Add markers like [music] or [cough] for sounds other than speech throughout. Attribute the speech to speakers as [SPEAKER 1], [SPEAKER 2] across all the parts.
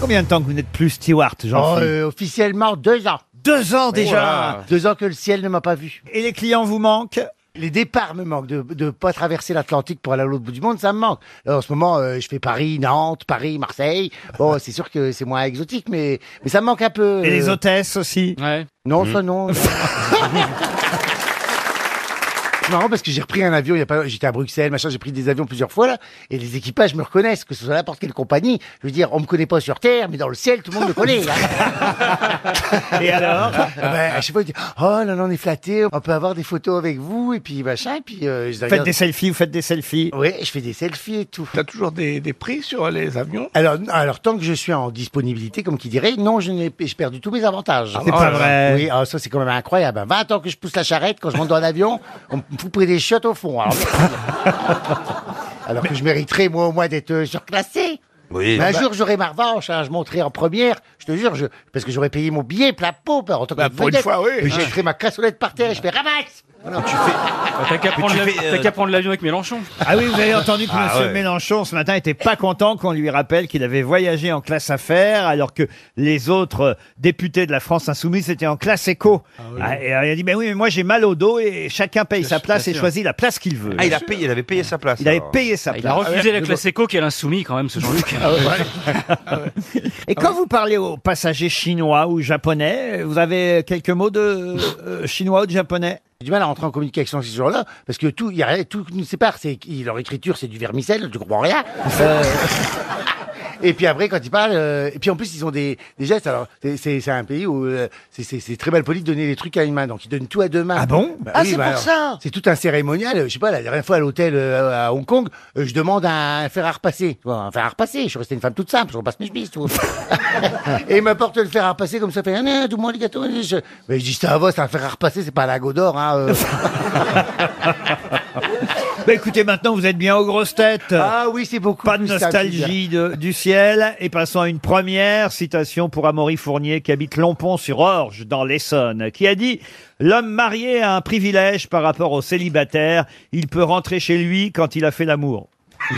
[SPEAKER 1] combien de temps que vous n'êtes plus steward,
[SPEAKER 2] Oh,
[SPEAKER 1] Jean-Philippe
[SPEAKER 2] euh, officiellement, deux ans.
[SPEAKER 1] Deux ans déjà
[SPEAKER 2] Deux ans que le ciel ne m'a pas vu.
[SPEAKER 1] Et les clients vous manquent
[SPEAKER 2] Les départs me manquent. De ne pas traverser l'Atlantique pour aller à l'autre bout du monde, ça me manque. Alors, en ce moment, euh, je fais Paris, Nantes, Paris, Marseille. Bon, c'est sûr que c'est moins exotique, mais, mais ça me manque un peu.
[SPEAKER 1] Et les
[SPEAKER 2] euh,
[SPEAKER 1] hôtesses aussi
[SPEAKER 3] Ouais.
[SPEAKER 2] Non, ça non. [laughs] c'est marrant parce que j'ai repris un avion, il y a pas, j'étais à Bruxelles, machin, j'ai pris des avions plusieurs fois là, et les équipages me reconnaissent, que ce soit n'importe quelle compagnie. Je veux dire, on me connaît pas sur Terre, mais dans le ciel, tout le monde me connaît. là.
[SPEAKER 1] Et
[SPEAKER 2] [laughs]
[SPEAKER 1] alors
[SPEAKER 2] Ah ben, à chaque fois, ils disent, oh là là, on est flatté, on peut avoir des photos avec vous, et puis machin, et puis euh, je les
[SPEAKER 1] Faites
[SPEAKER 2] regarde.
[SPEAKER 1] des selfies, vous faites des selfies
[SPEAKER 2] Ouais, je fais des selfies et tout.
[SPEAKER 4] T'as toujours des, des prix sur les avions
[SPEAKER 2] Alors, alors, tant que je suis en disponibilité, comme qui dirait, non, je n'ai j'ai perdu tous mes avantages.
[SPEAKER 1] Ah, C'est pas vrai.
[SPEAKER 2] Oui, ah, ça c'est quand même incroyable. hein. 20 ans que je pousse la charrette, quand je monte dans l'avion, on me fout près des chiottes au
[SPEAKER 1] [laughs]
[SPEAKER 2] fond. Alors, alors que je mériterais, moi, au moins, d'être euh, surclassé.
[SPEAKER 4] Oui.
[SPEAKER 2] Mais un jour, j'aurai ma revanche, hein, je monterai en première, je te jure, je, parce que j'aurais payé mon billet plein pot, par- en tant que
[SPEAKER 4] Bah, pour une
[SPEAKER 2] vedette.
[SPEAKER 4] fois, oui.
[SPEAKER 2] Et J'ai créé ma cassolette par terre et je fais ramasse
[SPEAKER 3] Ah, T'as qu'à prendre l'av- t'as qu'à prendre l'avion avec Mélenchon.
[SPEAKER 1] euh, Ah oui, vous avez entendu que
[SPEAKER 4] Ah
[SPEAKER 1] Monsieur
[SPEAKER 4] ouais.
[SPEAKER 1] Mélenchon, ce matin, était pas content qu'on lui rappelle qu'il avait voyagé en classe affaires, alors que les autres euh, députés de la France insoumise étaient en classe éco. Ah, et alors, il a dit, ben oui, mais moi j'ai mal au dos et chacun paye sa place et choisit la place qu'il veut.
[SPEAKER 5] Ah, il, a payé, il avait payé sa place.
[SPEAKER 1] Il avait
[SPEAKER 5] alors.
[SPEAKER 1] payé sa
[SPEAKER 3] Ah, Il a
[SPEAKER 1] place. Ah,
[SPEAKER 3] refusé la classe éco qui est l'insoumis quand même, ce
[SPEAKER 1] [laughs]
[SPEAKER 3] Jean-Luc.
[SPEAKER 1] Et quand vous parlez aux passagers chinois ou japonais, vous avez quelques mots de euh, chinois ou de japonais
[SPEAKER 2] J'ai du mal à rentrer en communication avec ces gens-là, parce que tout, il y a rien, tout nous sépare. C'est, ils- leur écriture, c'est du vermicelle, je comprends rien. Euh, [laughs] et puis après, quand ils parlent, euh, et puis en plus, ils ont des, des gestes. Alors, c'est, c'est, c'est un pays où euh, c'est, c'est, c'est très mal poli de donner les trucs à une main, donc ils donnent tout à deux mains.
[SPEAKER 1] Ah bon
[SPEAKER 2] Ah, c'est pour ça C'est tout un cérémonial. Je sais pas, la dernière fois à l'hôtel euh, à Hong Kong, euh, je demande un fer à repasser. Bon, un fer à repasser, je suis resté une femme toute simple, je repasse mes chemises, tout. et il m'apporte le fer à repasser comme ça, fait, ah, non, tout le monde les gâteaux. allez, je- Mais je dis, ça va, c'est un fer à repasser, c'est pas un lago d'or, hein. euh.
[SPEAKER 1] [laughs] Bah écoutez, maintenant vous êtes bien aux grosses têtes.
[SPEAKER 2] Ah oui, c'est beaucoup.
[SPEAKER 1] Pas de
[SPEAKER 2] plus simple, c'est
[SPEAKER 1] nostalgie de- du ciel. Et passons à une première citation pour Amaury Fournier qui habite Lompont-sur-Orge dans l'Essonne, qui a dit « L'homme marié a un privilège par rapport au célibataire. Il peut rentrer chez lui quand il a fait l'amour. [laughs]
[SPEAKER 2] bien.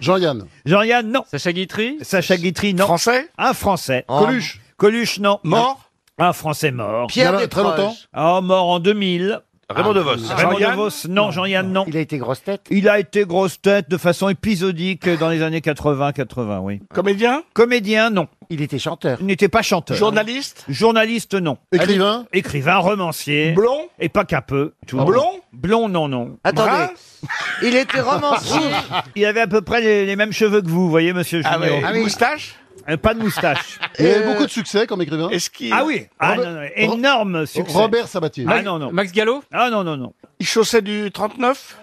[SPEAKER 2] Jean-Yann. »
[SPEAKER 1] Jean-Yann, non.
[SPEAKER 3] Sacha Guitry
[SPEAKER 1] Sacha Guitry, non.
[SPEAKER 4] Français Oh.
[SPEAKER 1] Un Français.
[SPEAKER 4] Coluche
[SPEAKER 1] Coluche, non.
[SPEAKER 4] Mort
[SPEAKER 1] Un Français mort.
[SPEAKER 2] Pierre très longtemps.
[SPEAKER 1] Ah, mort en 2000.
[SPEAKER 5] Raymond DeVos.
[SPEAKER 1] Raymond
[SPEAKER 4] Jean-Yann
[SPEAKER 1] DeVos, Ah, non. Jean-Yann, non.
[SPEAKER 2] Il a été grosse tête.
[SPEAKER 1] Il a été grosse tête de façon épisodique dans les années 80-80, oui.
[SPEAKER 4] Comédien
[SPEAKER 1] Comédien, non.
[SPEAKER 2] Il était chanteur.
[SPEAKER 1] Il n'était pas chanteur.
[SPEAKER 4] Journaliste
[SPEAKER 1] Journaliste, non.
[SPEAKER 2] Écrivain.
[SPEAKER 1] Écrivain, romancier.
[SPEAKER 4] Blond Ah,
[SPEAKER 1] Et pas qu'un peu. Tout.
[SPEAKER 4] Blond
[SPEAKER 1] Blond, non, non.
[SPEAKER 4] Brun
[SPEAKER 2] Il était romancier.
[SPEAKER 1] Il avait à peu près les, les mêmes cheveux que vous, voyez, monsieur
[SPEAKER 4] Ah
[SPEAKER 1] Junior.
[SPEAKER 4] ouais.
[SPEAKER 2] oui.
[SPEAKER 4] Moustache
[SPEAKER 1] Euh, Pas de moustache.
[SPEAKER 6] [laughs] Il a eu beaucoup de succès comme écrivain.
[SPEAKER 4] Est-ce qu'il
[SPEAKER 1] ah oui Ah
[SPEAKER 6] Robert-
[SPEAKER 1] non, non, énorme succès.
[SPEAKER 6] Robert Sabatier.
[SPEAKER 1] Ah non, non.
[SPEAKER 3] Max Gallo
[SPEAKER 1] Ah non, non, non.
[SPEAKER 4] il chaussait du
[SPEAKER 1] [laughs]
[SPEAKER 4] 39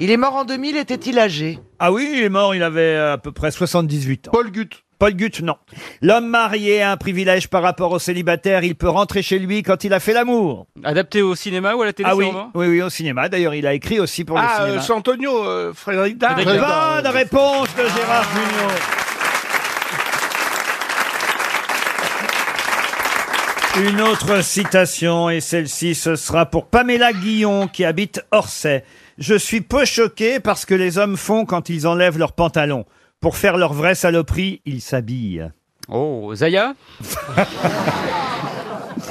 [SPEAKER 7] Il est mort en 2000, était-il âgé
[SPEAKER 1] Ah oui, il est mort, il avait euh, à peu près 78 ans.
[SPEAKER 6] Paul Gut.
[SPEAKER 1] Paul Gut, non. L'homme marié a un privilège par rapport au célibataire, il peut rentrer chez lui quand il a fait l'amour.
[SPEAKER 3] Adapté au cinéma ou à la télé
[SPEAKER 1] Ah oui,
[SPEAKER 3] sûrement
[SPEAKER 1] oui, oui, au cinéma. D'ailleurs, il a écrit aussi pour
[SPEAKER 4] Ah,
[SPEAKER 1] le
[SPEAKER 4] euh,
[SPEAKER 1] cinéma.
[SPEAKER 4] Santonio, euh, Frédéric Dard
[SPEAKER 3] Frédéric
[SPEAKER 1] Bonne réponse de Gérard Junior. Une autre citation, et celle-ci, ce sera pour Pamela Guillon, qui habite Orsay. Je suis peu choqué parce que les hommes font quand ils enlèvent leurs pantalons. Pour faire leur vraie saloperie, ils s'habillent.
[SPEAKER 3] Oh, Zaya
[SPEAKER 7] [laughs]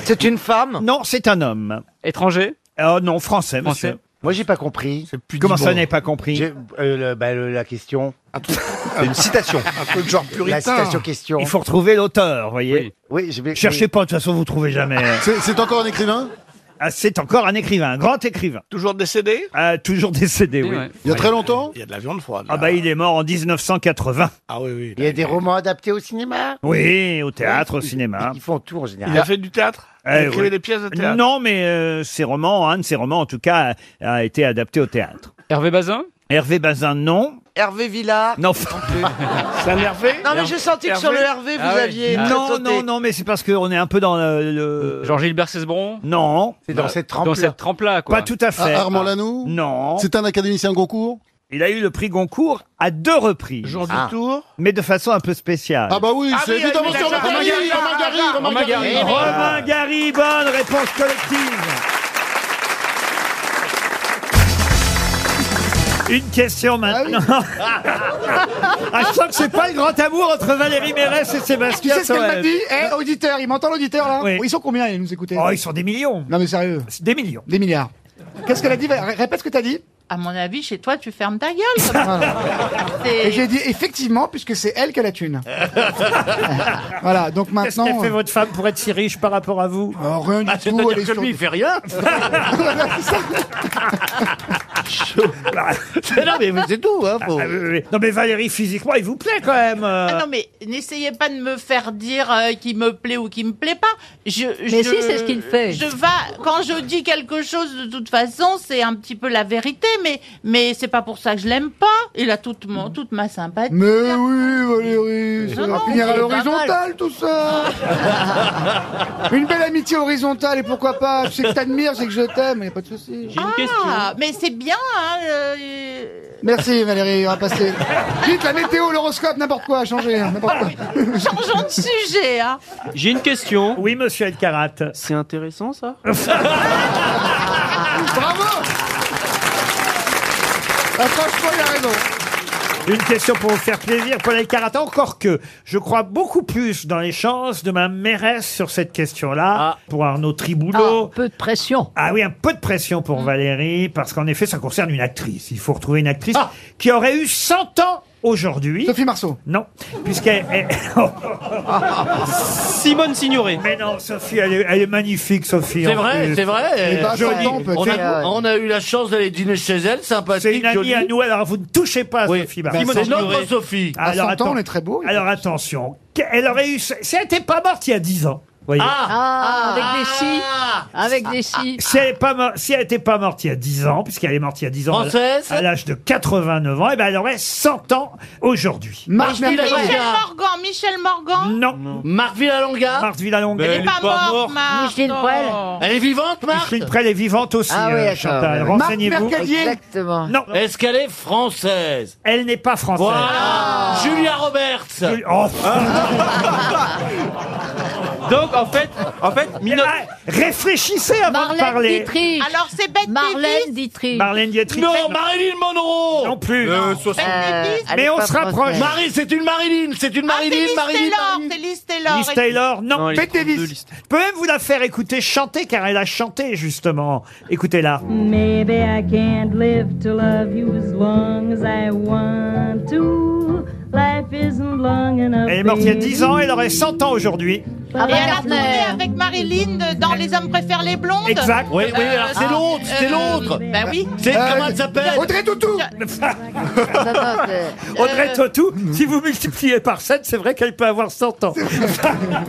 [SPEAKER 7] C'est une femme
[SPEAKER 1] Non, c'est un homme.
[SPEAKER 3] Étranger
[SPEAKER 1] Oh non, français,
[SPEAKER 3] Français.
[SPEAKER 1] monsieur.
[SPEAKER 2] Moi, j'ai pas compris.
[SPEAKER 1] Comment ça, n'est pas compris
[SPEAKER 2] J'ai- euh, le- bah, le- la question.
[SPEAKER 4] Ah,
[SPEAKER 5] C'est une
[SPEAKER 2] [laughs]
[SPEAKER 5] citation.
[SPEAKER 4] Un truc genre
[SPEAKER 2] La
[SPEAKER 4] puritain.
[SPEAKER 2] citation question. [laughs]
[SPEAKER 1] Il faut retrouver l'auteur, voyez.
[SPEAKER 3] Oui.
[SPEAKER 2] Oui, je vais.
[SPEAKER 1] Cherchez pas, de toute façon, vous
[SPEAKER 4] [laughs]
[SPEAKER 1] trouvez jamais.
[SPEAKER 6] C'est c'est encore un écrivain
[SPEAKER 1] Ah, c'est encore un écrivain, un grand écrivain.
[SPEAKER 4] Toujours décédé
[SPEAKER 1] Ah, toujours décédé, oui.
[SPEAKER 3] Ouais.
[SPEAKER 6] Il y a très longtemps
[SPEAKER 4] Il y a de la viande froide.
[SPEAKER 1] Ah
[SPEAKER 4] là.
[SPEAKER 1] bah il est mort en 1980.
[SPEAKER 4] Ah oui, oui.
[SPEAKER 2] Il y a des romans adaptés au cinéma.
[SPEAKER 1] Oui, au théâtre, au cinéma.
[SPEAKER 2] Ils font tout en
[SPEAKER 4] Il a
[SPEAKER 2] général.
[SPEAKER 4] fait du théâtre Il
[SPEAKER 1] Eh
[SPEAKER 4] écrivait
[SPEAKER 1] oui.
[SPEAKER 4] des pièces de théâtre
[SPEAKER 1] Non, mais euh, ses romans, un de ses romans en tout cas, a, a été adapté au théâtre.
[SPEAKER 3] Hervé Bazin
[SPEAKER 1] Hervé Bazin, non.
[SPEAKER 7] Hervé Villard
[SPEAKER 1] Non, enfin, [laughs]
[SPEAKER 4] C'est un Hervé
[SPEAKER 7] Non mais j'ai senti que sur le Hervé, vous
[SPEAKER 3] Ah oui.
[SPEAKER 7] aviez...
[SPEAKER 3] Ah.
[SPEAKER 1] non,
[SPEAKER 7] tressauté.
[SPEAKER 1] non, non, mais c'est parce qu'on est un peu dans le... le-
[SPEAKER 3] Georges Gilbert Cesbron
[SPEAKER 1] Non,
[SPEAKER 2] C'est dans cette trempe.
[SPEAKER 3] Dans cette trempe-là, quoi.
[SPEAKER 1] pas tout à fait.
[SPEAKER 6] Ah, Armand Lanoux
[SPEAKER 1] Non.
[SPEAKER 6] C'est un académicien Goncourt
[SPEAKER 1] Il a eu le prix Goncourt à deux reprises,
[SPEAKER 4] Jour du
[SPEAKER 2] Ah.
[SPEAKER 4] tour
[SPEAKER 1] mais de façon un peu spéciale.
[SPEAKER 6] Ah bah oui,
[SPEAKER 4] Ah
[SPEAKER 6] c'est
[SPEAKER 4] oui,
[SPEAKER 6] évidemment
[SPEAKER 4] avec
[SPEAKER 6] sur
[SPEAKER 4] la
[SPEAKER 6] Romain Gary,
[SPEAKER 4] Gary,
[SPEAKER 6] Romain Gary, Romain Gary.
[SPEAKER 4] Gary.
[SPEAKER 1] Romain Gary, bonne réponse collective. Une question maintenant.
[SPEAKER 8] [laughs]
[SPEAKER 1] Ah, je sens que c'est pas le grand amour entre Valérie Mérès et
[SPEAKER 8] Tu
[SPEAKER 1] Sébastien
[SPEAKER 8] sais ce qu'elle m'a
[SPEAKER 1] Toer.
[SPEAKER 8] dit Eh, auditeur, il m'entend l'auditeur là
[SPEAKER 1] Oui.
[SPEAKER 8] Ils sont combien à nous écouter
[SPEAKER 1] Oh, ils sont des millions.
[SPEAKER 8] Non mais sérieux,
[SPEAKER 1] Des millions.
[SPEAKER 8] des milliards. Qu'est-ce qu'elle a dit Val- Ré- Répète ce que t'as
[SPEAKER 1] [laughs]
[SPEAKER 8] dit.
[SPEAKER 9] À mon avis, chez toi, tu fermes ta gueule. comme
[SPEAKER 8] [laughs]
[SPEAKER 9] ça. C'est-
[SPEAKER 8] Et j'ai dit effectivement, puisque c'est elle qui a la
[SPEAKER 1] [laughs]
[SPEAKER 8] thune. [laughs] voilà, donc
[SPEAKER 1] Qu'est-ce
[SPEAKER 8] maintenant.
[SPEAKER 1] qu'a fait votre femme pour être si riche par rapport à vous Ah,
[SPEAKER 8] euh, rien du tout, elle est sur-
[SPEAKER 4] fait rien.
[SPEAKER 2] Mais
[SPEAKER 1] [laughs]
[SPEAKER 2] non, mais c'est tout. Hein, faut-
[SPEAKER 1] Ah, oui, oui, oui. Non mais Valérie, physiquement, il vous plaît quand même. euh.
[SPEAKER 9] Ah non, mais n'essayez pas de me faire dire euh, qui me plaît ou qui me plaît pas. Je,
[SPEAKER 10] Mais
[SPEAKER 9] je-
[SPEAKER 10] si, c'est ce qu'il fait.
[SPEAKER 9] Je va, quand je dis quelque chose, de toute façon, c'est un petit peu la vérité, mais, mais c'est pas pour ça que je l'aime pas. Il a toute, mon, toute ma sympathie.
[SPEAKER 8] [laughs] Mais oui, Valérie, ça va
[SPEAKER 9] Non, non,
[SPEAKER 8] finir à
[SPEAKER 9] c'est pas
[SPEAKER 8] l'horizontale tout ça. Une belle amitié horizontale et pourquoi pas Je sais que t'admires, c'est que je t'aime, y a pas de souci.
[SPEAKER 9] Ah, mais c'est bien, hein. euh,
[SPEAKER 8] Merci Valérie, on va passer. Vite la météo, l'horoscope, n'importe quoi, changer, hein, n'importe quoi.
[SPEAKER 9] Changeons de
[SPEAKER 8] [laughs]
[SPEAKER 9] sujet, hein.
[SPEAKER 3] J'ai une question.
[SPEAKER 1] Oui, monsieur Elkarat.
[SPEAKER 4] C'est intéressant ça.
[SPEAKER 8] Bravo Ah, Franchement, il a raison.
[SPEAKER 1] Une question pour vous faire plaisir, Paul Elkarat. Encore que je crois beaucoup plus dans les chances de ma mairesse sur cette question-là,
[SPEAKER 11] Ah.
[SPEAKER 1] pour Arnaud Triboulot.
[SPEAKER 10] Un peu de pression. Mm.
[SPEAKER 1] Ah oui, un peu de pression pour Valérie, parce qu'en effet, ça concerne une actrice. Il faut retrouver une actrice
[SPEAKER 11] Ah.
[SPEAKER 1] qui aurait eu 100 ans aujourd'hui.
[SPEAKER 8] Sophie Marceau.
[SPEAKER 1] Non, puisqu'elle...
[SPEAKER 11] [laughs]
[SPEAKER 1] elle-
[SPEAKER 4] Simone Signoret.
[SPEAKER 1] Mais non, Sophie, elle est, elle est magnifique, Sophie. en plus.
[SPEAKER 8] Eh
[SPEAKER 11] vrai.
[SPEAKER 8] ben,
[SPEAKER 1] je
[SPEAKER 8] attends,
[SPEAKER 1] dis-
[SPEAKER 8] peut-être.
[SPEAKER 1] a-
[SPEAKER 11] on a eu la chance d'aller dîner chez elle,
[SPEAKER 1] C'est une
[SPEAKER 11] sympathique,
[SPEAKER 1] amie à nous, alors vous ne touchez pas à Sophie Marceau.
[SPEAKER 11] C'est notre Sophie.
[SPEAKER 8] À 100 ans,
[SPEAKER 1] attends.
[SPEAKER 8] Bah, on est très beau.
[SPEAKER 1] Alors attention, Que- elle aurait eu... Si elle n'était pas morte il y a 10 ans, voyez.
[SPEAKER 10] Ah, avec des scies.
[SPEAKER 1] Ah.
[SPEAKER 10] Avec des scies.
[SPEAKER 1] Si elle n'était pas, mo- si elle était pas morte il y a 10 ans, puisqu'elle est morte il y a 10 ans à l-
[SPEAKER 11] Française
[SPEAKER 1] à l'âge de 89 ans, eh ben elle aurait 100 ans aujourd'hui.
[SPEAKER 8] Marc Mercadier.
[SPEAKER 11] Michel
[SPEAKER 9] Michel Morgan, Michel Morgan.
[SPEAKER 1] Non,
[SPEAKER 11] Marc Villalonga.
[SPEAKER 1] Marthe Villalonga.
[SPEAKER 9] Elle est pas morte,
[SPEAKER 10] Micheline Prel.
[SPEAKER 11] Elle est vivante, Marc
[SPEAKER 1] Micheline Prel est vivante aussi,
[SPEAKER 7] Ah oui,
[SPEAKER 1] euh,
[SPEAKER 7] d'accord.
[SPEAKER 1] Chantal.
[SPEAKER 8] Marc
[SPEAKER 1] Renseignez-vous.
[SPEAKER 8] Mercadier.
[SPEAKER 7] Exactement.
[SPEAKER 1] Non,
[SPEAKER 11] Est-ce qu'elle est française
[SPEAKER 1] elle n'est pas française.
[SPEAKER 11] Voilà
[SPEAKER 7] Ah.
[SPEAKER 11] Julia Roberts Ah.
[SPEAKER 1] Je- oh,
[SPEAKER 8] Ah.
[SPEAKER 4] Donc en fait, en fait,
[SPEAKER 1] mais,
[SPEAKER 4] mino-
[SPEAKER 1] ah, réfléchissez avant de
[SPEAKER 10] Marlène
[SPEAKER 1] parler.
[SPEAKER 10] Dietrich.
[SPEAKER 9] Alors c'est Bette
[SPEAKER 10] Marlène
[SPEAKER 9] Davis.
[SPEAKER 10] Dietrich.
[SPEAKER 1] Marlène Dietrich.
[SPEAKER 11] Non, Marilyn Monroe
[SPEAKER 1] non plus.
[SPEAKER 9] Bette
[SPEAKER 8] Euh,
[SPEAKER 9] Davis.
[SPEAKER 1] Mais on se rapproche.
[SPEAKER 11] Euh, Marie, c'est une Marilyn, c'est une
[SPEAKER 9] Ah, c'est
[SPEAKER 11] Marilyn,
[SPEAKER 9] Liz
[SPEAKER 11] Marilyn,
[SPEAKER 9] Taylor,
[SPEAKER 11] Marilyn.
[SPEAKER 9] c'est Liz Taylor.
[SPEAKER 1] Miss Taylor, non.
[SPEAKER 4] Non, elle est
[SPEAKER 8] Bette Davis.
[SPEAKER 4] 32 listes.
[SPEAKER 1] Je peux même vous la faire écouter chanter, car elle a chanté, justement. Écoutez-la.
[SPEAKER 10] Maybe I can't live to love you as long as I want to. Life isn't long enough.
[SPEAKER 1] Elle est morte il y a 10 ans,
[SPEAKER 11] [laughs]
[SPEAKER 1] elle aurait 100 ans aujourd'hui.
[SPEAKER 10] Ah,
[SPEAKER 9] Et elle a tourné
[SPEAKER 10] Wagner.
[SPEAKER 9] avec Marilyn de- dans Les hommes préfèrent les blondes.
[SPEAKER 1] Exact. Euh,
[SPEAKER 11] Oui, oui, alors c'est
[SPEAKER 9] Euh,
[SPEAKER 11] l'autre, c'est
[SPEAKER 9] euh,
[SPEAKER 11] l'autre
[SPEAKER 9] Bah oui.
[SPEAKER 11] C'est comment
[SPEAKER 1] [laughs]
[SPEAKER 11] elle s'appelle
[SPEAKER 8] Audrey Toutou.
[SPEAKER 9] Euh,
[SPEAKER 1] Audrey Tautou, si vous multipliez par 7, c'est vrai qu'elle peut avoir 100 ans.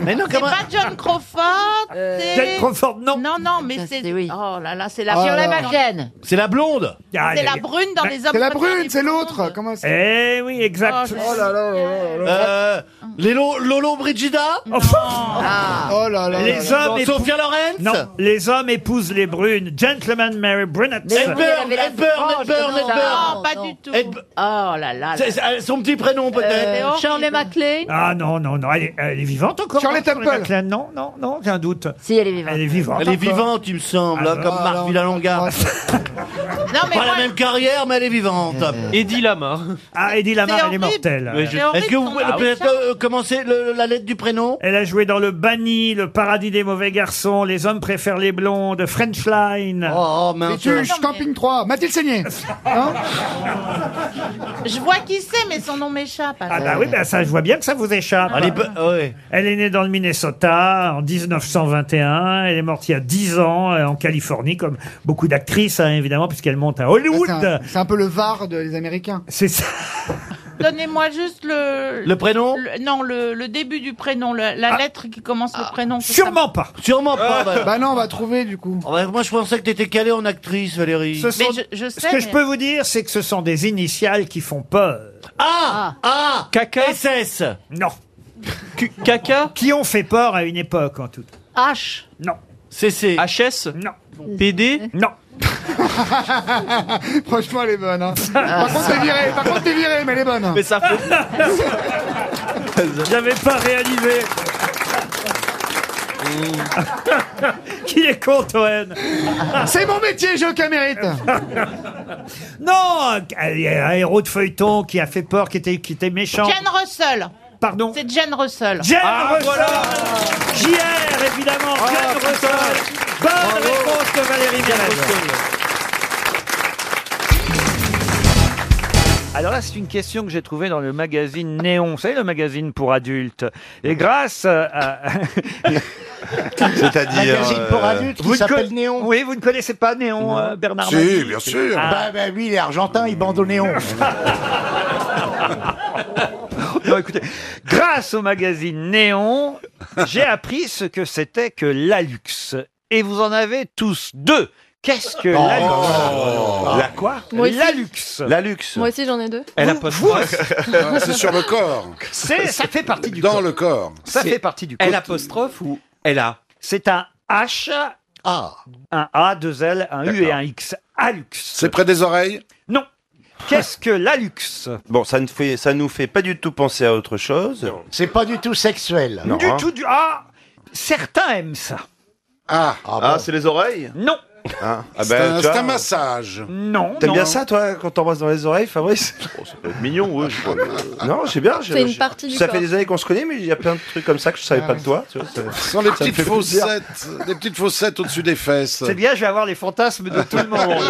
[SPEAKER 11] Mais non,
[SPEAKER 9] C'est
[SPEAKER 11] comment
[SPEAKER 9] pas John Crawford. c'est-
[SPEAKER 1] Jane Crawford, non.
[SPEAKER 9] Non, non, mais
[SPEAKER 7] Ça,
[SPEAKER 9] c'est.
[SPEAKER 7] c'est oui.
[SPEAKER 9] Oh là là, c'est la.
[SPEAKER 8] Ah,
[SPEAKER 9] sur
[SPEAKER 8] là.
[SPEAKER 9] la vache.
[SPEAKER 10] Gêne.
[SPEAKER 11] C'est la blonde
[SPEAKER 1] Ah,
[SPEAKER 9] C'est
[SPEAKER 1] là,
[SPEAKER 9] la
[SPEAKER 1] là.
[SPEAKER 9] brune dans les hommes.
[SPEAKER 8] C'est la
[SPEAKER 9] préfèrent
[SPEAKER 8] brune,
[SPEAKER 9] les
[SPEAKER 8] c'est l'autre.
[SPEAKER 9] blondes.
[SPEAKER 8] Comment c'est
[SPEAKER 1] Eh oui,
[SPEAKER 9] Oh,
[SPEAKER 1] exact.
[SPEAKER 9] je-
[SPEAKER 11] Euh, les Lo- Lolo Brigida
[SPEAKER 9] Ah.
[SPEAKER 8] Oh là là. là
[SPEAKER 1] Ah. Les
[SPEAKER 8] là.
[SPEAKER 1] hommes
[SPEAKER 11] Non,
[SPEAKER 1] épousent...
[SPEAKER 11] Sophia Loren
[SPEAKER 1] Non, les hommes épousent les brunes. Gentleman Mary Brunette.
[SPEAKER 10] oui.
[SPEAKER 11] Edburn,
[SPEAKER 10] Elle avait la
[SPEAKER 11] Edburn,
[SPEAKER 10] frange,
[SPEAKER 11] Edburn,
[SPEAKER 10] non.
[SPEAKER 11] Edburn
[SPEAKER 9] Oh, Non, pas
[SPEAKER 10] non.
[SPEAKER 9] du tout.
[SPEAKER 11] Ed-
[SPEAKER 9] Oh là là.
[SPEAKER 11] C'est- c'est- Son petit prénom peut-être
[SPEAKER 9] Léon.
[SPEAKER 10] Shirley MacLaine.
[SPEAKER 1] Euh, Ah non, non, non, elle est, elle est vivante encore.
[SPEAKER 8] Shirley
[SPEAKER 1] hein, sur
[SPEAKER 8] Temple.
[SPEAKER 1] les McLaren. Non, non, non, j'ai un doute.
[SPEAKER 10] Si, elle est vivante.
[SPEAKER 1] Elle est vivante.
[SPEAKER 11] Elle est
[SPEAKER 1] encore.
[SPEAKER 11] vivante, il me semble, hein, comme
[SPEAKER 8] Ah,
[SPEAKER 11] Marc
[SPEAKER 8] non.
[SPEAKER 11] [laughs] Villalonga.
[SPEAKER 9] Non, mais
[SPEAKER 11] Pas la
[SPEAKER 9] moi, Euh.
[SPEAKER 11] même carrière, mais elle est vivante.
[SPEAKER 4] Eddie Lama.
[SPEAKER 1] Ah, Eddie
[SPEAKER 9] c'est
[SPEAKER 1] Lamar, elle est
[SPEAKER 9] horrible.
[SPEAKER 1] mortelle.
[SPEAKER 9] C'est horrible,
[SPEAKER 11] Est-ce que vous
[SPEAKER 9] son
[SPEAKER 11] pouvez
[SPEAKER 9] nom.
[SPEAKER 11] peut-être euh, commencer le- la lettre du prénom
[SPEAKER 1] Elle a joué dans Le Banni, Le Paradis des Mauvais Garçons, Les Hommes préfèrent les blondes, French Line.
[SPEAKER 11] Oh, oh
[SPEAKER 8] Les
[SPEAKER 11] mince.
[SPEAKER 8] Tuches, Camping 3,
[SPEAKER 1] [laughs]
[SPEAKER 8] Mathilde Seigné.
[SPEAKER 9] Hein Je vois qui c'est, mais son nom m'échappe.
[SPEAKER 1] Ah bah oui, bah ça, je vois bien que ça vous échappe.
[SPEAKER 11] Elle est be- ah ouais.
[SPEAKER 1] Elle est née dans le Minnesota en 1921. Elle est morte il y a 10 ans euh, en Californie, comme beaucoup d'actrices, hein, évidemment, puisqu'elle monte à
[SPEAKER 8] C'est un-
[SPEAKER 1] Hollywood.
[SPEAKER 8] c'est un peu le Var de- des Américains.
[SPEAKER 1] C'est ça.
[SPEAKER 9] Donnez-moi juste le.
[SPEAKER 11] Le prénom
[SPEAKER 9] le- non, le, le début du prénom, le-
[SPEAKER 1] Ah.
[SPEAKER 9] la lettre qui commence le prénom. c'est ça.
[SPEAKER 1] Sûrement pas.
[SPEAKER 11] Sûrement pas. bah.
[SPEAKER 8] Bah non, on va trouver du coup.
[SPEAKER 11] Oh, bah, moi, je pensais que t'étais calé en actrice, Valérie.
[SPEAKER 1] Ce sont-
[SPEAKER 9] Mais je, je sais.
[SPEAKER 1] Ce que je
[SPEAKER 9] mais-
[SPEAKER 1] peux vous dire, c'est que ce sont des initiales qui font peur.
[SPEAKER 11] Ah Ah
[SPEAKER 4] Caca.
[SPEAKER 11] SS
[SPEAKER 1] Non.
[SPEAKER 4] Q- Caca.
[SPEAKER 1] Qui ont fait peur à une époque, en tout cas.
[SPEAKER 10] H.
[SPEAKER 1] Non.
[SPEAKER 11] CC.
[SPEAKER 4] HS.
[SPEAKER 1] Non.
[SPEAKER 4] PD.
[SPEAKER 1] Non.
[SPEAKER 8] [laughs] Franchement, elle est bonne. Hein. Par contre, t'es viré. Par contre, t'es viré, mais elle est bonne. hein.
[SPEAKER 4] Mais ça
[SPEAKER 1] [laughs]
[SPEAKER 4] fait.
[SPEAKER 1] [laughs] J'avais pas réalisé. [laughs] Qui est con, Toen
[SPEAKER 12] C'est mon métier, j'ai aucun mérite.
[SPEAKER 1] [laughs] Non Il y a un héros de feuilleton qui a fait peur, qui était, qui était méchant.
[SPEAKER 9] Jane Russell.
[SPEAKER 1] Pardon
[SPEAKER 9] C'est Jane Russell.
[SPEAKER 1] Jane
[SPEAKER 12] Ah,
[SPEAKER 1] Russell JR, évidemment, Jane Russell Bonne réponse de Valérie Mérez Alors là, c'est une question que j'ai trouvée dans le magazine Néon, vous savez, le magazine pour adultes. Et grâce euh, à...
[SPEAKER 11] C'est-à-dire, Magazine pour euh, adultes
[SPEAKER 13] qui s'appelle Néon.
[SPEAKER 1] Oui, vous ne connaissez pas Néon, euh, Bernard
[SPEAKER 11] Si,
[SPEAKER 1] Mabie
[SPEAKER 11] bien sûr.
[SPEAKER 1] Ah.
[SPEAKER 13] Bah, bah oui, les Argentins, ils bandent
[SPEAKER 1] [laughs]
[SPEAKER 13] au néon.
[SPEAKER 1] Non, écoutez, grâce au magazine Néon, j'ai appris ce que c'était que l'Alux. Et vous en avez tous deux. Qu'est-ce que l'Alux
[SPEAKER 11] Oh. La quoi
[SPEAKER 14] Moi aussi.
[SPEAKER 1] L'Alux.
[SPEAKER 11] La luxe.
[SPEAKER 14] Moi aussi j'en ai deux.
[SPEAKER 1] Elle a pas
[SPEAKER 8] [laughs] C'est sur le corps.
[SPEAKER 1] C'est, ça fait partie du
[SPEAKER 8] Dans
[SPEAKER 1] corps.
[SPEAKER 8] le corps.
[SPEAKER 1] Ça fait partie du corps.
[SPEAKER 15] L apostrophe ou L A
[SPEAKER 1] C'est un H,
[SPEAKER 8] Ah.
[SPEAKER 1] un A, deux L, un U et un X. Alux.
[SPEAKER 8] C'est près des oreilles
[SPEAKER 1] Non. Qu'est-ce que l'Alux
[SPEAKER 11] Bon, ça ne fait, ça nous fait pas du tout penser à autre chose.
[SPEAKER 13] C'est pas du tout sexuel.
[SPEAKER 11] Non,
[SPEAKER 1] Du
[SPEAKER 11] hein.
[SPEAKER 1] tout du. Ah Certains aiment ça.
[SPEAKER 8] Ah.
[SPEAKER 11] Ah, c'est les oreilles.
[SPEAKER 1] Non,
[SPEAKER 11] Hein ah
[SPEAKER 8] C'est un-
[SPEAKER 11] ben, tu
[SPEAKER 8] c'est
[SPEAKER 11] vois,
[SPEAKER 8] un massage.
[SPEAKER 1] non.
[SPEAKER 11] T'aimes
[SPEAKER 1] non.
[SPEAKER 11] bien ça, toi, quand t'embrasse dans les oreilles, Fabrice Mignon, oui. [laughs] non, c'est bien. je-
[SPEAKER 14] C'est une
[SPEAKER 11] je-
[SPEAKER 14] partie du
[SPEAKER 11] Ça
[SPEAKER 14] corps.
[SPEAKER 11] fait des années qu'on se connaît, mais il y a plein de trucs comme ça que je savais pas de toi. tu vois, ça-
[SPEAKER 8] Ce sont les
[SPEAKER 11] Ça me
[SPEAKER 8] petites
[SPEAKER 11] fait plaisir.
[SPEAKER 8] fossettes. Les petites fossettes au-dessus des fesses.
[SPEAKER 1] C'est bien, je vais avoir les fantasmes de tout le monde.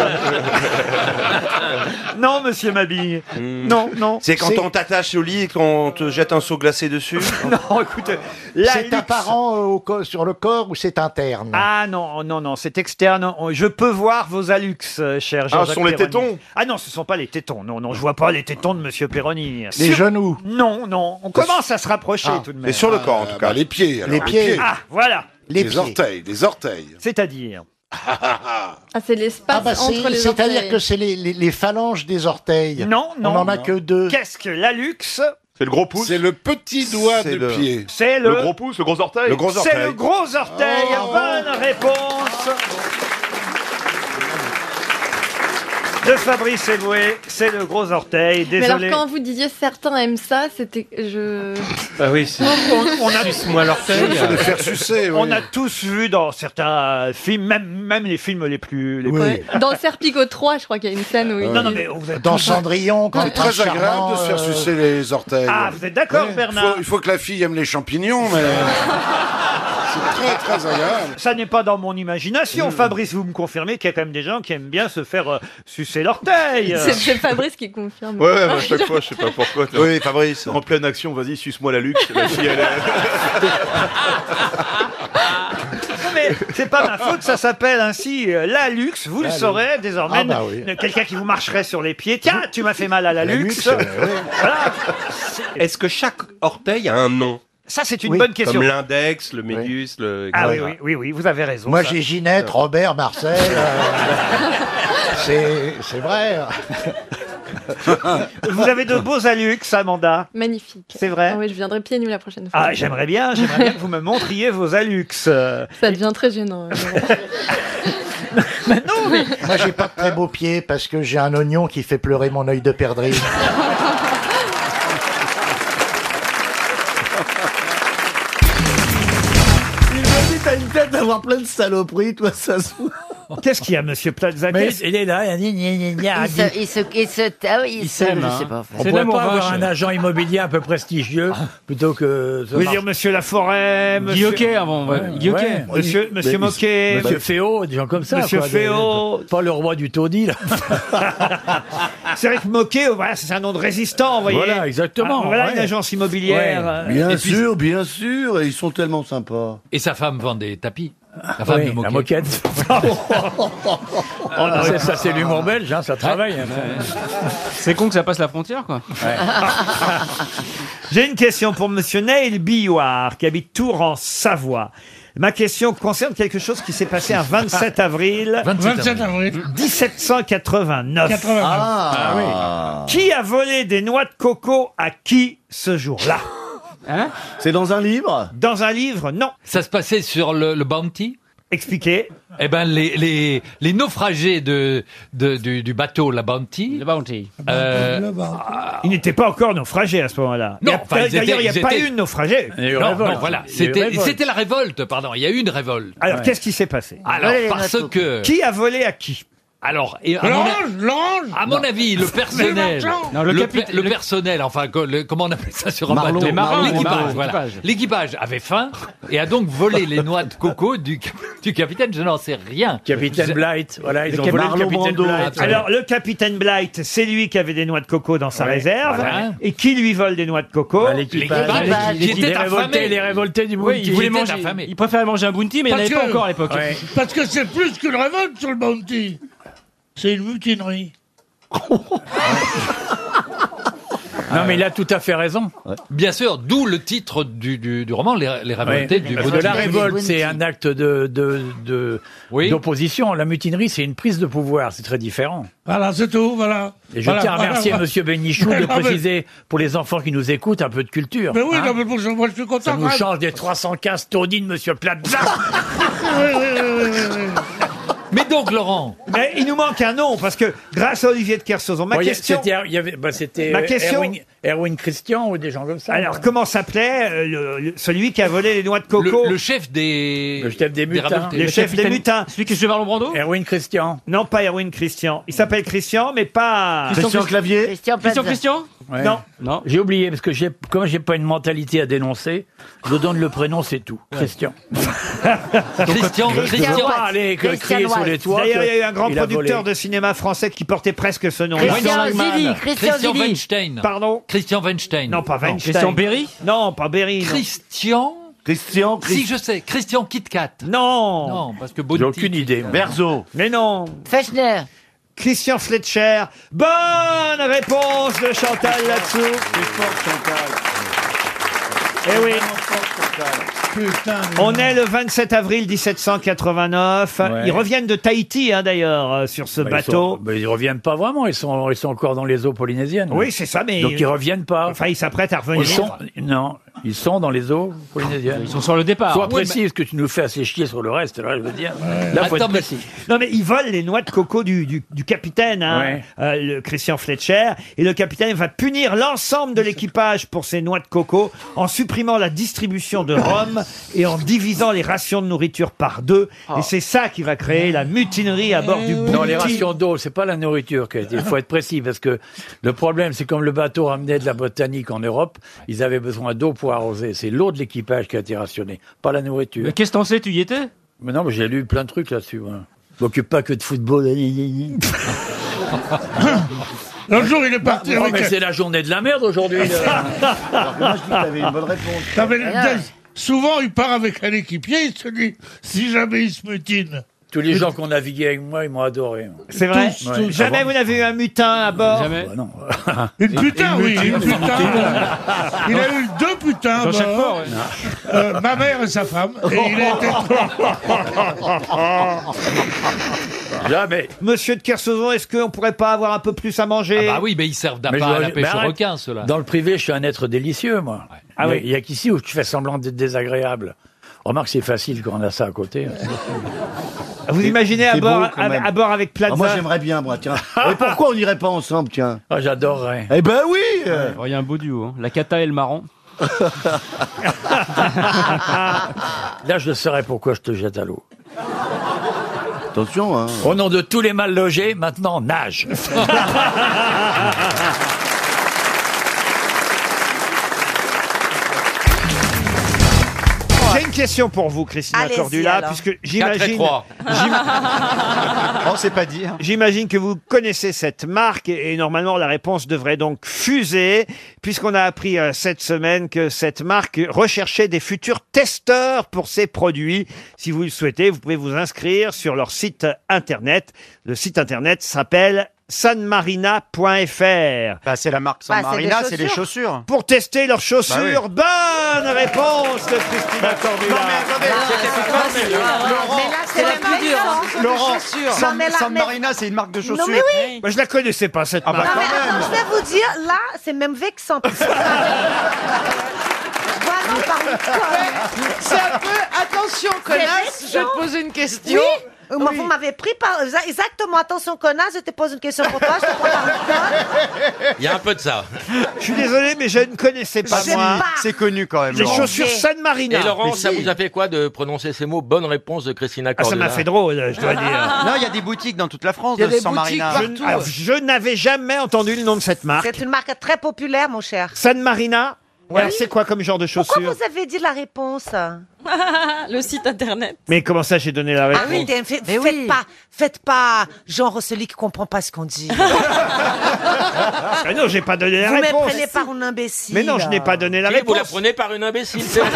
[SPEAKER 11] [laughs]
[SPEAKER 1] non, monsieur Mabille. Non, non.
[SPEAKER 11] Hmm. C'est quand on t'attache au lit et qu'on te jette un seau glacé dessus.
[SPEAKER 1] [laughs] Non, écoutez. la
[SPEAKER 13] C'est
[SPEAKER 1] luxe-
[SPEAKER 13] apparent euh, au co- sur le corps ou c'est interne
[SPEAKER 1] Ah non, non, non, c'est externe. On- Je peux voir vos alux, euh, cher Jean-Jacques
[SPEAKER 11] ce sont les
[SPEAKER 1] Perroni.
[SPEAKER 11] tétons
[SPEAKER 1] Ah non, ce sont pas les tétons. Non, non, je vois pas les tétons de monsieur Perroni.
[SPEAKER 13] Les
[SPEAKER 1] Sur-
[SPEAKER 13] genoux.
[SPEAKER 1] Non, non, on commence à se rapprocher
[SPEAKER 13] Ah.
[SPEAKER 1] tout de même. Euh,
[SPEAKER 11] Mais sur le corps, en
[SPEAKER 8] Ah,
[SPEAKER 11] tout
[SPEAKER 8] bah,
[SPEAKER 11] cas.
[SPEAKER 8] les pieds. alors,
[SPEAKER 13] Les pieds.
[SPEAKER 1] Ah, voilà.
[SPEAKER 13] Les,
[SPEAKER 8] les
[SPEAKER 13] pieds.
[SPEAKER 8] orteils. Les orteils.
[SPEAKER 1] C'est-à-dire
[SPEAKER 8] [laughs]
[SPEAKER 14] Ah c'est
[SPEAKER 13] Ah
[SPEAKER 14] l'espace
[SPEAKER 13] bah c'est-
[SPEAKER 14] entre les
[SPEAKER 13] c'est-à-dire
[SPEAKER 14] orteils.
[SPEAKER 13] que c'est les, les- les phalanges des orteils.
[SPEAKER 1] Non, non.
[SPEAKER 13] On en a
[SPEAKER 1] non.
[SPEAKER 13] que deux.
[SPEAKER 1] Qu'est-ce que l'alux
[SPEAKER 11] C'est le gros pouce.
[SPEAKER 8] C'est le petit doigt
[SPEAKER 11] C'est
[SPEAKER 8] du
[SPEAKER 11] le-
[SPEAKER 8] pied.
[SPEAKER 1] C'est le,
[SPEAKER 11] pouce, le gros orteil. Le gros
[SPEAKER 1] c'est
[SPEAKER 11] orteil.
[SPEAKER 1] le gros orteil.
[SPEAKER 8] Oh.
[SPEAKER 1] Bonne réponse. De Fabrice Eboué, c'est le gros orteil.
[SPEAKER 14] Mais alors
[SPEAKER 1] Désolé.
[SPEAKER 14] quand vous disiez certains aiment ça, c'était je
[SPEAKER 15] Bah oui, c'est.
[SPEAKER 1] on, on a
[SPEAKER 15] Suce-moi l'orteil.
[SPEAKER 8] C'est les [laughs] faire sucer. oui.
[SPEAKER 1] On a tous vu dans certains films, même, même les films les plus. Les plus... Ah,
[SPEAKER 14] Ouais. dans Serpico 3, je crois qu'il y a une scène où il
[SPEAKER 1] Non, non, mais vous êtes.
[SPEAKER 13] Dans Cendrillon, quand
[SPEAKER 8] C'est
[SPEAKER 13] le prince
[SPEAKER 8] très agréable de se
[SPEAKER 13] charmant,
[SPEAKER 8] faire
[SPEAKER 13] euh,
[SPEAKER 8] sucer les orteils.
[SPEAKER 1] Ah, vous êtes d'accord,
[SPEAKER 8] Il
[SPEAKER 1] Bernard
[SPEAKER 8] faut, il faut que la fille aime les champignons, mais. c'est très, très agréable.
[SPEAKER 1] Ça n'est pas dans mon imagination. Fabrice, vous me confirmez qu'il y a quand même des gens qui aiment bien se faire euh, sucer l'orteil. euh.
[SPEAKER 14] [laughs] C'est c'est Fabrice qui confirme.
[SPEAKER 11] Ouais, ouais, mais à
[SPEAKER 6] [laughs]
[SPEAKER 11] chaque fois, je sais pas pourquoi. Oui, Fabrice. En pleine action, vas-y, suce-moi la luxe. La fille, elle
[SPEAKER 1] Mais c'est pas ma faute, ça s'appelle ainsi euh, la luxe. Vous le saurez désormais. Euh,
[SPEAKER 13] Ah bah oui.
[SPEAKER 1] Quelqu'un qui vous marcherait sur les pieds. Tiens, tu m'as fait mal à la,
[SPEAKER 13] la
[SPEAKER 1] luxe.
[SPEAKER 13] luxe, euh, ouais.
[SPEAKER 1] Voilà.
[SPEAKER 15] Est-ce que chaque orteil a un nom
[SPEAKER 1] Ça, c'est une
[SPEAKER 13] Oui,
[SPEAKER 1] bonne question.
[SPEAKER 15] Comme l'index, le médius, le.
[SPEAKER 1] Ah oui,
[SPEAKER 15] etc.
[SPEAKER 1] oui, oui, oui, vous avez raison.
[SPEAKER 13] Moi
[SPEAKER 1] ça.
[SPEAKER 13] j'ai Ginette, Robert, Marcel.
[SPEAKER 1] [laughs]
[SPEAKER 13] euh, c'est c'est vrai.
[SPEAKER 1] [laughs] Vous avez de beaux alux, Amanda.
[SPEAKER 14] Magnifique.
[SPEAKER 1] C'est vrai
[SPEAKER 14] Ah oui, je viendrai pieds nus la prochaine fois.
[SPEAKER 1] Ah, j'aimerais bien, j'aimerais bien que vous me montriez vos alux. euh.
[SPEAKER 14] Ça devient très gênant. euh.
[SPEAKER 13] Moi j'ai pas de très beaux pieds parce que j'ai un oignon qui fait pleurer mon œil de perdrix.
[SPEAKER 3] Il m'a dit, t'as une tête d'avoir plein de saloperies, toi, ça se fout.
[SPEAKER 1] [laughs] Qu'est-ce qu'il y a, monsieur Plaza Qu'est-ce-
[SPEAKER 3] il est là, il a dit, gna, gna, gna, dit,
[SPEAKER 7] il se, il se, ah oui, il se,
[SPEAKER 16] hein.
[SPEAKER 1] hein.
[SPEAKER 7] je sais pas. en fait.
[SPEAKER 3] On pourrait pas avoir un agent immobilier un peu prestigieux
[SPEAKER 16] Ah.
[SPEAKER 3] plutôt que...
[SPEAKER 1] Vous voulez dire monsieur Laforêt, monsieur,
[SPEAKER 15] Guilloquet avant, ouais. Guilloquet.
[SPEAKER 1] monsieur, monsieur
[SPEAKER 3] Mais-
[SPEAKER 1] Moquet,
[SPEAKER 3] Monsieur Féo, des gens comme ça.
[SPEAKER 1] Monsieur
[SPEAKER 3] quoi, des-
[SPEAKER 1] Féo.
[SPEAKER 3] Pas le roi du taudis, là.
[SPEAKER 1] [laughs] C'est vrai que Moquet, oh, voilà, c'est un nom de résistant, vous voyez.
[SPEAKER 3] Voilà, exactement,
[SPEAKER 1] Ah, voilà
[SPEAKER 3] ouais.
[SPEAKER 1] une agence immobilière. euh,
[SPEAKER 8] Bien sûr, bien sûr, et ils sont tellement sympas.
[SPEAKER 17] Et sa femme vend des tapis.
[SPEAKER 1] Ah,
[SPEAKER 17] La femme
[SPEAKER 3] Oui,
[SPEAKER 17] de Moquet.
[SPEAKER 3] la moquette. Ah, c'est- ça, c'est l'humour belge, hein, ça travaille. hein.
[SPEAKER 15] [laughs] C'est con que ça passe la frontière, quoi. [laughs]
[SPEAKER 1] J'ai une question pour monsieur Neil Billard, qui habite Tours en Savoie. Ma question concerne quelque chose qui s'est passé un 27 [laughs] avril
[SPEAKER 17] 27 ans.
[SPEAKER 1] 1789. Ah.
[SPEAKER 17] Ah
[SPEAKER 8] Ah.
[SPEAKER 1] Qui a volé des noix de coco à qui ce jour-là
[SPEAKER 15] Hein
[SPEAKER 3] C'est dans un livre
[SPEAKER 1] Dans un livre, non.
[SPEAKER 17] Ça se passait sur le, le Bounty
[SPEAKER 1] Expliquez.
[SPEAKER 17] Eh ben, les, les, les naufragés de, de- du, du bateau, la Bounty. Le Bounty.
[SPEAKER 1] Ah. Ils n'étaient pas encore naufragés à ce moment-là.
[SPEAKER 17] Non,
[SPEAKER 1] Il y a-
[SPEAKER 17] enfin, ils
[SPEAKER 1] D'ailleurs, il n'y a
[SPEAKER 17] étaient-
[SPEAKER 1] pas
[SPEAKER 17] ils
[SPEAKER 1] eu
[SPEAKER 17] étaient-
[SPEAKER 1] de naufragés.
[SPEAKER 17] Non, non, voilà. C'était c'était la révolte, pardon. Il y a eu une révolte.
[SPEAKER 1] Alors, qu'est-ce qui s'est passé
[SPEAKER 17] Alors,
[SPEAKER 1] Allez,
[SPEAKER 17] parce
[SPEAKER 1] Renato.
[SPEAKER 17] que-
[SPEAKER 1] Qui a volé à qui
[SPEAKER 17] Alors, et à mon a- À mon avis,
[SPEAKER 1] [laughs]
[SPEAKER 17] [laughs] le personnel,
[SPEAKER 1] Non,
[SPEAKER 17] le,
[SPEAKER 1] le
[SPEAKER 17] pe-
[SPEAKER 1] capitaine-
[SPEAKER 17] le personnel, enfin, co- le- comment on appelle ça sur un
[SPEAKER 11] Marlot.
[SPEAKER 17] bateau
[SPEAKER 11] Les marins, les marins,
[SPEAKER 17] l'équipage, voilà.
[SPEAKER 11] l'équipage.
[SPEAKER 17] L'équipage avait faim et a donc volé les noix de coco du, cap- du capitaine. Je n'en sais rien.
[SPEAKER 11] Capitaine
[SPEAKER 17] Je-
[SPEAKER 11] Blight,
[SPEAKER 1] Ah,
[SPEAKER 11] voilà, ils ont volé le Marlon capitaine Brando. Blight.
[SPEAKER 1] Alors, le capitaine Blight, c'est lui qui avait des noix de coco dans sa
[SPEAKER 11] Ouais,
[SPEAKER 1] réserve.
[SPEAKER 11] voilà.
[SPEAKER 1] Et qui lui vole des noix de coco
[SPEAKER 11] Bah, L'équipage. Qui était affamé.
[SPEAKER 3] les révoltés du
[SPEAKER 11] Oui,
[SPEAKER 3] Bounty.
[SPEAKER 11] ils voulaient
[SPEAKER 3] Ils étaient
[SPEAKER 11] manger.
[SPEAKER 3] affamés.
[SPEAKER 11] Ils préféraient manger un Bounty, mais il n'y en
[SPEAKER 3] Parce
[SPEAKER 11] avait pas
[SPEAKER 3] que-
[SPEAKER 11] encore à l'époque.
[SPEAKER 3] Ouais.
[SPEAKER 16] Parce que c'est plus qu'une révolte sur le Bounty. C'est une mutinerie.
[SPEAKER 3] Non, mais il a tout à fait raison.
[SPEAKER 17] Bien sûr, d'où le titre du, du- du roman, Les, les révoltés
[SPEAKER 3] Ouais,
[SPEAKER 17] du
[SPEAKER 3] parce que
[SPEAKER 17] Bounty.
[SPEAKER 3] la révolte, c'est un acte de de- de- d'opposition. La mutinerie, c'est une prise de pouvoir. C'est très différent.
[SPEAKER 16] Voilà, c'est tout, voilà.
[SPEAKER 3] Et je
[SPEAKER 16] Voilà,
[SPEAKER 3] tiens à
[SPEAKER 16] voilà,
[SPEAKER 3] remercier
[SPEAKER 16] voilà. Ah,
[SPEAKER 3] Monsieur
[SPEAKER 16] [laughs]
[SPEAKER 3] Bénichou
[SPEAKER 16] Mais
[SPEAKER 3] de
[SPEAKER 16] non, mais-
[SPEAKER 3] préciser pour les enfants qui nous écoutent un peu de culture.
[SPEAKER 16] Mais oui,
[SPEAKER 3] hein.
[SPEAKER 16] non, mais moi, je, moi, je suis content.
[SPEAKER 3] Ça nous
[SPEAKER 16] quand même.
[SPEAKER 3] change des 315 taudines, Monsieur Plaza.
[SPEAKER 16] [laughs] Oui, oui, oui, oui, oui.
[SPEAKER 17] Mais donc, Laurent
[SPEAKER 1] Mais il nous manque un nom, parce que grâce à Olivier de Kersauzon, ma
[SPEAKER 3] Bon, il y a-
[SPEAKER 1] question...
[SPEAKER 3] c'était- il y avait- bah, C'était
[SPEAKER 1] Ma
[SPEAKER 3] euh,
[SPEAKER 1] question-
[SPEAKER 3] Erwin, Erwin Christian ou des gens comme ça.
[SPEAKER 1] Alors, comment s'appelait euh, le- le- celui qui a volé les noix de coco
[SPEAKER 17] Le, le chef des.
[SPEAKER 3] Le chef des mutins.
[SPEAKER 1] Le chef des mutins.
[SPEAKER 3] Celui qui se Marlon Brando Erwin Christian.
[SPEAKER 1] Non, pas Erwin Christian. Il s'appelle Christian, mais pas...
[SPEAKER 3] Clavier
[SPEAKER 7] Christian
[SPEAKER 1] Christian Plaza. Christian Non.
[SPEAKER 3] Non, j'ai oublié parce que j'ai, comme j'ai pas une mentalité à dénoncer, je donne le prénom, c'est tout.
[SPEAKER 1] [laughs]
[SPEAKER 3] Christian.
[SPEAKER 17] Christian,
[SPEAKER 3] je
[SPEAKER 17] Christian
[SPEAKER 3] peux
[SPEAKER 17] Weiss.
[SPEAKER 3] pas aller que-
[SPEAKER 17] Christian
[SPEAKER 3] crier sur
[SPEAKER 17] Weiss.
[SPEAKER 3] les toits.
[SPEAKER 1] D'ailleurs,
[SPEAKER 3] que
[SPEAKER 1] il y a eu un grand
[SPEAKER 3] il a
[SPEAKER 1] producteur
[SPEAKER 3] volé.
[SPEAKER 1] de cinéma français qui portait presque ce nom.
[SPEAKER 17] Christian Zilli, Christian Christian Zilli. Weinstein.
[SPEAKER 1] Pardon
[SPEAKER 17] Christian Weinstein.
[SPEAKER 1] Non, pas Weinstein.
[SPEAKER 17] Christian Berry
[SPEAKER 1] Non, pas Berry. non.
[SPEAKER 17] Christian
[SPEAKER 1] Christian,
[SPEAKER 17] Si, je sais. Christian KitKat.
[SPEAKER 1] Non
[SPEAKER 17] Non, bah- parce que Bounty. J'ai aucune idée.
[SPEAKER 1] Verzo. Mais non.
[SPEAKER 7] Fechner.
[SPEAKER 1] Christian Fletcher. Bonne réponse de Chantal là-dessous. Eh oui.
[SPEAKER 16] Putain.
[SPEAKER 1] On est le 27 avril 1789. Ils reviennent de Tahiti, hein, d'ailleurs, euh, sur ce
[SPEAKER 3] Bah, ils
[SPEAKER 1] bateau.
[SPEAKER 3] sont- bah, ils reviennent pas vraiment, ils sont, ils sont encore dans les eaux polynésiennes.
[SPEAKER 1] Oui, c'est ça, mais-
[SPEAKER 3] Donc ils reviennent pas.
[SPEAKER 1] Enfin, ils s'apprêtent à revenir.
[SPEAKER 3] Ils sont, non, ils sont dans les eaux polynésiennes.
[SPEAKER 11] Ils sont sur le départ.
[SPEAKER 3] Sois
[SPEAKER 11] Oui,
[SPEAKER 3] précis,
[SPEAKER 11] mais-
[SPEAKER 3] parce que tu nous fais assez chier sur le reste, là, je veux dire. Là, faut
[SPEAKER 1] Attends,
[SPEAKER 3] être
[SPEAKER 1] mais-
[SPEAKER 3] précis.
[SPEAKER 1] Non mais ils volent les noix de coco du, du- du capitaine, hein,
[SPEAKER 3] Ouais.
[SPEAKER 1] euh, le Christian Fletcher, et le capitaine va punir l'ensemble de l'équipage pour ces noix de coco en supprimant la distribution de rhum et en divisant les rations de nourriture par deux.
[SPEAKER 3] Ah.
[SPEAKER 1] Et c'est ça qui va créer la mutinerie à bord du
[SPEAKER 3] Non, les
[SPEAKER 1] Bounty.
[SPEAKER 3] rations d'eau, c'est pas la nourriture qui a été. Il faut être précis parce que le problème, c'est comme le bateau ramenait de la botanique en Europe, ils avaient besoin d'eau pour arroser. C'est l'eau de l'équipage qui a été rationnée, pas la nourriture.
[SPEAKER 11] Mais qu'est-ce que t'en sais, tu y étais
[SPEAKER 3] Mais non, mais j'ai lu plein de trucs là-dessus. moi. Je m'occupe pas que de football.
[SPEAKER 16] L'autre jour, il est parti
[SPEAKER 3] Non,
[SPEAKER 16] avec...
[SPEAKER 3] mais c'est la journée de la merde aujourd'hui. là.
[SPEAKER 16] Non,
[SPEAKER 3] Ah,
[SPEAKER 16] mais le-
[SPEAKER 1] Ah,
[SPEAKER 16] Souvent, il part avec un équipier, il se dit, si jamais il se mutine.
[SPEAKER 3] Tous les gens qui ont navigué avec moi, ils m'ont adoré.
[SPEAKER 1] C'est vrai
[SPEAKER 3] Tous, tous.
[SPEAKER 1] Jamais vous n'avez eu un mutin à bord [laughs]
[SPEAKER 3] Jamais. Bah non.
[SPEAKER 16] Une putain, oui,
[SPEAKER 3] mutine,
[SPEAKER 16] une
[SPEAKER 3] une
[SPEAKER 16] putain. Il a eu deux putains à
[SPEAKER 11] Dans chaque port,
[SPEAKER 16] bord.
[SPEAKER 11] ouais.
[SPEAKER 16] Euh, ma mère et sa femme. Et il a été...
[SPEAKER 3] Jamais.
[SPEAKER 1] Monsieur de Kersauzon, est-ce qu'on pourrait pas avoir un peu plus à manger
[SPEAKER 17] Ah oui, mais ils servent
[SPEAKER 3] bah Mais je
[SPEAKER 17] d'appât à
[SPEAKER 3] dois-
[SPEAKER 17] la
[SPEAKER 3] mais
[SPEAKER 17] pêche au
[SPEAKER 3] arrête.
[SPEAKER 17] requin, ceux-là.
[SPEAKER 3] Dans le privé, je suis un être délicieux, moi.
[SPEAKER 1] Ah
[SPEAKER 3] Il y a-
[SPEAKER 1] oui.
[SPEAKER 3] Il n'y a qu'ici où tu fais semblant d'être désagréable. Remarque, c'est facile quand on a ça à côté.
[SPEAKER 11] Ah,
[SPEAKER 1] Vous imaginez à
[SPEAKER 3] c'est
[SPEAKER 1] bord,
[SPEAKER 3] beau, quand
[SPEAKER 1] à-
[SPEAKER 3] même.
[SPEAKER 1] à bord avec Plaza
[SPEAKER 3] Ah, moi, j'aimerais
[SPEAKER 2] bien, moi, tiens. Et pourquoi on n'irait pas ensemble, tiens
[SPEAKER 3] Ah, j'adorerais.
[SPEAKER 2] Eh ben oui euh.
[SPEAKER 11] Il y a un beau duo, hein. la cata et le marron.
[SPEAKER 3] [laughs] Là, je saurais pourquoi je te jette à l'eau. Attention, hein. Au nom de tous les mal logés, maintenant, nage.
[SPEAKER 1] J'ai une question pour vous, Christina
[SPEAKER 18] Allez-y,
[SPEAKER 1] Cordula,
[SPEAKER 18] alors.
[SPEAKER 1] puisque
[SPEAKER 18] Quatre et
[SPEAKER 1] j'imagine.
[SPEAKER 18] trois.
[SPEAKER 19] [laughs]
[SPEAKER 1] j'im-
[SPEAKER 11] Oh,
[SPEAKER 1] J'imagine que vous connaissez cette marque et, et normalement la réponse devrait donc fuser, puisqu'on a appris euh, cette semaine que cette marque recherchait des futurs testeurs pour ses produits. Si vous le souhaitez, vous pouvez vous inscrire sur leur site internet. Le site internet s'appelle sanmarina.fr.
[SPEAKER 19] c'est la marque
[SPEAKER 1] San
[SPEAKER 19] San
[SPEAKER 1] Bah, c'est des
[SPEAKER 19] Marina, c'est les
[SPEAKER 1] chaussures.
[SPEAKER 19] chaussures. Bah
[SPEAKER 1] Pour tester leurs
[SPEAKER 11] Bah
[SPEAKER 1] chaussures, bonne réponse de
[SPEAKER 20] Bah,
[SPEAKER 1] Christina Cordula.
[SPEAKER 20] hein.
[SPEAKER 19] c'est la plus dure. Laurent, San,
[SPEAKER 13] mais là,
[SPEAKER 19] San
[SPEAKER 13] mais-
[SPEAKER 19] Marina, c'est une marque de
[SPEAKER 13] Non,
[SPEAKER 19] chaussures.
[SPEAKER 13] mais oui.
[SPEAKER 1] Moi, je la connaissais pas,
[SPEAKER 20] Ah,
[SPEAKER 1] cette
[SPEAKER 19] bah,
[SPEAKER 1] marque. [laughs]
[SPEAKER 13] Non, mais attends, je vais vous dire, là, c'est même vexant. Voilà,
[SPEAKER 19] C'est un peu, attention connasse,
[SPEAKER 18] C'est
[SPEAKER 19] je
[SPEAKER 18] méchant.
[SPEAKER 19] te pose une question.
[SPEAKER 18] Oui. Euh, moi,
[SPEAKER 19] Oui.
[SPEAKER 18] Vous m'avez pris par... Exactement, attention connasse, je te pose une question pour toi, je te prends par le col.
[SPEAKER 5] Il y a un peu de ça.
[SPEAKER 1] Je suis désolé, mais je ne connaissais pas
[SPEAKER 5] Je sais
[SPEAKER 1] moi.
[SPEAKER 5] pas.
[SPEAKER 1] C'est connu quand Les chaussures San Marina.
[SPEAKER 5] Et Laurent,
[SPEAKER 1] Mais
[SPEAKER 5] ça
[SPEAKER 1] si.
[SPEAKER 5] vous a fait quoi de prononcer ces mots Bonne réponse de Christina
[SPEAKER 1] Ah, ça
[SPEAKER 5] Cordula.
[SPEAKER 1] m'a fait drôle, je dois dire.
[SPEAKER 20] [laughs] Non, il y a des boutiques dans toute la France
[SPEAKER 1] Il y a
[SPEAKER 20] de
[SPEAKER 1] des
[SPEAKER 20] San
[SPEAKER 1] boutiques
[SPEAKER 20] Marina.
[SPEAKER 1] partout. Je- alors, je n'avais jamais entendu le nom de cette marque.
[SPEAKER 18] C'est une marque très populaire, mon cher.
[SPEAKER 1] San Marina
[SPEAKER 18] Oui.
[SPEAKER 1] Alors, c'est quoi comme genre de chaussures
[SPEAKER 18] Pourquoi vous avez dit la réponse [laughs] Le site internet.
[SPEAKER 1] Mais comment ça, j'ai donné la
[SPEAKER 18] Ah
[SPEAKER 1] réponse
[SPEAKER 18] oui, t'es- fait- faites pas, faites pas genre celui qui comprend pas ce qu'on dit.
[SPEAKER 1] Ah non, j'ai pas donné la
[SPEAKER 18] Vous me
[SPEAKER 1] réponse.
[SPEAKER 18] prenez par un imbécile.
[SPEAKER 1] Mais non, je n'ai pas donné la
[SPEAKER 5] Oui, vous la
[SPEAKER 1] réponse.
[SPEAKER 5] prenez par une
[SPEAKER 20] [laughs]
[SPEAKER 5] imbécile, c'est vrai.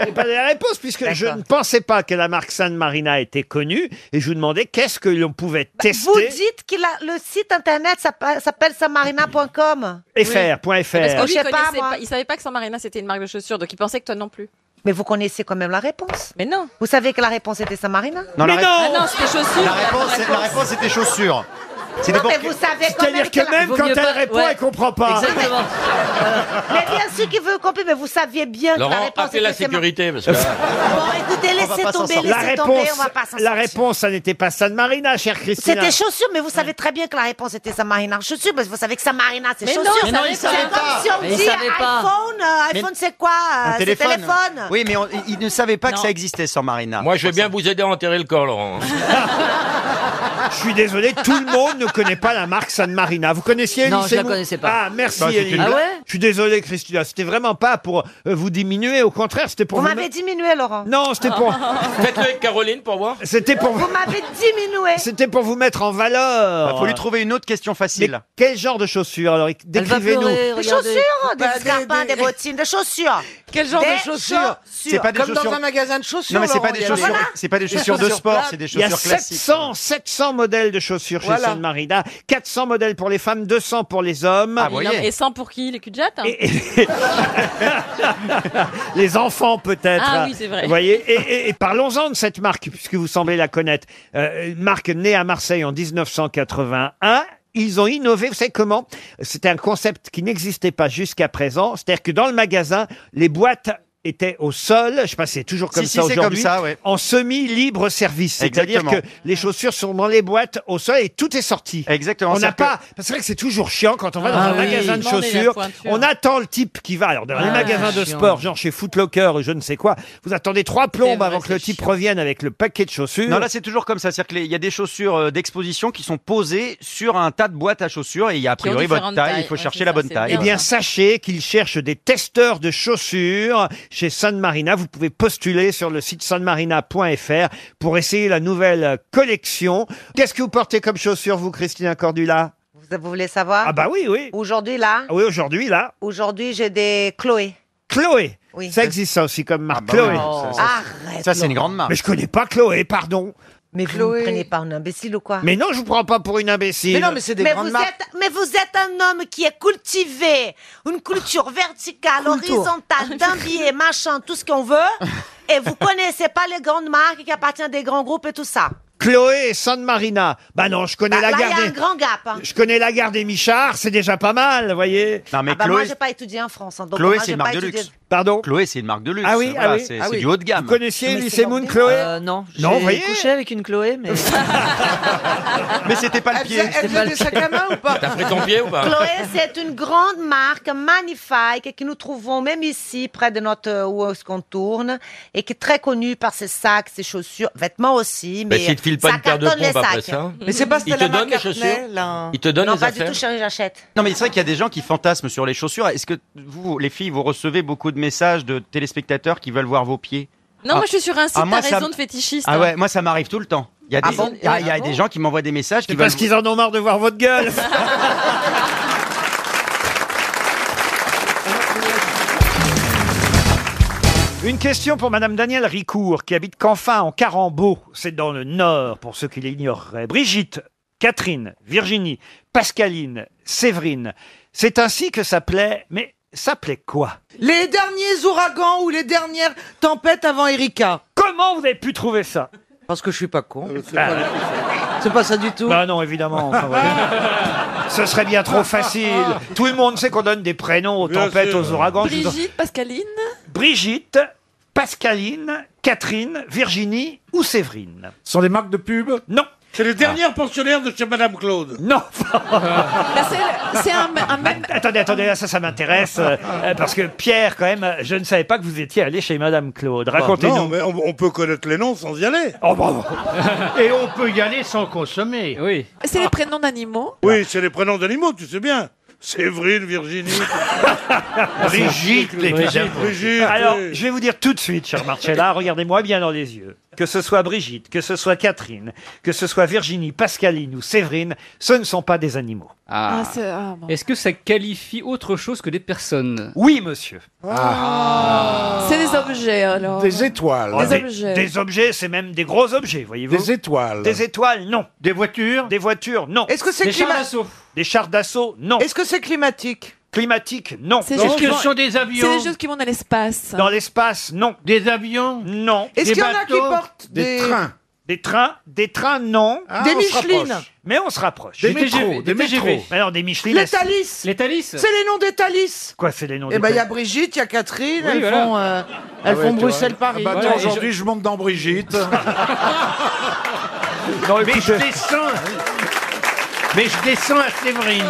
[SPEAKER 1] Je n'ai pas donné la réponse puisque je ne pensais pas que la marque San Marina était connue et je vous demandais qu'est-ce que l'on pouvait tester.
[SPEAKER 18] Bah, Vous dites que le site internet s'appelle s'appelle samarina.com.
[SPEAKER 1] Et faire, point fr.
[SPEAKER 6] Parce que lui,
[SPEAKER 18] Je sais pas,
[SPEAKER 6] il connaissait
[SPEAKER 18] moi.
[SPEAKER 6] pas- il savait pas que San Marina c'était une marque de chaussures, donc il pensait que toi non plus.
[SPEAKER 18] Mais vous connaissez quand même la réponse. Mais non. Vous savez que la réponse était Samarina
[SPEAKER 20] Non, la ré-
[SPEAKER 6] Ah non, c'était chaussures.
[SPEAKER 20] La réponse, c'est- la réponse, c'était chaussures. C'était
[SPEAKER 18] Non,
[SPEAKER 20] pour
[SPEAKER 18] mais
[SPEAKER 20] que-
[SPEAKER 18] vous savez quand même que la- Vaut mieux pas- ouais.
[SPEAKER 1] [laughs]
[SPEAKER 20] Exactement.
[SPEAKER 18] Mais bien sûr qu'il veut compris, mais vous saviez bien que la
[SPEAKER 5] Laurent,
[SPEAKER 18] réponse
[SPEAKER 5] appelez la
[SPEAKER 18] était
[SPEAKER 5] sécurité,
[SPEAKER 18] [laughs]
[SPEAKER 5] parce que...
[SPEAKER 18] Bon, écoutez, laissez tomber, laissez
[SPEAKER 1] la
[SPEAKER 18] tomber,
[SPEAKER 1] réponse,
[SPEAKER 18] on va pas s'en
[SPEAKER 1] la
[SPEAKER 18] sortir.
[SPEAKER 1] réponse, ça n'était pas San Marina, chère Christina.
[SPEAKER 18] C'était chaussures, mais vous savez très bien que la réponse était Samarina. Chaussures, parce que vous savez que Samarina, c'est
[SPEAKER 6] Mais non,
[SPEAKER 18] chaussures.
[SPEAKER 6] Mais non, il savait
[SPEAKER 18] C'est comme
[SPEAKER 6] pas.
[SPEAKER 18] si on
[SPEAKER 6] Mais il
[SPEAKER 18] dit
[SPEAKER 6] savait pas.
[SPEAKER 18] iPhone, euh,
[SPEAKER 20] Mais-
[SPEAKER 18] iPhone c'est quoi euh,
[SPEAKER 20] Un
[SPEAKER 18] C'est
[SPEAKER 20] téléphone.
[SPEAKER 18] téléphone.
[SPEAKER 20] Oui, mais on- il ne savait pas que
[SPEAKER 18] Non.
[SPEAKER 20] ça existait sans Marina.
[SPEAKER 5] Moi, je vais bien vous aider à enterrer le corps,
[SPEAKER 20] [laughs]
[SPEAKER 5] Laurent.
[SPEAKER 1] Je suis désolé, tout le monde ne connaît pas la marque San Marina. Vous connaissiez
[SPEAKER 21] Non,
[SPEAKER 1] Elie
[SPEAKER 21] je la
[SPEAKER 1] Semoun
[SPEAKER 21] connaissais pas.
[SPEAKER 1] Ah, merci.
[SPEAKER 21] Bah, c'est
[SPEAKER 1] Elie.
[SPEAKER 21] une Ah blague. ouais
[SPEAKER 1] je suis désolé, Christina. C'était vraiment pas pour euh, vous diminuer. Au contraire, c'était pour
[SPEAKER 18] Vous
[SPEAKER 1] vous.
[SPEAKER 18] m'avez diminué, Laurent.
[SPEAKER 1] Non, c'était
[SPEAKER 18] [laughs]
[SPEAKER 1] pour.
[SPEAKER 5] Faites-le avec Caroline pour
[SPEAKER 20] [laughs]
[SPEAKER 5] voir.
[SPEAKER 1] C'était pour.
[SPEAKER 18] Vous m'avez diminué.
[SPEAKER 1] [laughs] C'était pour vous mettre en valeur.
[SPEAKER 20] Il faut lui trouver une autre question facile.
[SPEAKER 1] Mais quel genre de chaussures Alors, décrivez-nous.
[SPEAKER 18] Des chaussures, des
[SPEAKER 19] Bah, des-
[SPEAKER 18] escarpins, des
[SPEAKER 19] des-
[SPEAKER 18] bottines, des chaussures.
[SPEAKER 19] Quel genre
[SPEAKER 18] Des
[SPEAKER 19] de chaussures
[SPEAKER 20] C'est pas des
[SPEAKER 19] Comme
[SPEAKER 20] chaussures-
[SPEAKER 19] dans un magasin de chaussures.
[SPEAKER 20] Non, mais c'est pas
[SPEAKER 19] Laurent,
[SPEAKER 20] des
[SPEAKER 19] il y a
[SPEAKER 20] chaussures-
[SPEAKER 19] Voilà.
[SPEAKER 20] c'est pas des chaussures de sport, c'est des
[SPEAKER 1] Il y a
[SPEAKER 20] chaussures classiques.
[SPEAKER 1] 700, 700 modèles de chaussures
[SPEAKER 6] Voilà.
[SPEAKER 1] chez San Marina, 4400 modèles pour les femmes, 200 pour les hommes.
[SPEAKER 19] Ah,
[SPEAKER 6] Non, mais Et sans pour qui Les cul de jatte hein
[SPEAKER 1] les enfants peut-être.
[SPEAKER 6] Ah oui, c'est vrai.
[SPEAKER 1] Vous voyez, et, et- et parlons-en de cette marque, puisque vous semblez la connaître. Euh, une marque née à Marseille en 1981. Ils ont innové, vous savez comment C'était un concept qui n'existait pas jusqu'à présent. C'est-à-dire que dans le magasin, les boîtes étaient au sol, je sais pas si c'est toujours comme
[SPEAKER 20] Si, si,
[SPEAKER 1] ça
[SPEAKER 20] c'est comme
[SPEAKER 1] aujourd'hui,
[SPEAKER 20] ça, ouais.
[SPEAKER 1] en semi-libre service. C'est-à-dire
[SPEAKER 20] Exactement.
[SPEAKER 1] que les chaussures sont dans les boîtes au sol et tout est sorti.
[SPEAKER 20] Exactement.
[SPEAKER 1] On n'a
[SPEAKER 20] c'est-à-dire
[SPEAKER 1] pas. C'est vrai que c'est toujours chiant quand on va dans
[SPEAKER 20] Ah
[SPEAKER 1] un
[SPEAKER 20] oui.
[SPEAKER 1] magasin de
[SPEAKER 20] Demander la
[SPEAKER 1] chaussures.
[SPEAKER 20] pointure.
[SPEAKER 1] On attend le type qui va. Alors dans les
[SPEAKER 20] Ah,
[SPEAKER 1] magasins de
[SPEAKER 20] chiant.
[SPEAKER 1] sport, genre chez Footlocker ou je ne sais quoi, vous attendez trois plombes avant que le type revienne avec le paquet de chaussures.
[SPEAKER 20] Non, là, c'est toujours comme ça. C'est-à-dire qu'il y a des chaussures euh, d'exposition qui sont posées sur un tas de boîtes à chaussures et il y a a
[SPEAKER 1] Qui ont
[SPEAKER 20] priori votre
[SPEAKER 1] différentes
[SPEAKER 20] taille.
[SPEAKER 1] tailles.
[SPEAKER 20] Il faut
[SPEAKER 1] Ouais,
[SPEAKER 20] chercher
[SPEAKER 1] c'est
[SPEAKER 20] la
[SPEAKER 1] ça,
[SPEAKER 20] bonne
[SPEAKER 1] c'est
[SPEAKER 20] taille.
[SPEAKER 1] Eh bien, sachez qu'ils cherchent des testeurs de chaussures chez San Marina. Vous pouvez postuler sur le site sanmarina.fr pour essayer la nouvelle collection. Qu'est-ce que vous portez comme chaussures, vous, Christina Cordula
[SPEAKER 18] Vous, vous voulez savoir
[SPEAKER 1] Ah bah oui, oui.
[SPEAKER 18] Aujourd'hui, là,
[SPEAKER 1] Ah Oui, aujourd'hui, là.
[SPEAKER 18] aujourd'hui, j'ai des Chloé.
[SPEAKER 1] Chloé.
[SPEAKER 18] Oui.
[SPEAKER 1] Ça existe, ça aussi, comme marque.
[SPEAKER 20] bah oui,
[SPEAKER 1] Chloé.
[SPEAKER 20] ça,
[SPEAKER 18] ça, Arrête,
[SPEAKER 20] Ça, c'est une grande marque.
[SPEAKER 1] Mais je connais pas Chloé, pardon.
[SPEAKER 18] Mais Vous ne prenez pas un imbécile ou quoi
[SPEAKER 1] Mais non, je vous prends pas pour une imbécile.
[SPEAKER 18] vous Êtes, Ah. mais vous êtes un homme qui est cultivé, une culture verticale,
[SPEAKER 1] Culture.
[SPEAKER 20] [laughs]
[SPEAKER 18] horizontale, d'un biais, machin, tout ce qu'on veut. Et vous connaissez pas les grandes marques qui appartiennent à des grands groupes et tout ça.
[SPEAKER 1] Chloé et San Marina. Bah non, je connais la
[SPEAKER 18] Bah, là, il y
[SPEAKER 1] garde.
[SPEAKER 18] a un
[SPEAKER 1] des-
[SPEAKER 18] grand gap. hein.
[SPEAKER 1] Je connais la gare des Michards, c'est déjà pas mal, vous voyez.
[SPEAKER 20] Non, mais
[SPEAKER 18] Ah bah, moi,
[SPEAKER 20] Chloé,
[SPEAKER 18] j'ai pas étudié en France. hein, donc
[SPEAKER 20] Chloé,
[SPEAKER 18] moi,
[SPEAKER 20] c'est
[SPEAKER 18] j'ai
[SPEAKER 20] une
[SPEAKER 18] pas
[SPEAKER 20] marque de
[SPEAKER 18] étudié-
[SPEAKER 20] luxe.
[SPEAKER 1] Pardon
[SPEAKER 20] Chloé, c'est une marque de luxe.
[SPEAKER 1] Ah oui,
[SPEAKER 20] Voilà,
[SPEAKER 1] ah oui,
[SPEAKER 20] c'est
[SPEAKER 1] ah
[SPEAKER 20] c'est
[SPEAKER 1] oui.
[SPEAKER 20] du haut de gamme.
[SPEAKER 1] Vous connaissiez Elise Moon, Chloé
[SPEAKER 14] Euh, non, j'ai
[SPEAKER 20] Non, Oh, vous voyez
[SPEAKER 14] couché avec une Chloé, mais...
[SPEAKER 20] Mais c'était pas le
[SPEAKER 18] Elle
[SPEAKER 20] pied.
[SPEAKER 18] faisait- elle
[SPEAKER 20] C'était pas
[SPEAKER 18] faisait
[SPEAKER 20] le
[SPEAKER 18] des
[SPEAKER 20] pied.
[SPEAKER 18] sacs à main ou pas
[SPEAKER 20] T'as pris ton pied ou pas
[SPEAKER 18] Chloé, c'est une grande marque magnifique que nous trouvons même ici, près de notre euh, où est-ce qu'on tourne, et qui est très connue par ses sacs, ses chaussures, vêtements aussi. Mais,
[SPEAKER 5] Mais Ben, s'il te file pas
[SPEAKER 18] ça
[SPEAKER 5] une paire de
[SPEAKER 18] cartonne les
[SPEAKER 5] pompes après
[SPEAKER 18] sacs.
[SPEAKER 5] ça Mais c'est pas Stella Il te donne les McCartney, chaussures là. Il te donne
[SPEAKER 18] non,
[SPEAKER 5] les
[SPEAKER 18] pas
[SPEAKER 5] affaires
[SPEAKER 18] du tout, chérie, j'achète.
[SPEAKER 20] Non, mais c'est vrai qu'il y a des gens qui fantasment sur les chaussures. Est-ce que vous, les filles, vous recevez beaucoup de messages de téléspectateurs qui veulent voir vos pieds
[SPEAKER 6] Non,
[SPEAKER 20] Ah.
[SPEAKER 6] moi je suis sur un site,
[SPEAKER 20] Ah, moi,
[SPEAKER 6] t'as
[SPEAKER 20] ça-
[SPEAKER 6] raison de fétichiste.
[SPEAKER 20] Ah
[SPEAKER 6] hein.
[SPEAKER 20] ouais, moi ça m'arrive tout le temps. Il y a des,
[SPEAKER 6] Ah bon
[SPEAKER 20] il y a- il y a
[SPEAKER 6] Ah bon
[SPEAKER 20] des gens qui m'envoient des messages qui
[SPEAKER 1] C'est parce
[SPEAKER 20] veulent-
[SPEAKER 1] qu'ils en ont marre de voir votre gueule. Une question pour Madame Danielle Ricourt, qui habite Canfin, en Carambeau. C'est dans le Nord, pour ceux qui l'ignoreraient. Brigitte, Catherine, Virginie, Pascaline, Séverine. C'est ainsi que ça plaît, mais ça plaît quoi
[SPEAKER 19] Les derniers ouragans ou les dernières tempêtes avant Erika.
[SPEAKER 1] Comment vous avez pu trouver ça
[SPEAKER 14] Parce que je suis pas con.
[SPEAKER 1] Ah. C'est pas ça du tout Bah non, évidemment. enfin, voyez. Ce serait bien trop facile. Tout le monde sait qu'on donne des prénoms aux tempêtes, aux ouragans. Je vous en-
[SPEAKER 14] Brigitte, Pascaline.
[SPEAKER 1] Brigitte, Pascaline, Catherine, Virginie ou Séverine.
[SPEAKER 22] Ce sont des marques de pub
[SPEAKER 1] Non. Ah.
[SPEAKER 16] C'est les dernières pensionnaires de chez Madame Claude. [laughs] Bah,
[SPEAKER 1] Non.
[SPEAKER 8] Bah,
[SPEAKER 1] Bah,
[SPEAKER 14] C'est un, un même.
[SPEAKER 1] Attendez, attendez, là, ça, ça m'intéresse. euh, euh, parce que Pierre, quand même, euh, je ne savais pas que vous étiez allé chez Madame Claude.
[SPEAKER 22] Bah,
[SPEAKER 1] Racontez-nous.
[SPEAKER 16] Non, mais on, on peut connaître les noms sans y aller.
[SPEAKER 1] Oh, bravo.
[SPEAKER 11] bah, Et on peut y aller sans consommer. Oui.
[SPEAKER 14] C'est
[SPEAKER 1] Ah.
[SPEAKER 14] les prénoms d'animaux.
[SPEAKER 16] Oui, c'est les prénoms d'animaux, tu sais bien. Séverine, Virginie.
[SPEAKER 1] [laughs] Brigitte, évidemment.
[SPEAKER 16] Brigitte.
[SPEAKER 1] Alors,
[SPEAKER 11] Ah
[SPEAKER 16] oui.
[SPEAKER 1] je vais vous dire tout de suite, cher
[SPEAKER 16] [laughs]
[SPEAKER 1] Marcella, regardez-moi bien dans les yeux. Que ce soit Brigitte, que ce soit Catherine, que ce soit Virginie, Pascaline ou Séverine, ce ne sont pas des animaux.
[SPEAKER 23] Ah. Est-ce que ça qualifie autre chose que des personnes
[SPEAKER 1] Oui, monsieur.
[SPEAKER 19] Ah.
[SPEAKER 14] C'est des objets alors.
[SPEAKER 1] Oh,
[SPEAKER 14] Ah. Des
[SPEAKER 1] Ah. des,
[SPEAKER 14] objets.
[SPEAKER 1] des objets, c'est même des gros objets, voyez-vous. Des étoiles. Des étoiles, non. Des voitures. Des voitures, non.
[SPEAKER 19] Est-ce que c'est Des chars climat- d'assaut.
[SPEAKER 1] Des chars d'assaut, non. Est-ce que c'est climatique Climatique, non.
[SPEAKER 14] C'est des choses qui vont- C'est des choses qui vont dans l'espace.
[SPEAKER 1] Dans l'espace, non. Des avions Non.
[SPEAKER 14] Est-ce Des qu'il y en a bateaux qui portent Des des- trains
[SPEAKER 1] Des trains, des trains, non.
[SPEAKER 14] Ah, Des on se Michelin
[SPEAKER 19] rapproche.
[SPEAKER 1] Mais on se rapproche.
[SPEAKER 19] Des Des métros, TGV, des des métros. TGV.
[SPEAKER 1] Mais alors, des Michelin.
[SPEAKER 19] Les
[SPEAKER 1] est-ce-
[SPEAKER 19] Thalys. C'est les noms des Thalys.
[SPEAKER 1] Quoi, c'est les noms
[SPEAKER 19] Eh
[SPEAKER 1] des
[SPEAKER 19] ben, il y a
[SPEAKER 1] Thalys
[SPEAKER 19] Brigitte, il y a Catherine,
[SPEAKER 1] Oui,
[SPEAKER 19] elles
[SPEAKER 1] voilà. Ah
[SPEAKER 19] font, euh, elles font
[SPEAKER 11] Ah bah,
[SPEAKER 19] Bruxelles-Paris.
[SPEAKER 1] bah,
[SPEAKER 22] aujourd'hui, je... monte dans Brigitte.
[SPEAKER 1] mais,
[SPEAKER 16] je descends,
[SPEAKER 3] Ah
[SPEAKER 16] mais je descends à Séverine.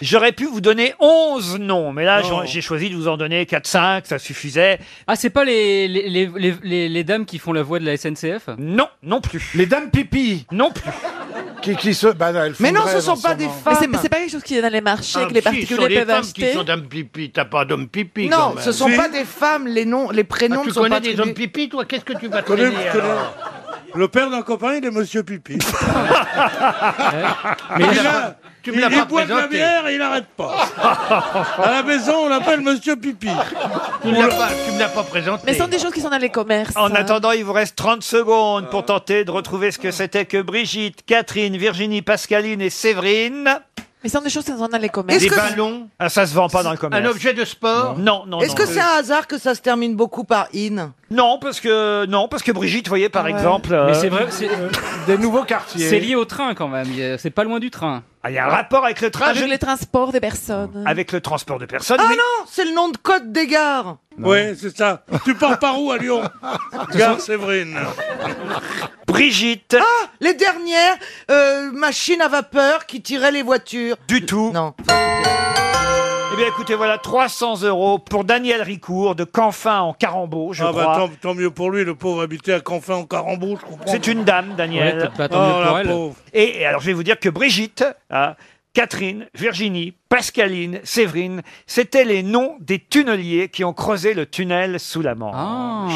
[SPEAKER 1] J'aurais pu vous donner 11 noms, mais là,
[SPEAKER 23] Non.
[SPEAKER 1] j'en- j'ai choisi de vous en donner 4-5, ça suffisait.
[SPEAKER 23] Ah, c'est pas les, les, les, les- les- les dames qui font la voix de la SNCF
[SPEAKER 1] Non, non plus.
[SPEAKER 22] Les dames pipi
[SPEAKER 1] Non plus.
[SPEAKER 22] Qui, qui se. Bah,
[SPEAKER 14] Mais non, ce sont pas des
[SPEAKER 22] femmes.
[SPEAKER 14] Mais c'est- c'est pas quelque chose qui est dans les marchés
[SPEAKER 11] Ah,
[SPEAKER 14] que les
[SPEAKER 11] si, ce sont
[SPEAKER 14] particuliers
[SPEAKER 11] les
[SPEAKER 14] peuvent
[SPEAKER 11] femmes qui
[SPEAKER 14] acheter.
[SPEAKER 11] sont d'hommes pipi, t'as pas d'hommes pipi. Ah,
[SPEAKER 19] Non, ce sont pas des femmes, les noms, les
[SPEAKER 1] Ah,
[SPEAKER 19] prénoms
[SPEAKER 11] tu
[SPEAKER 19] ne sont
[SPEAKER 11] connais
[SPEAKER 19] pas
[SPEAKER 11] des hommes pipi, toi Qu'est-ce que tu vas
[SPEAKER 16] Connais-
[SPEAKER 11] traîner
[SPEAKER 16] connais-
[SPEAKER 11] alors
[SPEAKER 16] Le père d'un copain, il est Monsieur Pipi. [laughs]
[SPEAKER 11] Mais
[SPEAKER 16] Il
[SPEAKER 11] il
[SPEAKER 16] a-
[SPEAKER 11] a- tu me
[SPEAKER 16] il-
[SPEAKER 11] l'as
[SPEAKER 16] il
[SPEAKER 11] pas
[SPEAKER 16] boit de la
[SPEAKER 11] présenté.
[SPEAKER 16] bière et il n'arrête pas. à la maison, on l'appelle Monsieur Pipi.
[SPEAKER 11] Tu me l'as pas- tu me l'as pas présenté.
[SPEAKER 14] Mais ce sont des choses qui sont dans les commerces.
[SPEAKER 1] En attendant, il vous reste 30 secondes pour tenter de retrouver ce que c'était que Brigitte, Catherine, Virginie, Pascaline et Séverine.
[SPEAKER 14] Mais ce sont des choses qui sont dans les commerces.
[SPEAKER 1] Des ballons. Ah, ça se vend pas dans le commerce.
[SPEAKER 11] Un objet de sport
[SPEAKER 1] Non, [laughs] non.
[SPEAKER 19] Est-ce
[SPEAKER 1] non.
[SPEAKER 19] que c'est un hasard que ça se termine beaucoup par in
[SPEAKER 1] Non, parce que non, parce que Brigitte, vous voyez par
[SPEAKER 19] Ouais.
[SPEAKER 1] exemple. euh,
[SPEAKER 23] Mais c'est vrai, c'est- euh,
[SPEAKER 22] Des nouveaux quartiers.
[SPEAKER 23] C'est lié au train quand même, il y a- c'est pas loin du train.
[SPEAKER 1] Ah, il y a un rapport avec le Ah, train
[SPEAKER 14] Avec Ah, les transports des personnes.
[SPEAKER 1] Avec le transport de personnes.
[SPEAKER 19] Ah
[SPEAKER 1] oui.
[SPEAKER 19] non, c'est le nom de code des gares.
[SPEAKER 16] Oui, c'est ça. Tu pars
[SPEAKER 1] [laughs]
[SPEAKER 16] par où à
[SPEAKER 19] [laughs]
[SPEAKER 16] Lyon Gare Séverine.
[SPEAKER 1] Brigitte.
[SPEAKER 19] Ah, les dernières euh, machines à vapeur qui tiraient les voitures.
[SPEAKER 1] Du tout.
[SPEAKER 19] Non.
[SPEAKER 1] Eh bien, écoutez, voilà 300 euros Oh, pour Daniel Ricourt de Canfin en Carambeau, je
[SPEAKER 16] ah bah
[SPEAKER 1] crois.
[SPEAKER 16] tant, tant mieux pour lui, le pauvre habitait à Canfin en Carambou, je comprends.
[SPEAKER 1] C'est une dame, Daniel.
[SPEAKER 16] Ouais, bah, tant mieux Oh, pour la elle. pauvre.
[SPEAKER 1] Et, et alors, je vais vous dire que Brigitte, hein, Catherine, Virginie, Pascaline, Séverine, c'était les noms des tunneliers qui ont creusé le tunnel sous la Manche.
[SPEAKER 19] Ah.
[SPEAKER 16] Oh.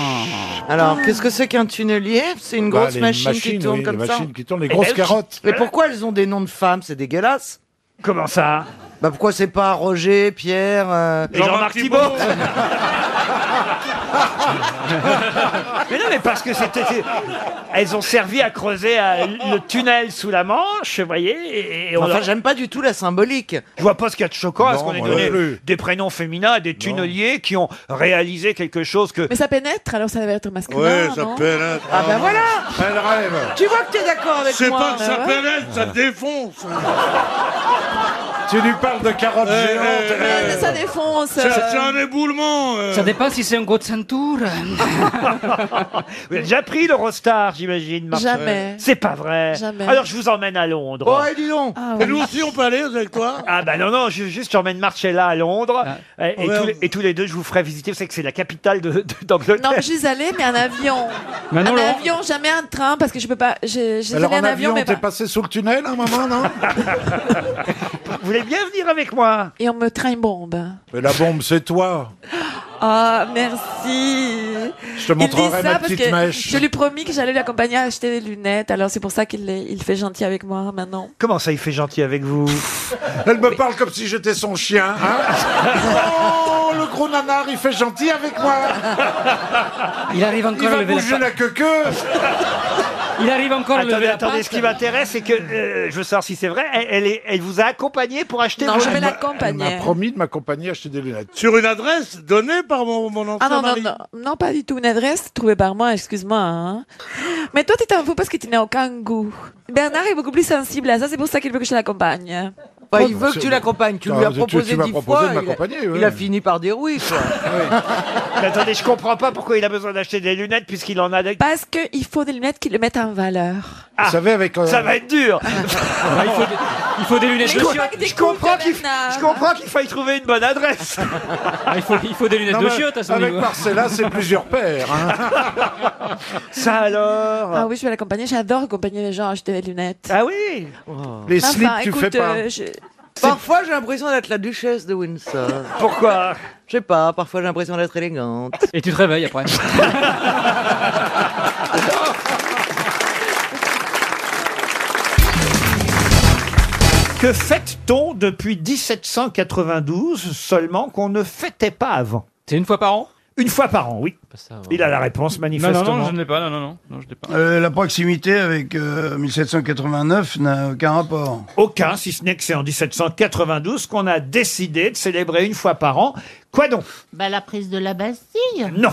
[SPEAKER 19] Alors, qu'est-ce que c'est qu'un tunnelier C'est une
[SPEAKER 1] Bah,
[SPEAKER 19] grosse
[SPEAKER 1] les
[SPEAKER 19] machine qui
[SPEAKER 1] machines,
[SPEAKER 19] tourne
[SPEAKER 1] oui,
[SPEAKER 19] comme
[SPEAKER 1] les
[SPEAKER 19] ça.
[SPEAKER 1] machines qui tournent, les grosses carottes.
[SPEAKER 19] Mais pourquoi elles ont des noms de femmes C'est dégueulasse.
[SPEAKER 1] Comment ça
[SPEAKER 19] Bah pourquoi c'est pas Roger, Pierre euh,
[SPEAKER 1] Et Jean-Marc Thibault [laughs] Mais non, mais parce que c'était. Elles ont servi à creuser euh, le tunnel sous la Manche, vous voyez. Et, et on
[SPEAKER 19] Enfin,
[SPEAKER 1] leur-
[SPEAKER 19] j'aime pas du tout la symbolique.
[SPEAKER 1] Je vois pas ce qu'il y a de choquant à ce
[SPEAKER 19] Non,
[SPEAKER 1] qu'on ait
[SPEAKER 19] moi non
[SPEAKER 1] donné
[SPEAKER 19] plus.
[SPEAKER 1] des prénoms féminins à des tunneliers qui ont réalisé quelque chose que.
[SPEAKER 14] Mais ça pénètre, alors ça devait être masculin. non
[SPEAKER 1] pénètre.
[SPEAKER 19] Ah ben voilà
[SPEAKER 1] Elle rêve.
[SPEAKER 19] Tu vois que t'es d'accord avec
[SPEAKER 16] C'est
[SPEAKER 19] moi
[SPEAKER 16] pas que ça
[SPEAKER 19] bah ouais.
[SPEAKER 16] pénètre, ça défonce.
[SPEAKER 14] Ah,
[SPEAKER 22] Tu lui parles de carottes
[SPEAKER 16] Eh,
[SPEAKER 22] géantes.
[SPEAKER 14] Ça défonce.
[SPEAKER 16] C'est euh, c'est
[SPEAKER 14] euh,
[SPEAKER 16] un éboulement. euh.
[SPEAKER 23] Ça dépend si c'est un gros de ceinture.
[SPEAKER 1] [laughs] Vous avez déjà pris l'Eurostar, j'imagine, Marc.
[SPEAKER 14] Jamais.
[SPEAKER 1] C'est pas vrai.
[SPEAKER 14] Jamais.
[SPEAKER 1] Alors je vous emmène à Londres.
[SPEAKER 19] Ouais, Oh, eh, dis donc.
[SPEAKER 16] Ah
[SPEAKER 14] Ah
[SPEAKER 16] Et nous aussi, on peut aller avec toi
[SPEAKER 1] Ah bah non, non, je- juste j'emmène Marcella à Londres.
[SPEAKER 22] Ah.
[SPEAKER 1] Et, et
[SPEAKER 16] Ouais,
[SPEAKER 1] tous les, et tous les deux, je vous ferai visiter. Vous savez que c'est la capitale de- de- d'Angleterre.
[SPEAKER 14] Non, mais je suis allée, mais un avion.
[SPEAKER 22] Manon
[SPEAKER 14] un
[SPEAKER 22] Laurent.
[SPEAKER 14] avion, jamais un train, parce que je peux pas. J'ai j'ai allée
[SPEAKER 22] Alors en
[SPEAKER 14] en avion,
[SPEAKER 22] avion,
[SPEAKER 14] mais
[SPEAKER 22] t'es
[SPEAKER 14] pas.
[SPEAKER 22] passé sous le tunnel à un moment, non
[SPEAKER 11] [laughs]
[SPEAKER 1] Vous voulez bien venir avec moi
[SPEAKER 14] Et on me traîne une bombe.
[SPEAKER 22] Mais la bombe, c'est toi.
[SPEAKER 14] Ah, merci.
[SPEAKER 22] Je te
[SPEAKER 14] Il dit
[SPEAKER 22] montrerai
[SPEAKER 14] ça
[SPEAKER 22] ma
[SPEAKER 14] parce
[SPEAKER 22] petite
[SPEAKER 14] que
[SPEAKER 22] mèche.
[SPEAKER 14] Je lui promis que j'allais l'accompagner à acheter des lunettes, alors c'est pour ça qu'il est- il fait gentil avec moi maintenant.
[SPEAKER 1] Comment ça, il fait gentil avec vous
[SPEAKER 22] Elle me parle comme si j'étais son chien. hein oh, le gros nanar, il fait gentil avec moi.
[SPEAKER 23] Il arrive
[SPEAKER 22] Il
[SPEAKER 23] encore à
[SPEAKER 22] va
[SPEAKER 23] lever la
[SPEAKER 22] bouger
[SPEAKER 23] pa-
[SPEAKER 22] la queue
[SPEAKER 8] Il arrive encore à me
[SPEAKER 1] Attendez,
[SPEAKER 8] lever la
[SPEAKER 1] attendez,
[SPEAKER 8] patte.
[SPEAKER 1] ce qui m'intéresse, c'est que euh, je veux savoir si c'est vrai. Elle, elle est- elle vous a accompagné pour acheter
[SPEAKER 14] Non,
[SPEAKER 1] vos
[SPEAKER 14] je vais
[SPEAKER 1] lunettes.
[SPEAKER 14] l'accompagner.
[SPEAKER 1] hein.
[SPEAKER 14] Elle m'a
[SPEAKER 24] promis de m'accompagner à acheter des lunettes. Sur une adresse donnée par mon, mon ancien
[SPEAKER 14] Ah non, non,
[SPEAKER 24] mari.
[SPEAKER 14] non, non, pas du tout. Une adresse trouvée par moi, excuse-moi. hein. Mais toi, tu t'en fous parce que tu n'as aucun goût. Bernard est beaucoup plus sensible à ça, c'est pour ça qu'il veut que je l'accompagne.
[SPEAKER 19] Ouais, Bah, il veut que tu l'accompagnes. Tu
[SPEAKER 1] Ah,
[SPEAKER 14] Non,
[SPEAKER 19] lui as
[SPEAKER 14] tu-
[SPEAKER 19] proposé
[SPEAKER 14] tu m'as
[SPEAKER 19] dix
[SPEAKER 14] proposé
[SPEAKER 19] fois.
[SPEAKER 14] de
[SPEAKER 19] il a-
[SPEAKER 14] m'accompagner,
[SPEAKER 19] il, a,
[SPEAKER 14] ouais.
[SPEAKER 19] fini par dire oui.
[SPEAKER 1] [laughs]
[SPEAKER 19] Quoi.
[SPEAKER 1] Mais attendez, je comprends pas pourquoi il a besoin d'acheter des lunettes puisqu'il en a des...
[SPEAKER 14] Parce qu'il faut des lunettes qui le mettent en valeur.
[SPEAKER 11] Ah.
[SPEAKER 1] Vous savez, avec... Ça va être dur
[SPEAKER 8] il, faut des, il faut des lunettes de chiottes.
[SPEAKER 1] Je comprends qu'il je comprends qu'il faille trouver une bonne adresse.
[SPEAKER 8] Ah, il, faut, il faut des lunettes
[SPEAKER 1] Non,
[SPEAKER 8] de
[SPEAKER 1] mais
[SPEAKER 8] chiottes à son
[SPEAKER 1] avec
[SPEAKER 8] niveau.
[SPEAKER 1] Marcella, c'est plusieurs paires,
[SPEAKER 11] hein.
[SPEAKER 1] Ça alors
[SPEAKER 14] Ah oui, je vais l'accompagner. J'adore accompagner les gens à acheter des lunettes.
[SPEAKER 1] Ah oui
[SPEAKER 8] Oh.
[SPEAKER 14] Les
[SPEAKER 19] Enfin,
[SPEAKER 14] slips, tu
[SPEAKER 19] écoute,
[SPEAKER 14] fais pas.
[SPEAKER 19] euh, je- Parfois, j'ai l'impression d'être la duchesse de Windsor.
[SPEAKER 1] Pourquoi
[SPEAKER 19] Je sais pas, parfois j'ai l'impression d'être élégante.
[SPEAKER 8] Et tu
[SPEAKER 3] Ah
[SPEAKER 8] te
[SPEAKER 3] bah
[SPEAKER 8] réveilles après.
[SPEAKER 1] Que fête-t-on depuis 1792 seulement qu'on ne fêtait pas avant
[SPEAKER 8] C'est une fois par an
[SPEAKER 1] Une fois par an, oui. Il a la réponse manifestement.
[SPEAKER 11] Non, non, non, je ne
[SPEAKER 8] l'ai pas. Non, non, non, non, je l'ai pas.
[SPEAKER 11] Euh, la proximité avec euh, 1789 n'a aucun rapport.
[SPEAKER 1] Aucun, si ce n'est que c'est en 1792 qu'on a décidé de célébrer une fois par an. Quoi donc
[SPEAKER 9] Bah, la prise de la Bastille.
[SPEAKER 1] Non.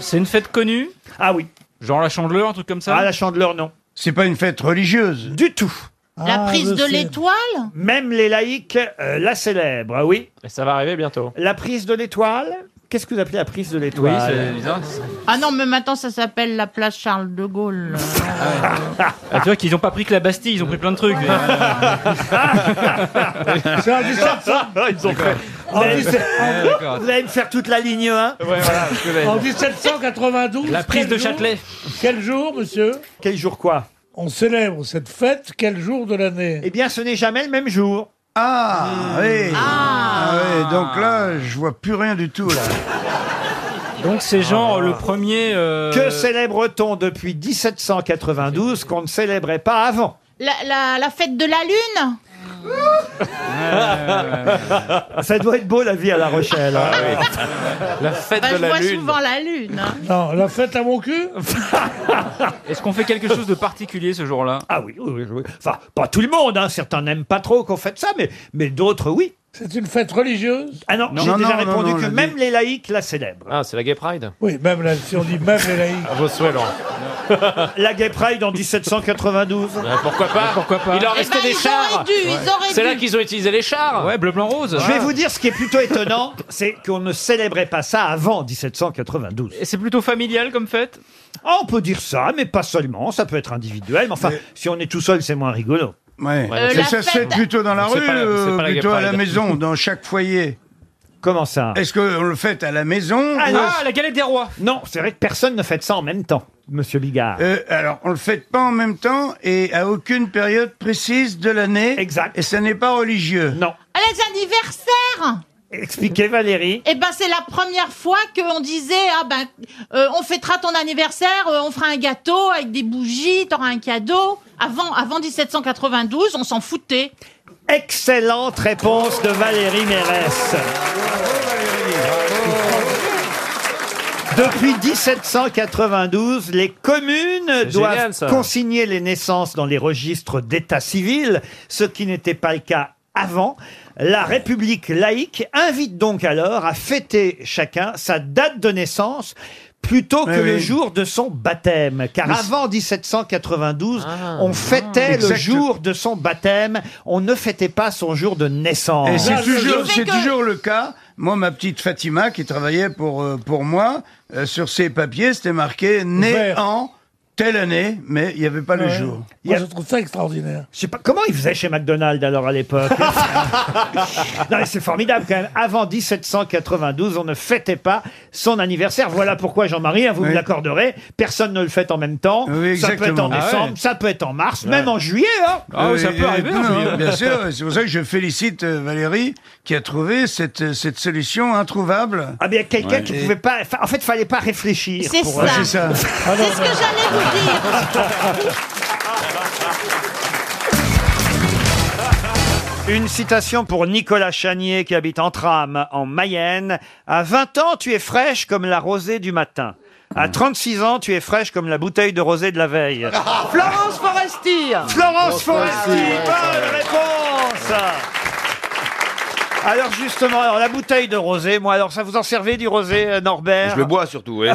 [SPEAKER 8] C'est une fête connue
[SPEAKER 1] Ah oui.
[SPEAKER 8] Genre la chandeleur, un truc comme ça
[SPEAKER 1] Ah, la chandeleur, non.
[SPEAKER 11] C'est pas une fête religieuse. Ah,
[SPEAKER 1] Du tout.
[SPEAKER 9] La prise de l'étoile.
[SPEAKER 1] Même les laïcs euh, la célèbrent, ah oui.
[SPEAKER 8] Et ça va arriver bientôt.
[SPEAKER 1] La prise de l'étoile Qu'est-ce que vous appelez la prise de
[SPEAKER 8] Oui,
[SPEAKER 1] l'étoile
[SPEAKER 8] c'est bizarre.
[SPEAKER 9] Ah non, mais maintenant ça s'appelle la place Charles
[SPEAKER 1] [laughs]
[SPEAKER 9] de Gaulle.
[SPEAKER 8] Ah, tu vois qu'ils n'ont pas pris que la Bastille, ils ont pris plein de trucs. euh,
[SPEAKER 1] [laughs] C'est un 17,
[SPEAKER 8] [laughs]
[SPEAKER 1] ça Ils ont fait. Vous allez,
[SPEAKER 8] Ouais, Ah, d'accord.
[SPEAKER 1] vous allez me faire toute la ligne 1
[SPEAKER 8] Ouais, voilà, je connais.
[SPEAKER 10] En 1792.
[SPEAKER 8] La prise
[SPEAKER 10] quel
[SPEAKER 8] de
[SPEAKER 10] jour-
[SPEAKER 8] Châtelet.
[SPEAKER 10] Quel jour, monsieur
[SPEAKER 1] Quel jour quoi
[SPEAKER 10] On célèbre cette fête, quel jour de l'année
[SPEAKER 1] Eh bien, ce n'est jamais le même jour. Hmm.
[SPEAKER 11] Ah, oui. Ah oui, donc là, je vois plus rien du tout. Là.
[SPEAKER 8] Donc c'est genre le premier. euh,
[SPEAKER 1] Ah. Que célèbre-t-on depuis 1792 qu'on ne célébrait pas avant
[SPEAKER 9] La, la- la fête de la Lune
[SPEAKER 1] [laughs] Ça doit être beau la vie à La Rochelle. hein.
[SPEAKER 8] Ah La fête
[SPEAKER 9] Bah, Je vois souvent la Lune. hein.
[SPEAKER 10] Non, la fête à mon cul
[SPEAKER 8] Est-ce qu'on fait quelque chose de particulier ce jour-là
[SPEAKER 1] Ah oui, oui, oui, oui. Enfin, pas tout le monde, hein. certains n'aiment pas trop qu'on fête ça, mais, mais d'autres oui.
[SPEAKER 10] C'est une fête religieuse
[SPEAKER 1] Ah non,
[SPEAKER 10] Non,
[SPEAKER 1] j'ai
[SPEAKER 10] non,
[SPEAKER 1] déjà
[SPEAKER 10] non,
[SPEAKER 1] répondu
[SPEAKER 10] non,
[SPEAKER 1] que
[SPEAKER 10] la-
[SPEAKER 1] même les laïcs la célèbrent.
[SPEAKER 8] Ah, c'est la Gay Pride
[SPEAKER 10] Oui, même là, si on dit même les laïcs.
[SPEAKER 8] À vos souhaits, Laurent.
[SPEAKER 1] [laughs] La Gay Pride en 1792.
[SPEAKER 8] Pourquoi pas Pourquoi pas
[SPEAKER 25] Il leur restait
[SPEAKER 9] ben,
[SPEAKER 25] des
[SPEAKER 9] ils
[SPEAKER 25] chars.
[SPEAKER 9] auraient dû, ils auraient
[SPEAKER 25] C'est là
[SPEAKER 9] dû.
[SPEAKER 25] qu'ils ont utilisé les chars.
[SPEAKER 8] Ouais, bleu, blanc, rose.
[SPEAKER 1] Je vais vous dire ce qui est plutôt
[SPEAKER 8] [laughs]
[SPEAKER 1] étonnant, c'est qu'on ne célébrait pas ça avant 1792.
[SPEAKER 8] Et c'est plutôt familial comme fête
[SPEAKER 1] Ah, on peut dire ça, mais pas seulement, ça peut être individuel, mais enfin, si on est tout seul, c'est moins rigolo.
[SPEAKER 11] Ouais.
[SPEAKER 1] Euh,
[SPEAKER 11] Et
[SPEAKER 1] la
[SPEAKER 11] ça se fait
[SPEAKER 1] fête-
[SPEAKER 11] plutôt dans la
[SPEAKER 1] C'est
[SPEAKER 11] rue,
[SPEAKER 1] pas la- c'est
[SPEAKER 11] euh,
[SPEAKER 1] pas la Gay
[SPEAKER 11] plutôt à la
[SPEAKER 1] Pride.
[SPEAKER 11] maison, dans chaque foyer.
[SPEAKER 1] Comment [laughs] ça
[SPEAKER 11] Est-ce qu'on le fait à la maison euh,
[SPEAKER 1] Ah,
[SPEAKER 11] ou-
[SPEAKER 1] non.
[SPEAKER 8] Ah, la galette des rois
[SPEAKER 1] Non, c'est vrai que personne ne fait ça en même temps, monsieur Bigard.
[SPEAKER 11] Euh, alors, on le fait pas en même temps et à aucune période précise de l'année.
[SPEAKER 1] Exact.
[SPEAKER 11] Et ça n'est pas religieux.
[SPEAKER 1] Non.
[SPEAKER 9] Ah, les anniversaires
[SPEAKER 1] Expliquez, Valérie.
[SPEAKER 9] Eh ben, c'est la première fois qu'on disait ah ben, euh, on fêtera ton anniversaire, euh, on fera un gâteau avec des bougies, t'auras un cadeau. Avant, avant 1792, on s'en foutait.
[SPEAKER 1] Excellente réponse de Valérie Mérès. Depuis 1792, les communes doivent
[SPEAKER 8] génial, ça.
[SPEAKER 1] consigner les naissances dans les registres d'état civil, ce qui n'était pas le cas avant. La République laïque invite donc alors à fêter chacun sa date de naissance plutôt que
[SPEAKER 11] Oui,
[SPEAKER 1] le
[SPEAKER 11] oui.
[SPEAKER 1] jour de son baptême. Car
[SPEAKER 11] Mais Ah. c'est-
[SPEAKER 1] avant 1792, on fêtait le
[SPEAKER 11] Exact.
[SPEAKER 1] jour de son baptême. On ne fêtait pas son jour de naissance.
[SPEAKER 11] Et c'est toujours,
[SPEAKER 9] fait
[SPEAKER 11] c'est
[SPEAKER 9] que-
[SPEAKER 11] toujours le cas. Moi, ma petite Fatima, qui travaillait pour, euh, pour moi, euh, sur ses papiers, c'était marqué né
[SPEAKER 10] Vert.
[SPEAKER 11] en telle année, mais il n'y avait pas le
[SPEAKER 10] Ouais.
[SPEAKER 11] jour.
[SPEAKER 1] Il y
[SPEAKER 10] Moi,
[SPEAKER 1] a-
[SPEAKER 10] je trouve ça extraordinaire.
[SPEAKER 1] Je sais pas comment ils faisaient chez McDonald's alors à l'époque. non, mais c'est formidable quand même. Avant 1792, on ne fêtait pas son anniversaire. Voilà pourquoi Jean-Marie, hein, vous me
[SPEAKER 11] Oui.
[SPEAKER 1] l'accorderez, personne ne le fête en même temps.
[SPEAKER 11] Oui,
[SPEAKER 1] ça peut être en
[SPEAKER 11] exactement. Ah
[SPEAKER 1] décembre,
[SPEAKER 11] ouais.
[SPEAKER 1] ça peut être en mars, même en juillet. hein.
[SPEAKER 8] Ah oui, ça peut
[SPEAKER 11] Euh,
[SPEAKER 8] arriver,
[SPEAKER 11] non,
[SPEAKER 8] en juillet.
[SPEAKER 11] bien sûr, c'est pour ça que je félicite euh, Valérie qui a trouvé cette, euh, cette solution introuvable.
[SPEAKER 1] Ah bien, quelqu'un
[SPEAKER 11] Ouais.
[SPEAKER 1] qui
[SPEAKER 11] Et-
[SPEAKER 1] pouvait pas. fa- En fait, fallait pas réfléchir.
[SPEAKER 9] C'est
[SPEAKER 1] pour- euh,
[SPEAKER 11] Ouais,
[SPEAKER 9] ça.
[SPEAKER 11] Ah, c'est ça.
[SPEAKER 9] C'est ce que j'allais vous dire.
[SPEAKER 11] [laughs]
[SPEAKER 1] Une citation pour Nicolas Chanier qui habite en Tram, en Mayenne. À 20 ans, tu es fraîche comme la rosée du matin. À 36 ans, tu es fraîche comme la bouteille de rosée de la veille.
[SPEAKER 19] [laughs]
[SPEAKER 10] Ah,
[SPEAKER 19] Florence Foresti
[SPEAKER 26] Oh,
[SPEAKER 1] Florence Foresti, bonne réponse Alors justement, alors la bouteille de rosée, moi, alors ça vous en servez du rosé, euh, Norbert Bah [laughs]
[SPEAKER 10] Je le bois surtout, [laughs] oui.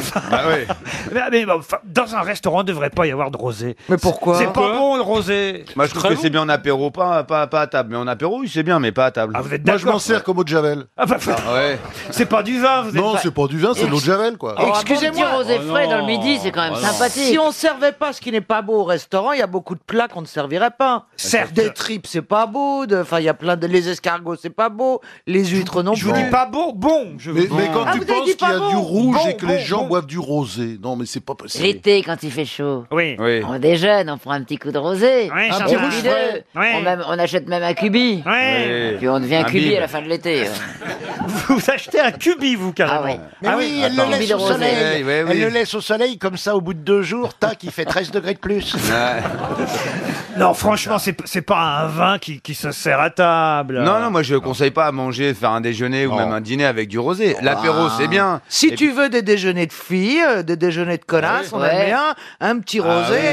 [SPEAKER 1] mais, mais, bon, enfin, dans un restaurant, il ne devrait pas y avoir de rosé. Mais pourquoi C'est pas
[SPEAKER 10] Pourquoi
[SPEAKER 1] bon le rosé.
[SPEAKER 10] Moi, je trouve que c'est bien en apéro, pas, pas, pas à table. Mais en apéro, oui, c'est bien, mais pas à table.
[SPEAKER 1] Ah, vous êtes Moi, je d'accord, m'en sers ouais.
[SPEAKER 10] comme eau de javel. Ah, ouais.
[SPEAKER 1] C'est pas du vin, vous
[SPEAKER 10] Non, c'est pas du vin,
[SPEAKER 1] c'est de l'eau Oh, de
[SPEAKER 10] javel, quoi.
[SPEAKER 19] Excusez-moi.
[SPEAKER 7] Petit rosé frais dans le midi, c'est quand même sympathique.
[SPEAKER 19] Si on servait pas ce qui n'est pas beau au restaurant, il y a beaucoup de plats qu'on ne servirait pas.
[SPEAKER 1] Certes.
[SPEAKER 19] Des tripes, c'est pas beau. de- Enfin, il y a plein de. Les escargots, c'est pas beau. Les huîtres non
[SPEAKER 1] Je
[SPEAKER 19] plus.
[SPEAKER 1] vous dis pas bon, bon. Je vous
[SPEAKER 19] Mais-
[SPEAKER 1] dis.
[SPEAKER 19] mais quand Ah, tu vous avez penses dit pas
[SPEAKER 26] qu'il y a du
[SPEAKER 19] bon.
[SPEAKER 26] rouge
[SPEAKER 19] Bon,
[SPEAKER 26] et que
[SPEAKER 19] bon,
[SPEAKER 26] les gens
[SPEAKER 19] bon.
[SPEAKER 26] boivent du rosé. Non, mais c'est pas possible.
[SPEAKER 7] L'été, quand il fait chaud,
[SPEAKER 1] oui.
[SPEAKER 7] on déjeune, on prend un petit coup de rosé.
[SPEAKER 26] Oui,
[SPEAKER 7] un
[SPEAKER 26] ça
[SPEAKER 7] petit
[SPEAKER 26] va.
[SPEAKER 7] coup d'œuf.
[SPEAKER 1] Oui.
[SPEAKER 7] on, même- on achète même un cubi.
[SPEAKER 1] Ouais.
[SPEAKER 7] Puis on devient
[SPEAKER 1] Eh. Un
[SPEAKER 7] cubi
[SPEAKER 1] bib.
[SPEAKER 7] à la fin de l'été.
[SPEAKER 1] [laughs]
[SPEAKER 7] Ah ouais.
[SPEAKER 1] Vous achetez un cubi, vous, carrément.
[SPEAKER 13] Ah,
[SPEAKER 2] Mais oui, elle
[SPEAKER 7] Attends.
[SPEAKER 2] le laisse au
[SPEAKER 7] Bidon rosé. Ouais,
[SPEAKER 2] soleil.
[SPEAKER 7] ouais,
[SPEAKER 2] Elle
[SPEAKER 7] oui.
[SPEAKER 2] le laisse au soleil, comme ça, au bout de deux jours, tac, il fait 13 degrés de
[SPEAKER 13] [laughs]
[SPEAKER 2] plus.
[SPEAKER 1] Non, franchement, c'est c'est pas un vin qui, qui se sert à table.
[SPEAKER 10] Non, non, moi, je conseille pas à manger, faire un déjeuner ou même un dîner avec du
[SPEAKER 19] Ah.
[SPEAKER 10] rosé. L'apéro,
[SPEAKER 1] Ah.
[SPEAKER 10] c'est bien.
[SPEAKER 19] Si
[SPEAKER 10] Et
[SPEAKER 19] tu veux des déjeuners de filles, euh, des déjeuners de connasses, on en
[SPEAKER 10] Ouais.
[SPEAKER 19] met un, un petit rosé,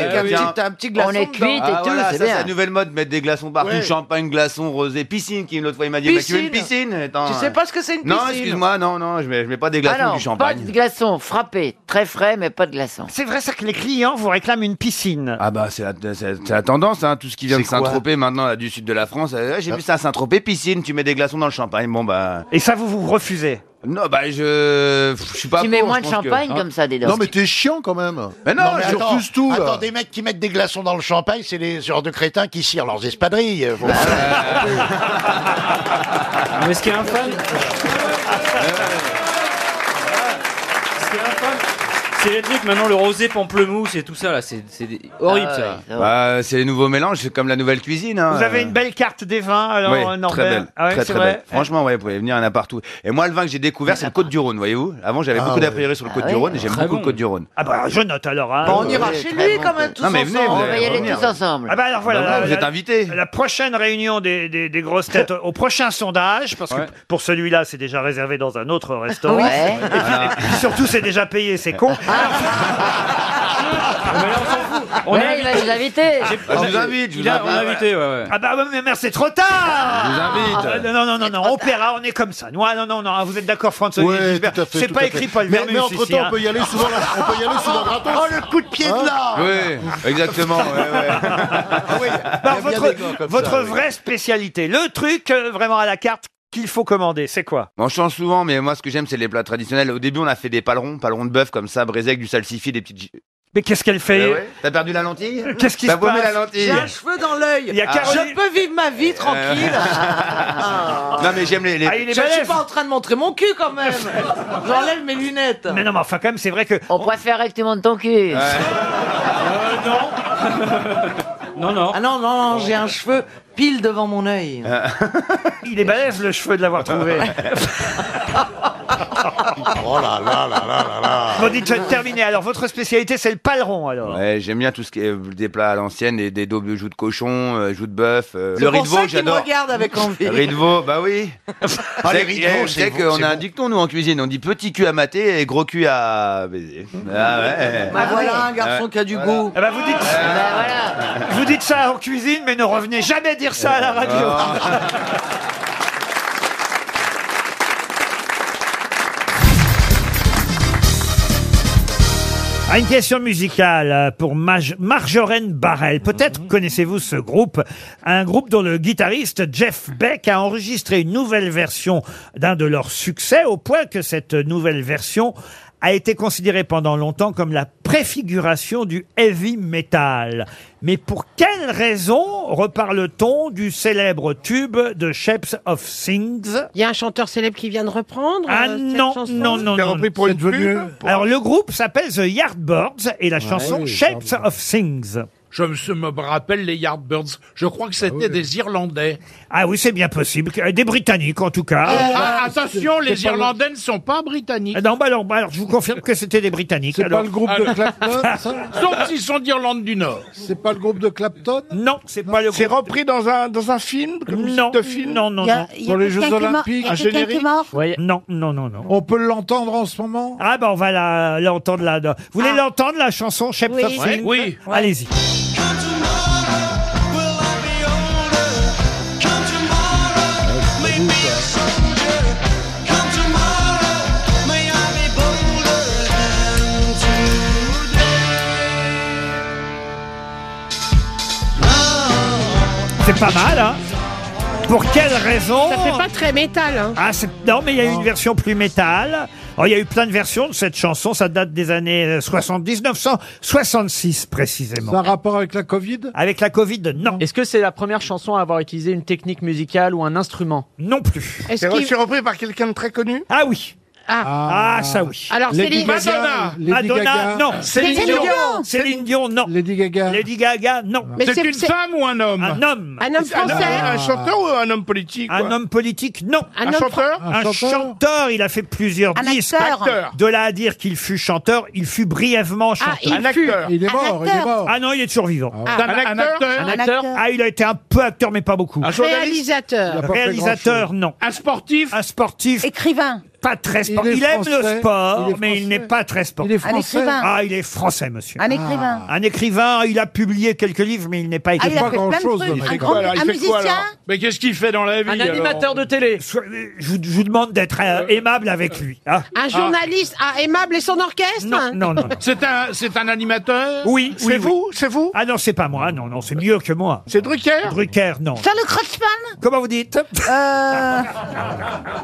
[SPEAKER 19] avec un, petit, un petit glaçon. dedans.
[SPEAKER 10] Ah, voilà, ça, c'est la nouvelle mode, mettre des glaçons partout, champagne, glaçon, rosé, piscine, qui l'autre fois il m'a dit, mais tu veux une
[SPEAKER 19] Piscine.
[SPEAKER 10] piscine Attends,
[SPEAKER 19] Tu sais pas ce que c'est une
[SPEAKER 10] Non,
[SPEAKER 19] piscine
[SPEAKER 10] excuse-moi, non, non, je mets, je mets pas des glaçons
[SPEAKER 7] Alors,
[SPEAKER 10] du champagne.
[SPEAKER 7] pas de glaçons, frappé, très frais, mais pas de glaçons.
[SPEAKER 1] C'est vrai ça que les clients vous réclament une piscine.
[SPEAKER 10] Ah bah c'est la, c'est- c'est la tendance, hein, tout ce qui vient de Saint-Tropez maintenant, là, du sud de la France. euh, J'ai vu ça à Saint-Tropez, piscine, tu mets des glaçons dans le champagne, bon bah...
[SPEAKER 1] Et ça vous vous refusez
[SPEAKER 10] Non, bah je... Je suis pas
[SPEAKER 7] Tu mets
[SPEAKER 10] pour,
[SPEAKER 7] moins
[SPEAKER 10] je
[SPEAKER 7] de
[SPEAKER 10] pense que-
[SPEAKER 7] champagne
[SPEAKER 10] hein.
[SPEAKER 7] comme ça, des
[SPEAKER 26] Non, mais t'es chiant quand même.
[SPEAKER 10] Mais non, je
[SPEAKER 26] attends,
[SPEAKER 10] refuse tout, là.
[SPEAKER 2] Attends, des mecs qui mettent des glaçons dans le champagne, c'est les genres de crétins qui cirent leurs espadrilles. euh, Faut-
[SPEAKER 13] Bah
[SPEAKER 23] Mais est-ce qu'il y a un fan C'est les trucs maintenant, le rosé pamplemousse et tout ça, là, c'est c'est des- horrible
[SPEAKER 1] Ah
[SPEAKER 23] ça.
[SPEAKER 10] Bah, c'est les nouveaux mélanges, c'est comme la nouvelle cuisine. hein.
[SPEAKER 1] Vous avez une belle carte des vins, alors,
[SPEAKER 10] Oui,
[SPEAKER 1] euh, Norbert
[SPEAKER 10] très belle,
[SPEAKER 1] Ah ouais,
[SPEAKER 10] très,
[SPEAKER 1] c'est
[SPEAKER 10] très
[SPEAKER 1] vrai
[SPEAKER 10] belle. Franchement, ouais, vous pouvez venir, il y en a partout. Et moi, le vin que j'ai découvert,
[SPEAKER 7] Ah,
[SPEAKER 10] c'est le Côte-du-Rhône, voyez-vous. Avant, j'avais
[SPEAKER 1] Ah
[SPEAKER 10] beaucoup
[SPEAKER 1] ouais.
[SPEAKER 10] d'a priori sur le
[SPEAKER 1] Ah
[SPEAKER 10] Côte-du-Rhône,
[SPEAKER 1] ouais.
[SPEAKER 10] et j'aime
[SPEAKER 1] Très
[SPEAKER 10] beaucoup
[SPEAKER 1] bon.
[SPEAKER 10] le Côte-du-Rhône.
[SPEAKER 1] Ah bah je note alors. hein.
[SPEAKER 10] Bah, on ira chez lui, quand même, tous Non, mais venez, ensemble. vous
[SPEAKER 7] On va y
[SPEAKER 10] allez
[SPEAKER 7] aller
[SPEAKER 10] revenir.
[SPEAKER 7] tous ensemble.
[SPEAKER 1] Ah bah alors voilà.
[SPEAKER 10] Bah
[SPEAKER 1] la-
[SPEAKER 10] voilà, vous
[SPEAKER 1] la-
[SPEAKER 10] êtes invité.
[SPEAKER 1] La prochaine réunion des, des- des grosses têtes, au prochain sondage, parce que
[SPEAKER 10] Ouais.
[SPEAKER 1] pour celui-là, c'est déjà réservé dans un autre restaurant.
[SPEAKER 7] Oui.
[SPEAKER 1] Et, puis,
[SPEAKER 10] Ah.
[SPEAKER 1] et puis surtout, c'est [laughs] déjà payé, c'est con.
[SPEAKER 7] On Ouais, est il va invité. nous inviter.
[SPEAKER 10] Ah, je vous invite, je vous invite.
[SPEAKER 1] Ah bah ouais, mais merde, c'est trop tard.
[SPEAKER 10] Je vous invite.
[SPEAKER 1] Ah, non non non non, on paiera, on est comme ça. Non non non non, vous êtes d'accord, François
[SPEAKER 26] Ouais,
[SPEAKER 1] Olivier Gisbert
[SPEAKER 26] tout à fait,
[SPEAKER 1] C'est
[SPEAKER 26] tout
[SPEAKER 1] pas
[SPEAKER 26] à
[SPEAKER 1] écrit
[SPEAKER 26] fait.
[SPEAKER 1] Paul
[SPEAKER 26] Mais-
[SPEAKER 1] Vermut
[SPEAKER 26] mais entre-temps,
[SPEAKER 1] ici, hein.
[SPEAKER 26] on peut y aller souvent là- on peut y aller souvent gratos.
[SPEAKER 2] Oh, le coup de
[SPEAKER 10] Hein
[SPEAKER 2] pied de
[SPEAKER 7] Ah,
[SPEAKER 2] là
[SPEAKER 10] Oui, exactement. ouais, ouais.
[SPEAKER 1] Alors,
[SPEAKER 10] Il y a bien
[SPEAKER 1] votre
[SPEAKER 10] des gars comme
[SPEAKER 1] votre
[SPEAKER 10] ça, oui.
[SPEAKER 1] vraie spécialité, le truc euh, vraiment à la carte qu'il faut commander, c'est quoi
[SPEAKER 10] Bon, je change souvent, mais moi, ce que j'aime, c'est les plats traditionnels. Au début, on a fait des palerons, palerons de bœuf comme ça, braisés avec du salsifis, des petites. Eh
[SPEAKER 1] Mais qu'est-ce qu'elle fait
[SPEAKER 10] ouais. T'as perdu la lentille
[SPEAKER 1] Qu'est-ce qui
[SPEAKER 10] T'as
[SPEAKER 1] se
[SPEAKER 10] paumé
[SPEAKER 1] passe
[SPEAKER 10] la lentille Ah Euh,
[SPEAKER 19] J'ai un cheveu dans l'œil.
[SPEAKER 1] Il y a Caroline-
[SPEAKER 19] Je peux vivre ma
[SPEAKER 10] [laughs]
[SPEAKER 19] vie tranquille.
[SPEAKER 10] Non, mais j'aime les. les-
[SPEAKER 1] Ah, il est
[SPEAKER 19] Je suis
[SPEAKER 1] balèze.
[SPEAKER 19] pas en train de montrer mon cul quand même. J'enlève mes lunettes.
[SPEAKER 1] Mais non, mais enfin quand même, c'est vrai que
[SPEAKER 7] On préférerait que tu montes ton cul.
[SPEAKER 1] Ah, [laughs]
[SPEAKER 23] Non, non.
[SPEAKER 19] Ah non, non, non, j'ai un cheveu pile devant mon œil.
[SPEAKER 10] Euh, Ben
[SPEAKER 1] [laughs] il est balèze le cheveu de l'avoir
[SPEAKER 10] [laughs]
[SPEAKER 1] trouvé.
[SPEAKER 26] Oh là là là là là là
[SPEAKER 1] Bon, dites terminé. Alors votre spécialité, c'est le paleron alors.
[SPEAKER 10] Ah. Ouais, j'aime bien tout ce qui est euh, des plats à l'ancienne, des, des daubes de joues de cochon, euh, joues de bœuf. euh,
[SPEAKER 19] C'est
[SPEAKER 10] le riz
[SPEAKER 19] pour
[SPEAKER 10] de
[SPEAKER 19] ça
[SPEAKER 10] veau,
[SPEAKER 19] qu'il me
[SPEAKER 10] j'adore.
[SPEAKER 19] regarde avec envie. Oh,
[SPEAKER 10] Le riz de veau, bah oui.
[SPEAKER 1] Ah,
[SPEAKER 2] les
[SPEAKER 10] C'est-
[SPEAKER 2] riz de
[SPEAKER 10] eh,
[SPEAKER 2] veau,
[SPEAKER 10] je
[SPEAKER 2] c'est
[SPEAKER 10] sais
[SPEAKER 2] bon,
[SPEAKER 10] qu'on
[SPEAKER 2] c'est
[SPEAKER 10] a un
[SPEAKER 2] bon.
[SPEAKER 10] dicton, nous, en cuisine. On dit petit cul à mater et gros cul à baiser. Ah ouais.
[SPEAKER 19] Bah voilà un garçon
[SPEAKER 10] Ouais.
[SPEAKER 19] qui a du goût.
[SPEAKER 1] Ah bah vous dites,
[SPEAKER 10] Ah.
[SPEAKER 1] vous dites ça en cuisine, mais ne revenez jamais dire ça à la radio.
[SPEAKER 10] Ah.
[SPEAKER 8] Ah.
[SPEAKER 1] Ah, une question musicale euh, pour Maj- Marjolaine Barrel. Peut-être connaissez-vous ce groupe, un groupe dont le guitariste Jeff Beck a enregistré une nouvelle version d'un de leurs succès, au point que cette nouvelle version a été considérée pendant longtemps comme la préfiguration du heavy metal. Mais pour quelle raison reparle-t-on du célèbre tube de Shapes of Things
[SPEAKER 27] Il y a un chanteur célèbre qui vient de reprendre
[SPEAKER 1] ah
[SPEAKER 27] euh, cette
[SPEAKER 1] non,
[SPEAKER 27] chanson
[SPEAKER 1] non, non, non.
[SPEAKER 26] pour une venue.
[SPEAKER 1] Alors le groupe s'appelle The Yardbirds et la chanson
[SPEAKER 27] oui,
[SPEAKER 1] Shapes of Things.
[SPEAKER 16] je me, je me rappelle les Yardbirds. Je crois que c'était des Irlandais.
[SPEAKER 1] Ah oui, c'est bien possible. que- Des Britanniques, en tout cas.
[SPEAKER 16] Ah, attention, les Irlandais ne sont pas britanniques.
[SPEAKER 1] Ah Non, bah non, bah alors je vous confirme que c'était des Britanniques.
[SPEAKER 16] C'est
[SPEAKER 1] alors. Ah,
[SPEAKER 16] pas le groupe de
[SPEAKER 1] [laughs]
[SPEAKER 16] Clapton, ça [laughs] Sauf s'ils sont d'Irlande du Nord.
[SPEAKER 1] C'est pas le groupe de Clapton Non, c'est pas le groupe.
[SPEAKER 11] C'est repris dans un, dans un film comme
[SPEAKER 1] Non,
[SPEAKER 11] musique de film
[SPEAKER 1] non, non,
[SPEAKER 11] Il y a-
[SPEAKER 1] non.
[SPEAKER 11] il y a Dans les quelqu'un Jeux qui est mort- Olympiques, il y a un quelqu'un générique qui est mort
[SPEAKER 1] Ouais. Non, non, non, non.
[SPEAKER 11] On peut l'entendre en ce moment
[SPEAKER 1] Ah bah on va la- l'entendre là. Vous voulez l'entendre la chanson Shape
[SPEAKER 11] Ah. Oui.
[SPEAKER 1] of
[SPEAKER 11] Ouais.
[SPEAKER 1] Things
[SPEAKER 11] Oui.
[SPEAKER 1] Allez-y. C'est pas mal, hein Pour quelle raison
[SPEAKER 27] Ça fait pas très métal, hein.
[SPEAKER 1] Ah, c'est- non, mais il y a eu une version plus métal. Alors, il y a eu plein de versions de cette chanson. Ça date des années euh, 70, 1966 précisément.
[SPEAKER 11] C'est un rapport avec la Covid
[SPEAKER 1] Avec la Covid, non.
[SPEAKER 4] Est-ce que c'est la première chanson à avoir utilisé une technique musicale ou un instrument
[SPEAKER 1] Non plus.
[SPEAKER 11] C'est re- c'est repris par quelqu'un de très connu
[SPEAKER 1] Ah oui
[SPEAKER 11] Ah,
[SPEAKER 1] Ah, ça oui.
[SPEAKER 27] Alors,
[SPEAKER 11] Lady Céline- Gaga,
[SPEAKER 1] Madonna,
[SPEAKER 11] Lady
[SPEAKER 1] Madonna,
[SPEAKER 11] Gaga.
[SPEAKER 1] non.
[SPEAKER 11] Céline Céline Dion. Dion.
[SPEAKER 1] Céline Dion, non.
[SPEAKER 11] Lady Gaga.
[SPEAKER 1] Lady Gaga, non. Ah,
[SPEAKER 11] Mais C'est c'est- une c'est- femme
[SPEAKER 1] ou un homme Un homme.
[SPEAKER 27] Un homme
[SPEAKER 11] Un,
[SPEAKER 27] français.
[SPEAKER 11] un chanteur ou un homme politique
[SPEAKER 1] Un
[SPEAKER 11] quoi
[SPEAKER 1] homme politique, non.
[SPEAKER 11] Un Un homme chanteur fran-
[SPEAKER 1] Un
[SPEAKER 11] un chanteur
[SPEAKER 1] chanteur, il a fait plusieurs
[SPEAKER 11] Un
[SPEAKER 1] disques.
[SPEAKER 11] acteur. Acteur.
[SPEAKER 1] De là à dire qu'il fut chanteur, il fut brièvement chanteur.
[SPEAKER 11] il Un fut. acteur. Il est Un mort, il est acteur. mort.
[SPEAKER 1] Ah non, il est toujours vivant.
[SPEAKER 11] ouais. Un Un acteur acteur Un acteur
[SPEAKER 1] Ah, il a été un peu acteur, mais pas beaucoup.
[SPEAKER 27] Réalisateur.
[SPEAKER 1] Réalisateur, non. Un sportif Un sportif. Écrivain Pas très sportif. Il,
[SPEAKER 11] Il est
[SPEAKER 1] aime
[SPEAKER 11] français.
[SPEAKER 1] le sport,
[SPEAKER 11] Il est
[SPEAKER 1] mais il n'est pas très sportif. Il est
[SPEAKER 11] français. Un écrivain.
[SPEAKER 1] Ah, il est français, monsieur. Ah.
[SPEAKER 11] Un écrivain.
[SPEAKER 1] Un écrivain, il a publié quelques livres, mais il n'est pas
[SPEAKER 11] Ah, il a
[SPEAKER 1] écrivain.
[SPEAKER 11] fait Pas grand-chose, plein de le trucs. mec. Un grand-
[SPEAKER 1] alors
[SPEAKER 11] un musicien
[SPEAKER 1] Mais qu'est-ce qu'il fait dans la vie
[SPEAKER 4] Un animateur de télé.
[SPEAKER 1] je vous, je vous demande d'être euh, aimable avec lui. hein.
[SPEAKER 27] Un journaliste ah, aimable et son orchestre
[SPEAKER 1] Non, non, non.
[SPEAKER 16] C'est un, c'est un animateur
[SPEAKER 1] Oui,
[SPEAKER 16] C'est vous
[SPEAKER 1] C'est vous Ah non, c'est pas moi. Non, non, c'est mieux que moi. C'est Drucker Drucker, non.
[SPEAKER 27] le Euh. Crotchman
[SPEAKER 1] Comment vous dites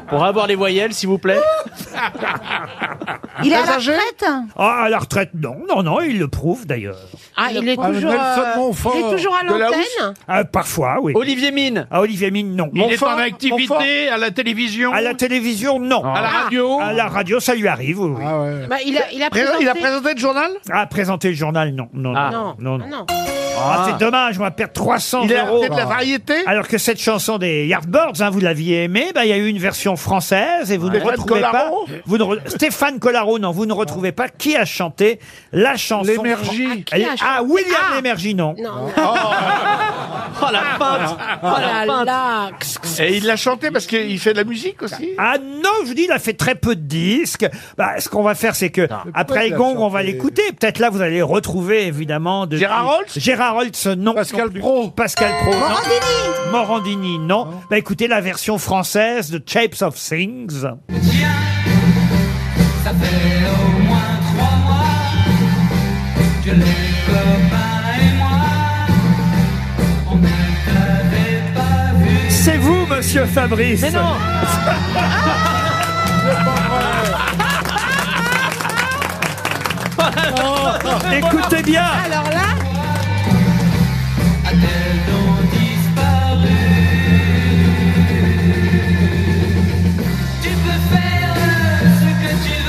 [SPEAKER 4] Pour avoir les voyelles, s'il vous plaît.
[SPEAKER 1] Il est à la retraite Ah, à la retraite, [laughs] non. Non, non, il le prouve d'ailleurs.
[SPEAKER 27] Ah, il est toujours, euh, il est toujours à l'antenne
[SPEAKER 1] Ah, Parfois, oui. Olivier Mine Ah, Olivier Mine, non.
[SPEAKER 16] Il est en activité à la télévision
[SPEAKER 1] À la télévision, non.
[SPEAKER 16] À la radio
[SPEAKER 1] À la radio, ça lui arrive, oui. oui.
[SPEAKER 27] Ah. Bah, il, a, il a
[SPEAKER 1] Pré-
[SPEAKER 27] présenté...
[SPEAKER 1] il a présenté
[SPEAKER 27] le journal
[SPEAKER 1] Ah, présenter le journal, non. Non,
[SPEAKER 27] Ah.
[SPEAKER 1] non.
[SPEAKER 27] Non.
[SPEAKER 1] non, non.
[SPEAKER 27] Non.
[SPEAKER 1] Ah,
[SPEAKER 11] Ah.
[SPEAKER 1] c'est dommage, on va perdre 300
[SPEAKER 11] Il a
[SPEAKER 1] euros. Ah.
[SPEAKER 11] fait de la variété
[SPEAKER 1] Alors que cette chanson des Yardbirds, hein, vous l'aviez aimée, bah, il y a eu une version française et vous ne
[SPEAKER 11] Stéphane
[SPEAKER 1] retrouvez
[SPEAKER 11] Collaro
[SPEAKER 1] pas. Vous ne re- Stéphane Collaro, non, vous ne retrouvez pas qui a chanté la chanson.
[SPEAKER 11] L'Émergie.
[SPEAKER 1] Ah, qui a Ah, William L'Émergie, non. [laughs]
[SPEAKER 4] Oh la pinte
[SPEAKER 10] Ah.
[SPEAKER 4] Oh
[SPEAKER 1] Ah
[SPEAKER 4] la
[SPEAKER 8] [laughs]
[SPEAKER 27] là
[SPEAKER 11] Et il l'a chanté parce qu'il fait de la musique aussi
[SPEAKER 1] Ah non, je vous dis, il a fait très peu de disques. Bah, ce qu'on va faire, c'est que
[SPEAKER 11] Pourquoi
[SPEAKER 1] après
[SPEAKER 11] il l'a
[SPEAKER 1] Gong, on va
[SPEAKER 11] chanté
[SPEAKER 1] l'écouter. Peut-être là, vous allez retrouver évidemment. De
[SPEAKER 11] Gérard Holtz
[SPEAKER 1] Gérard Holtz, non. Pascal Pro. Pascal Pro. non. Morandini, non. Bah écoutez la version française de Shapes of Things.
[SPEAKER 8] Ça fait au moins trois mois que les copains et moi, on ne t'avait pas vu.
[SPEAKER 1] C'est vous, monsieur Fabrice.
[SPEAKER 8] Mais non Oh,
[SPEAKER 1] Écoutez bien.
[SPEAKER 27] Alors là
[SPEAKER 8] A-t-elle donc disparu Tu peux faire ce que tu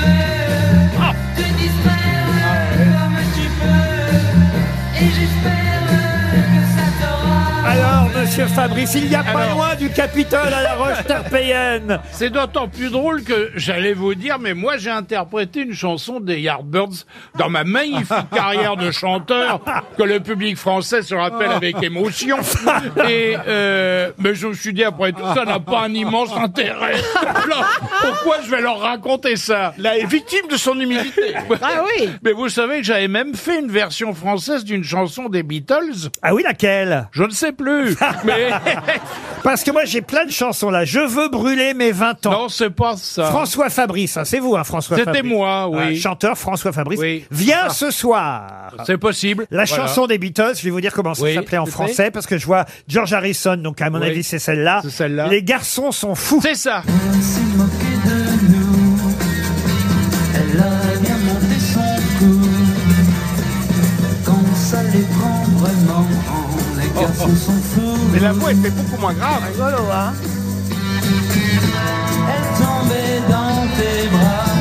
[SPEAKER 11] Ah.
[SPEAKER 8] veux, te distraire comme tu peux, et j'espère que ça t'aura.
[SPEAKER 1] Alors, monsieur Fabrice, il n'y a pas loin du Capitole à la Roche-Terpéienne.
[SPEAKER 16] C'est d'autant plus drôle que j'allais vous dire, mais moi j'ai interprété une chanson des Yardbirds dans ma magnifique
[SPEAKER 1] [laughs]
[SPEAKER 16] carrière de chanteur que le public français se rappelle avec
[SPEAKER 1] [laughs]
[SPEAKER 16] émotion. Et euh, mais je me suis dit après tout ça n'a pas un immense intérêt. Alors, pourquoi je vais leur raconter ça La victime de son humilité.
[SPEAKER 27] [laughs] Ah oui.
[SPEAKER 16] Mais vous savez que j'avais même fait une version française d'une chanson des Beatles.
[SPEAKER 1] Ah oui, laquelle
[SPEAKER 16] Je ne
[SPEAKER 1] [laughs]
[SPEAKER 16] sais plus. Mais
[SPEAKER 1] Parce que moi, j'ai plein de chansons là. Je veux brûler mes 20 ans.
[SPEAKER 16] non, c'est pas ça.
[SPEAKER 1] François Fabrice, hein, c'est vous, hein, François
[SPEAKER 16] C'était
[SPEAKER 1] Fabrice.
[SPEAKER 16] moi, oui. Ah.
[SPEAKER 1] Ah, chanteur François Fabrice. Vient ce soir.
[SPEAKER 16] C'est possible.
[SPEAKER 1] La
[SPEAKER 16] Voilà.
[SPEAKER 1] chanson des Beatles, je vais vous dire comment
[SPEAKER 16] Oui,
[SPEAKER 1] ça s'appelait en
[SPEAKER 16] je sais.
[SPEAKER 1] français, parce que je vois George Harrison, donc à mon
[SPEAKER 16] Oui.
[SPEAKER 1] avis c'est celle-là. Les garçons sont fous.
[SPEAKER 16] C'est ça.
[SPEAKER 8] Elle s'est moquée de nous. Elle a bien monté son coup. Quand ça les prend vraiment, les garçons sont fous.
[SPEAKER 11] Mais la voix était beaucoup moins grave.
[SPEAKER 8] Elle tombait dans tes bras.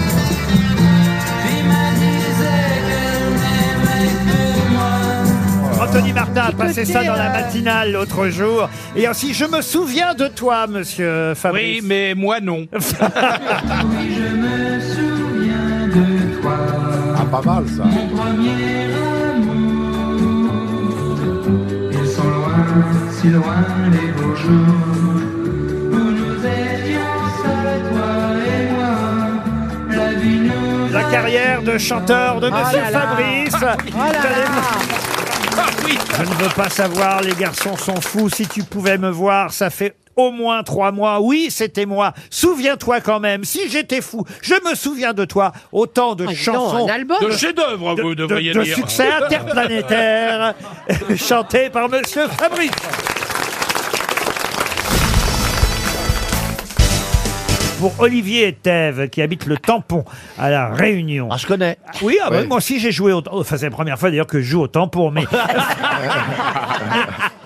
[SPEAKER 8] Puis m'a disait qu'elle n'aimait que moi.
[SPEAKER 1] Anthony passé ça dans
[SPEAKER 28] euh.
[SPEAKER 1] la matinale l'autre jour. Et aussi, je me souviens de toi, monsieur
[SPEAKER 28] Oui,
[SPEAKER 1] Fabrice.
[SPEAKER 28] mais moi
[SPEAKER 1] [laughs]
[SPEAKER 28] non.
[SPEAKER 16] Ah,
[SPEAKER 8] Oui, je me souviens de toi.
[SPEAKER 29] Ah, pas mal ça.
[SPEAKER 8] Mon premier amour. Ils sont loin, si loin les beaux jours. Où nous étions seuls, toi et moi. La vie nous.
[SPEAKER 1] La carrière de chanteur de
[SPEAKER 11] Ah
[SPEAKER 8] Oh
[SPEAKER 1] monsieur
[SPEAKER 8] là là.
[SPEAKER 1] Fabrice.
[SPEAKER 8] Oh là
[SPEAKER 1] Vous allez-
[SPEAKER 8] oui.
[SPEAKER 1] Je ne veux pas savoir, les garçons sont fous. Si tu pouvais me voir, ça fait au moins trois mois. Oui, c'était moi. Souviens-toi quand même. Si j'étais fou, je me souviens de toi. Autant de chansons.
[SPEAKER 28] Ah, un album. De chefs-d'œuvre, vous
[SPEAKER 1] de-
[SPEAKER 28] devriez
[SPEAKER 1] de
[SPEAKER 28] dire.
[SPEAKER 1] succès interplanétaire, chanté par monsieur Fabrice. Pour Olivier et Thèves, qui habitent le tampon à La Réunion. Ah, je connais. Oui, ah bah,
[SPEAKER 8] Ouais.
[SPEAKER 1] moi aussi j'ai joué au tampon. Enfin, c'est la première fois d'ailleurs que je joue au tampon, [laughs] mais.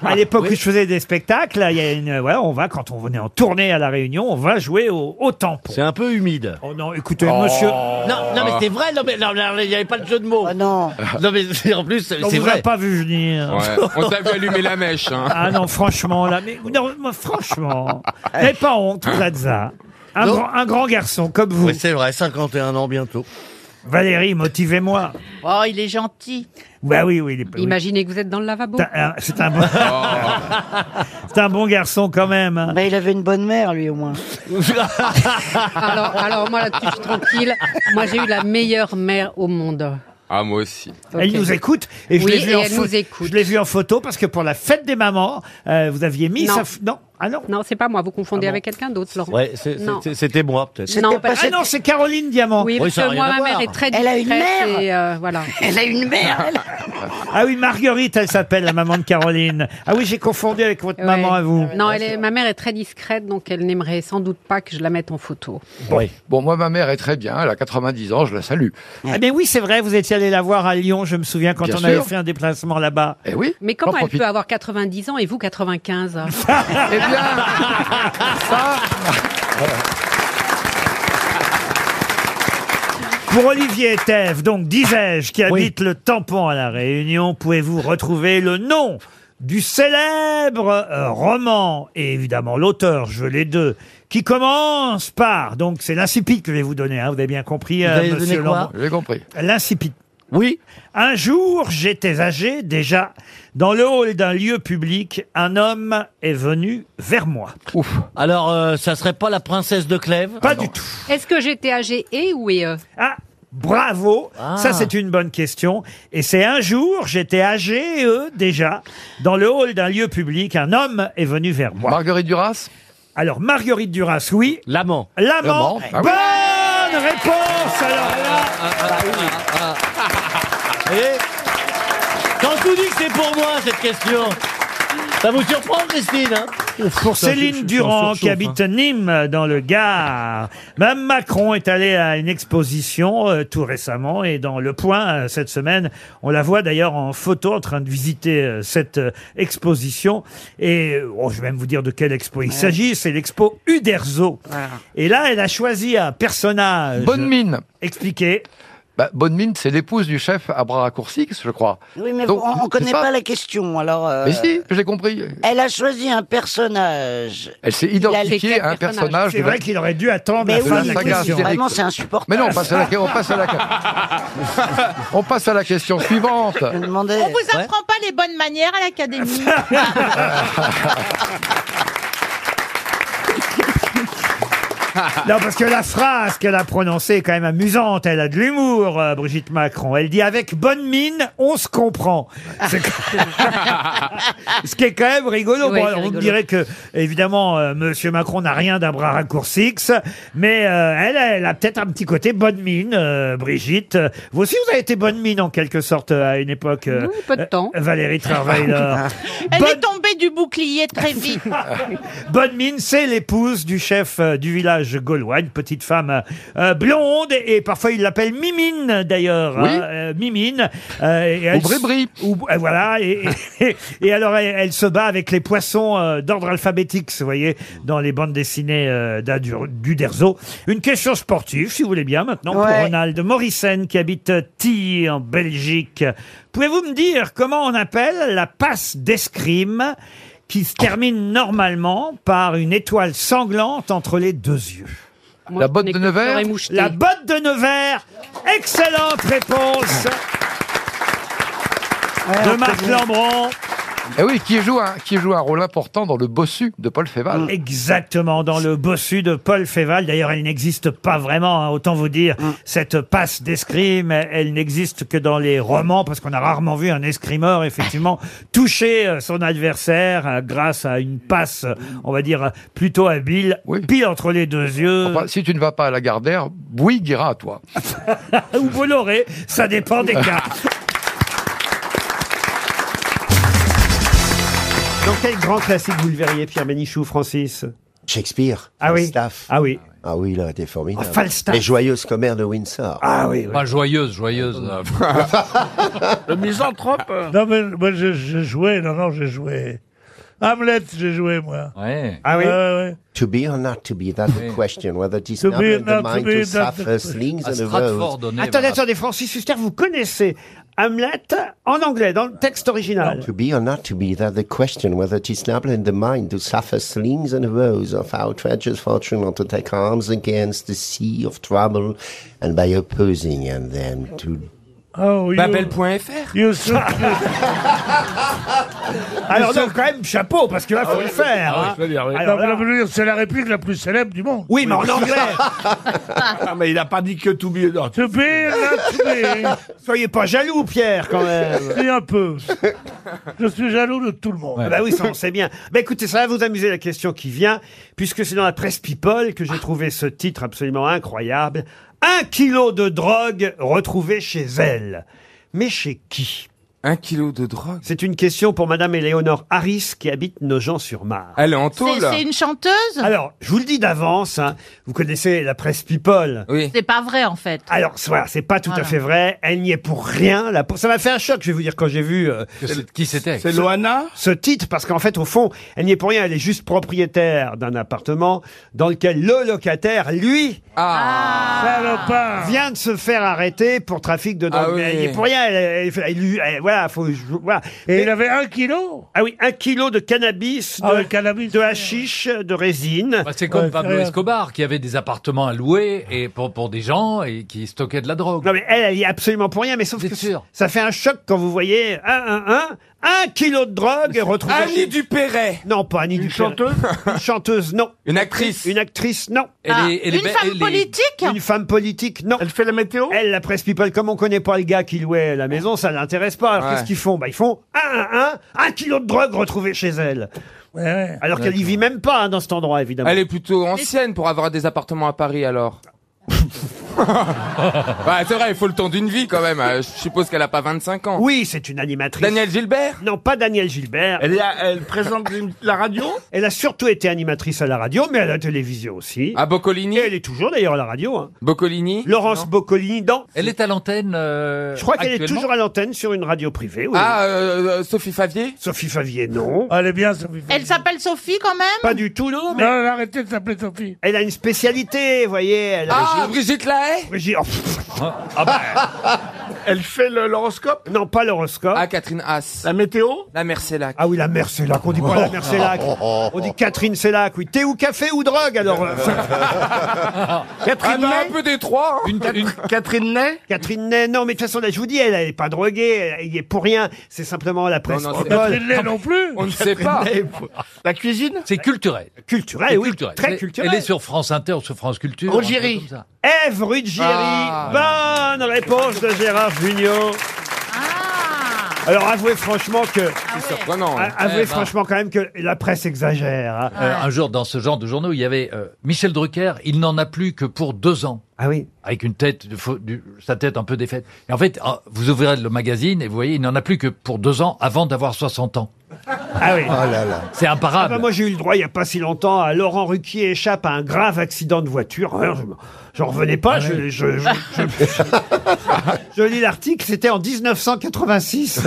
[SPEAKER 1] À l'époque où je faisais des spectacles, il y a une, voilà, on va quand on venait en tournée à la Réunion, on va jouer au, au tampon. C'est un peu humide. Oh non, [laughs] écoutez, monsieur.
[SPEAKER 11] Non, non, mais c'est vrai, non, mais non, non, il n'y avait pas de jeu de mots. non. [laughs] Non, mais c'est- en plus, c'est
[SPEAKER 1] On
[SPEAKER 11] c'est
[SPEAKER 1] vous a
[SPEAKER 11] vrai.
[SPEAKER 1] pas vu venir. [laughs]
[SPEAKER 11] Ouais, on t'a
[SPEAKER 1] vu allumer la mèche.
[SPEAKER 11] hein.
[SPEAKER 1] Ah non, franchement, là, mais non, moi,
[SPEAKER 11] [laughs]
[SPEAKER 1] franchement,
[SPEAKER 11] Eh.
[SPEAKER 1] n'avez pas honte, Plaza. Un,
[SPEAKER 11] Non.
[SPEAKER 1] grand, un grand garçon comme vous.
[SPEAKER 11] Oui, c'est vrai, 51 ans bientôt.
[SPEAKER 1] Valérie, motivez-moi.
[SPEAKER 9] Oh, il est gentil.
[SPEAKER 1] Bah oui, oui, il est oui.
[SPEAKER 30] Imaginez que vous êtes dans le lavabo.
[SPEAKER 1] C'est un- C'est un, bon...
[SPEAKER 11] Oh.
[SPEAKER 1] [laughs] C'est un bon garçon quand même. hein.
[SPEAKER 30] Bah, il avait une bonne mère, lui, au moins. [laughs] alors, alors, moi, là-dessus, je suis tranquille. Moi, j'ai eu la meilleure mère au monde.
[SPEAKER 5] Ah, moi aussi.
[SPEAKER 1] Elle nous écoute et je
[SPEAKER 30] Oui,
[SPEAKER 1] l'ai vue
[SPEAKER 30] et
[SPEAKER 1] en
[SPEAKER 30] elle
[SPEAKER 1] pho-
[SPEAKER 30] nous écoute.
[SPEAKER 1] je l'ai vue en photo parce que pour la fête des mamans, euh, vous aviez mis
[SPEAKER 30] Non.
[SPEAKER 1] sa f- non ah non Ah
[SPEAKER 30] Non, c'est pas moi, vous confondez avec quelqu'un d'autre, Laurent. Non.
[SPEAKER 1] c'était moi peut-être. Non,
[SPEAKER 30] C'était pas-
[SPEAKER 1] ah non, c'est Caroline Diamant.
[SPEAKER 30] Oui, parce que moi, ma mère est très Elle a une discrète mère. et, euh, voilà. [laughs] Elle a une mère.
[SPEAKER 1] Ah oui, Marguerite, elle s'appelle la maman de Caroline. Ah oui, j'ai confondu avec votre maman à vous.
[SPEAKER 30] [laughs] Non, elle est, ma mère est très discrète, donc elle n'aimerait sans doute pas que je la mette en photo.
[SPEAKER 5] Oui. Bon, moi, ma mère est très bien. Elle a 90 ans, je la salue.
[SPEAKER 1] Ah ben oui, c'est vrai, vous étiez allé la voir à Lyon, je me souviens quand
[SPEAKER 5] Bien
[SPEAKER 1] on avait
[SPEAKER 5] sûr.
[SPEAKER 1] fait un déplacement là-bas.
[SPEAKER 5] Eh oui.
[SPEAKER 30] Mais comment
[SPEAKER 1] J'en
[SPEAKER 30] elle
[SPEAKER 1] profite.
[SPEAKER 30] peut avoir 90 ans et
[SPEAKER 1] [laughs]
[SPEAKER 30] vous 95
[SPEAKER 1] Eh
[SPEAKER 30] bien,
[SPEAKER 5] Ah,
[SPEAKER 30] ça,
[SPEAKER 1] Pour Olivier Tève, donc disais-je, qui habite le tampon à La Réunion, pouvez-vous retrouver le nom du célèbre euh, roman, et évidemment l'auteur, je veux les deux, qui commence par, donc c'est l'insipide que je vais vous donner, hein, vous avez bien compris, euh, monsieur Lambon.
[SPEAKER 5] J'ai compris.
[SPEAKER 1] L'insipide. Oui. Un jour, j'étais âgé déjà. Dans le hall d'un lieu public, un homme est venu vers moi. Ouf.
[SPEAKER 11] Alors, euh, ça serait pas la princesse de Clèves
[SPEAKER 5] Ah
[SPEAKER 1] Pas du tout.
[SPEAKER 30] Est-ce que j'étais âgée et ou et euh
[SPEAKER 1] Ah, Bravo. Ça, c'est une bonne question. Et c'est un jour, j'étais âgé, euh, déjà, dans le hall d'un lieu public, un homme est venu vers moi. Marguerite Duras Alors, Marguerite Duras, oui. L'amant. L'amant.
[SPEAKER 8] L'amant, ah oui.
[SPEAKER 1] Bonne réponse alors là.
[SPEAKER 11] Ah, Quand on dit que c'est pour moi, cette question, ça vous surprend, Christine hein
[SPEAKER 1] Pour Céline Durand, qui habite Nîmes, dans le Gard, Mme Macron est allée à une exposition euh, tout récemment et dans Le Point, euh, cette semaine, on la voit d'ailleurs en photo en train de visiter euh, cette euh, exposition. Et euh, oh, je vais même vous dire de quelle expo il s'agit, c'est l'expo Uderzo. Et là, elle a choisi un personnage...
[SPEAKER 5] Bonne mine.
[SPEAKER 1] Expliquez.
[SPEAKER 5] Bah, bonne mine, c'est l'épouse du chef à bras raccourcis, je crois.
[SPEAKER 7] Oui, mais
[SPEAKER 5] Donc,
[SPEAKER 7] vous- on ne
[SPEAKER 5] c'est
[SPEAKER 7] connaît
[SPEAKER 5] ça.
[SPEAKER 7] pas la question, alors... euh,
[SPEAKER 5] Mais si, j'ai compris.
[SPEAKER 7] Elle a choizi un personnage.
[SPEAKER 5] Elle s'est
[SPEAKER 7] Il a-
[SPEAKER 5] identifiée à un personnage.
[SPEAKER 7] C'est vrai
[SPEAKER 1] qu'il aurait dû attendre
[SPEAKER 7] Mais la oui, fin de la oui, question. vraiment, c'est insupportable.
[SPEAKER 5] Mais non, on passe à la, on passe à la, [laughs]
[SPEAKER 7] [laughs]
[SPEAKER 5] on passe à la question suivante.
[SPEAKER 9] On vous apprend pas les bonnes manières
[SPEAKER 1] [laughs]
[SPEAKER 9] à l'académie. Ah.
[SPEAKER 8] [laughs]
[SPEAKER 1] Non, parce que la phrase qu'elle a prononcée est quand même amusante. Elle a de l'humour, euh, Brigitte Macron. Elle dit avec bonne mine, on se comprend. C'est
[SPEAKER 8] [laughs]
[SPEAKER 1] que- Ce qui est quand même rigolo.
[SPEAKER 8] Oui,
[SPEAKER 1] Bon,
[SPEAKER 8] c'est
[SPEAKER 1] alors, vous me
[SPEAKER 8] rigolo.
[SPEAKER 1] direz que, évidemment, euh, Monsieur Macron n'a rien d'un bras raccourci, mais euh, elle, elle a peut-être un petit côté bonne mine, euh, Brigitte. Euh, Vous aussi, vous avez été bonne mine en quelque sorte euh, à une époque. euh,
[SPEAKER 30] peu de temps.
[SPEAKER 26] Ah.
[SPEAKER 8] Ah,
[SPEAKER 1] Valérie Travailleur.
[SPEAKER 9] Elle est tombée tomber du bouclier
[SPEAKER 1] [laughs]
[SPEAKER 9] très vite.
[SPEAKER 1] Bonne mine, c'est l'épouse du chef euh, du village gaulois, une petite femme euh, euh, blonde, et, et parfois il l'appelle Mimine d'ailleurs.
[SPEAKER 31] Oui.
[SPEAKER 1] euh, Mimine. euh, et elle
[SPEAKER 31] Au brébris.
[SPEAKER 1] s- ou- euh, voilà, et, et- et alors elle, elle se bat avec les poissons euh, d'ordre alphabétique, vous voyez, dans les bandes dessinées euh, d'Adur- d'Uderzo. Une question sportive, si vous voulez bien, maintenant, pour
[SPEAKER 32] Ouais.
[SPEAKER 1] Ronald Morrison, qui habite Tilly, en Belgique. Pouvez-vous me dire comment on appelle la passe d'escrime qui se termine normalement par une étoile sanglante entre les deux yeux. la botte de Nevers La botte de Nevers Excellente réponse de Marc
[SPEAKER 5] [laughs]
[SPEAKER 1] Lambron.
[SPEAKER 5] Eh oui, qui joue, un, qui joue un rôle important dans le bossu de Paul Féval. [laughs]
[SPEAKER 1] Exactement, dans le bossu de Paul Féval. D'ailleurs, elle n'existe pas vraiment, hein, autant vous dire. Cette passe d'escrime, elle n'existe que dans les romans, parce qu'on a rarement vu un escrimeur, [laughs] effectivement, toucher euh, son adversaire euh, grâce à une passe, euh, on va dire, euh, plutôt habile, pile entre les deux yeux.
[SPEAKER 5] Enfin, si tu ne vas pas à la Gardère, Bouygues ira à toi.
[SPEAKER 1] [laughs] Ou Bolloré, ça dépend
[SPEAKER 5] [laughs]
[SPEAKER 1] des cas. Dans quel grand classique vous le verriez, Pierre Bénichou, Francis
[SPEAKER 22] Shakespeare.
[SPEAKER 1] Ah oui.
[SPEAKER 22] Falstaff.
[SPEAKER 1] Ah oui.
[SPEAKER 22] Ah oui, il aurait été formidable.
[SPEAKER 1] Oh, Falstaff.
[SPEAKER 22] Les joyeuses commères de Windsor.
[SPEAKER 1] Ah oui.
[SPEAKER 17] Pas joyeuse, joyeuse. euh,
[SPEAKER 1] Le misanthrope
[SPEAKER 8] Non, mais moi, j'ai j'ai joué, non, non, j'ai joué. Hamlet, j'ai joué, moi.
[SPEAKER 22] Ouais.
[SPEAKER 8] Ah oui. Ouais, ouais.
[SPEAKER 22] To be or not to be, that's the question. Whether it is
[SPEAKER 8] To
[SPEAKER 22] not
[SPEAKER 8] be or
[SPEAKER 22] in the
[SPEAKER 8] not to
[SPEAKER 22] mind
[SPEAKER 8] be,
[SPEAKER 22] to
[SPEAKER 8] that's the
[SPEAKER 22] suffer
[SPEAKER 8] question.
[SPEAKER 22] slings
[SPEAKER 8] À
[SPEAKER 22] and
[SPEAKER 8] Stratford,
[SPEAKER 22] arrows.
[SPEAKER 1] Attendez, attendez, Francis Huster, vous connaissez Hamlet en anglais, dans le texte original.
[SPEAKER 22] To be or not to be, that's the question. Whether it is not in the mind to suffer slings and arrows of our treacherous fortune, or to take arms against the sea of trouble, and by opposing and them to
[SPEAKER 8] [laughs] Oh, you-
[SPEAKER 17] Babel.fr
[SPEAKER 8] You [laughs] should- you-
[SPEAKER 1] Alors, donc, Ah, quand même, chapeau, parce que là, faut le faire.
[SPEAKER 8] Ah oui,
[SPEAKER 1] hein.
[SPEAKER 8] je veux dire, oui.
[SPEAKER 1] Alors
[SPEAKER 8] Non, mais
[SPEAKER 1] là-
[SPEAKER 8] je veux dire, c'est la réplique la plus célèbre du monde.
[SPEAKER 1] Oui, mais en anglais.
[SPEAKER 8] Ah, mais il n'a pas dit que to be not. To be not to be.
[SPEAKER 1] [laughs] Soyez pas jaloux, Pierre, quand même.
[SPEAKER 8] [laughs] Si, hein. un peu. Je suis jaloux de tout le monde.
[SPEAKER 1] Ah Bah oui, ça on sait bien. Bah écoutez, ça va vous amuser la question qui vient, puisque c'est dans la presse People que j'ai trouvé ce titre absolument incroyable. Un kilo de drogue retrouvé chez elle. Mais chez qui Un kilo de drogue C'est une question pour Madame Éléonore Harris qui habite Nogent-sur-Marne. Elle est en
[SPEAKER 9] C'est c'est une chanteuse
[SPEAKER 1] Alors, je vous le dis d'avance, hein, vous connaissez la presse People. Oui.
[SPEAKER 9] C'est pas vrai en fait.
[SPEAKER 1] Alors, voilà, c'est pas tout
[SPEAKER 9] Voilà.
[SPEAKER 1] à fait vrai. Elle n'y est pour rien. La peau- Ça m'a fait un choc, je vais vous dire, quand j'ai vu. euh,
[SPEAKER 17] Qui c'était
[SPEAKER 1] ce- Ce titre, parce qu'en fait, au fond, elle n'y est pour rien. Elle est juste propriétaire d'un appartement dans lequel le locataire, lui,
[SPEAKER 17] Ah.
[SPEAKER 1] vient de se faire arrêter pour trafic de drogue.
[SPEAKER 8] Ah oui.
[SPEAKER 1] Mais Elle n'y est pour rien. Elle- elle- elle- elle- elle- voilà, faut. je- voilà.
[SPEAKER 8] Et
[SPEAKER 1] Mais-
[SPEAKER 8] il avait un kilo
[SPEAKER 1] Ah oui, un kilo de cannabis, de,
[SPEAKER 8] Ah ouais,
[SPEAKER 1] de hachiche, de résine.
[SPEAKER 17] Bah, c'est comme
[SPEAKER 1] Ouais,
[SPEAKER 17] Pablo
[SPEAKER 1] c'est rien.
[SPEAKER 17] Escobar qui avait des appartements à louer et pour, pour des gens et qui stockaient de la drogue.
[SPEAKER 1] Non mais elle, elle y est absolument pour rien, mais sauf que ça fait un choc quand vous voyez un, un, un, un kilo de drogue retrouvé.
[SPEAKER 8] Annie
[SPEAKER 1] Dupéret. Non, pas Annie Dupéret.
[SPEAKER 8] chanteuse
[SPEAKER 1] [laughs] Une chanteuse, non. Une actrice. Une actrice, non.
[SPEAKER 8] Elle Ah, est- elle est une be- femme elle est- politique
[SPEAKER 1] Une femme politique, non. Elle fait la météo Elle, la presse people, comme on connaît pas le gars qui louait la maison, ça l'intéresse pas. Alors
[SPEAKER 8] Ouais.
[SPEAKER 1] qu'est-ce qu'ils font Bah ils font un, un, un, un kilo de drogue retrouvé chez elle. Alors qu'elle y vit même pas hein, dans cet endroit, évidemment.
[SPEAKER 11] Elle est plutôt ancienne pour avoir des appartements à Paris alors. Bah, c'est vrai, il faut le temps d'une vie quand même. Euh, Je suppose qu'elle a pas 25 ans.
[SPEAKER 1] Oui, c'est une animatrice.
[SPEAKER 11] Daniel Gilbert
[SPEAKER 1] Non, pas Daniel Gilbert.
[SPEAKER 11] Elle est
[SPEAKER 1] présente la radio Elle a surtout été animatrice à la radio, mais à la télévision aussi. À
[SPEAKER 11] Boccolini
[SPEAKER 1] Elle est toujours d'ailleurs à la radio. hein.
[SPEAKER 11] Boccolini
[SPEAKER 1] Laurence Boccolini, dans.
[SPEAKER 17] Elle est à l'antenne. euh,
[SPEAKER 1] Je crois qu'elle est
[SPEAKER 17] actuellement
[SPEAKER 1] toujours à l'antenne sur une radio privée. oui.
[SPEAKER 11] Ah, euh, euh, Sophie Favier
[SPEAKER 1] Sophie Favier, non.
[SPEAKER 8] Elle est bien, Sophie.
[SPEAKER 9] Elle s'appelle Sophie quand même
[SPEAKER 1] Pas du tout, non. Mais...
[SPEAKER 8] Non, elle a arrêté de s'appeler Sophie.
[SPEAKER 1] Elle a une spécialité, vous voyez. Elle a-
[SPEAKER 11] Ah, Brigitte Lahaye
[SPEAKER 1] Brigitte- oh, Ah. [laughs]
[SPEAKER 11] Elle fait l'horoscope
[SPEAKER 1] ben. Non, pas l'horoscope.
[SPEAKER 11] Ah, Catherine Haas. La météo La mer Célac.
[SPEAKER 1] Ah oui, la mère Célac, on dit pas la mère Célac. On dit Catherine Célac, oui. Thé ou café ou drogue, alors. euh,
[SPEAKER 8] Ah,
[SPEAKER 11] Catherine Un peu des trois. hein.
[SPEAKER 1] Catherine Ney Catherine Ney, non, mais de toute façon, là, je vous dis, elle n'est pas droguée, elle y est pour rien, c'est simplement la presse.
[SPEAKER 11] Non, non,
[SPEAKER 1] people.
[SPEAKER 11] c'est-
[SPEAKER 1] [laughs]
[SPEAKER 11] Catherine Ney non
[SPEAKER 8] plus
[SPEAKER 11] On ne sait pas.
[SPEAKER 1] La cuisine
[SPEAKER 17] C'est culturel.
[SPEAKER 1] Culturel,
[SPEAKER 17] C'est
[SPEAKER 1] oui,
[SPEAKER 17] culturel.
[SPEAKER 1] très
[SPEAKER 17] Elle est-
[SPEAKER 1] culturel.
[SPEAKER 17] Elle est sur France Inter, sur France Culture. Euh, un
[SPEAKER 1] Ruggieri.
[SPEAKER 17] truc comme ça. Ah.
[SPEAKER 1] Ève Ruggieri. Bonne réponse de Gérard Junior. Alors avouez franchement que
[SPEAKER 17] surprenant, hein.
[SPEAKER 1] avouez
[SPEAKER 17] Eh ben.
[SPEAKER 1] franchement quand même que la presse exagère. hein.
[SPEAKER 17] Euh, un jour, dans ce genre de journaux, il y avait euh, Michel Drucker, il n'en a plus que pour deux ans.
[SPEAKER 1] Ah oui.
[SPEAKER 17] Avec une tête, de faux- du- sa tête un peu défaite. Et en fait, euh, vous ouvrez le magazine et vous voyez, il n'en a plus que pour deux ans avant d'avoir 60 ans.
[SPEAKER 1] Ah oui.
[SPEAKER 14] C'est imparable.
[SPEAKER 1] Ah bah moi, j'ai eu le droit, il n'y a pas si longtemps, à Laurent Ruquier échappe à un grave accident de voiture. Hein, je- J'en revenais pas. je, je- je- je- je lis l'article, c'était en [laughs] 1986.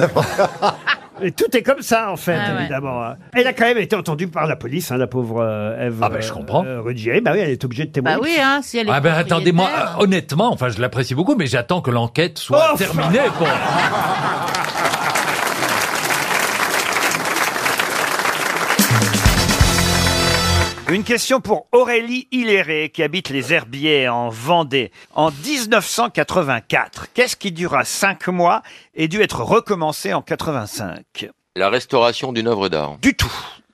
[SPEAKER 1] Et tout est comme ça, en fait,
[SPEAKER 8] Ah ouais.
[SPEAKER 1] évidemment. hein. Elle a quand même été entendue par la police, hein, la pauvre euh, Ève. Ah, ben je comprends. Rugier, bah oui, elle est obligée de témoigner.
[SPEAKER 9] Bah oui, hein, si elle est.
[SPEAKER 14] Ah ben attendez, moi,
[SPEAKER 9] propriétaire.
[SPEAKER 14] euh, honnêtement, enfin je l'apprécie beaucoup, mais j'attends que l'enquête soit
[SPEAKER 1] Oh,
[SPEAKER 14] terminée. Pour...
[SPEAKER 1] Une question pour Aurélie Hilléré, qui habite les Herbiers en Vendée. En 1984, qu'est-ce qui dura cinq mois et dut être recommencé en 85
[SPEAKER 5] La restauration d'une œuvre d'art.
[SPEAKER 1] Du tout.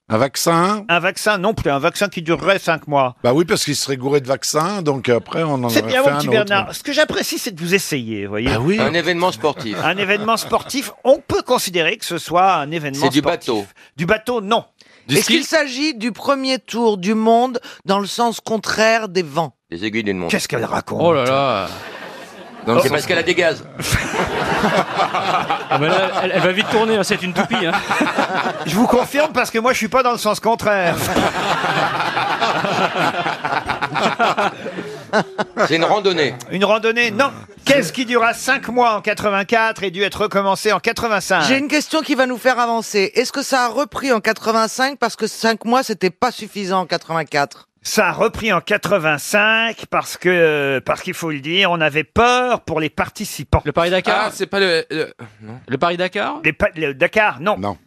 [SPEAKER 5] Un vaccin
[SPEAKER 1] Un vaccin non plus, un vaccin qui durerait cinq mois.
[SPEAKER 5] Bah oui, parce qu'il serait gouré de vaccins, donc après on en
[SPEAKER 1] C'est
[SPEAKER 5] aurait
[SPEAKER 1] bien,
[SPEAKER 5] fait
[SPEAKER 1] mon
[SPEAKER 5] un
[SPEAKER 1] petit
[SPEAKER 5] autre. Ah
[SPEAKER 1] Bernard. Ce que j'apprécie, c'est de vous essayer, vous voyez.
[SPEAKER 5] Un événement sportif.
[SPEAKER 1] Un événement sportif, on peut considérer que ce soit un événement
[SPEAKER 5] C'est
[SPEAKER 1] sportif.
[SPEAKER 5] du bateau.
[SPEAKER 1] Du bateau, non.
[SPEAKER 19] Oh, Est-ce qu'il s'agit du premier tour du monde dans le sens contraire des vents
[SPEAKER 5] Les aiguilles d'une montre.
[SPEAKER 1] Qu'est-ce qu'elle raconte Oh.
[SPEAKER 5] Oh là là
[SPEAKER 7] Dans le
[SPEAKER 5] C'est
[SPEAKER 7] sens-
[SPEAKER 5] parce qu'elle a des gaz.
[SPEAKER 7] Ah, mais là, elle- elle va vite tourner, hein, c'est une
[SPEAKER 1] [laughs]
[SPEAKER 7] toupie. hein.
[SPEAKER 1] Je vous confirme parce que moi, je suis pas dans le sens contraire.
[SPEAKER 5] [laughs] C'est une randonnée.
[SPEAKER 1] Une randonnée, non. Qu'est-ce qui dura 5 mois en 84 et dû être recommencé en 85
[SPEAKER 19] J'ai une question qui va nous faire avancer. Est-ce que ça a repris en 85 parce que 5 mois c'était pas suffisant en 84
[SPEAKER 1] Ça a repris en 85 parce que parce qu'il faut le dire, on avait peur pour les participants. Le Paris
[SPEAKER 33] Ah, c'est pas le. Le, Paris Dakar
[SPEAKER 1] Le Dakar, non. Euh,
[SPEAKER 5] Non.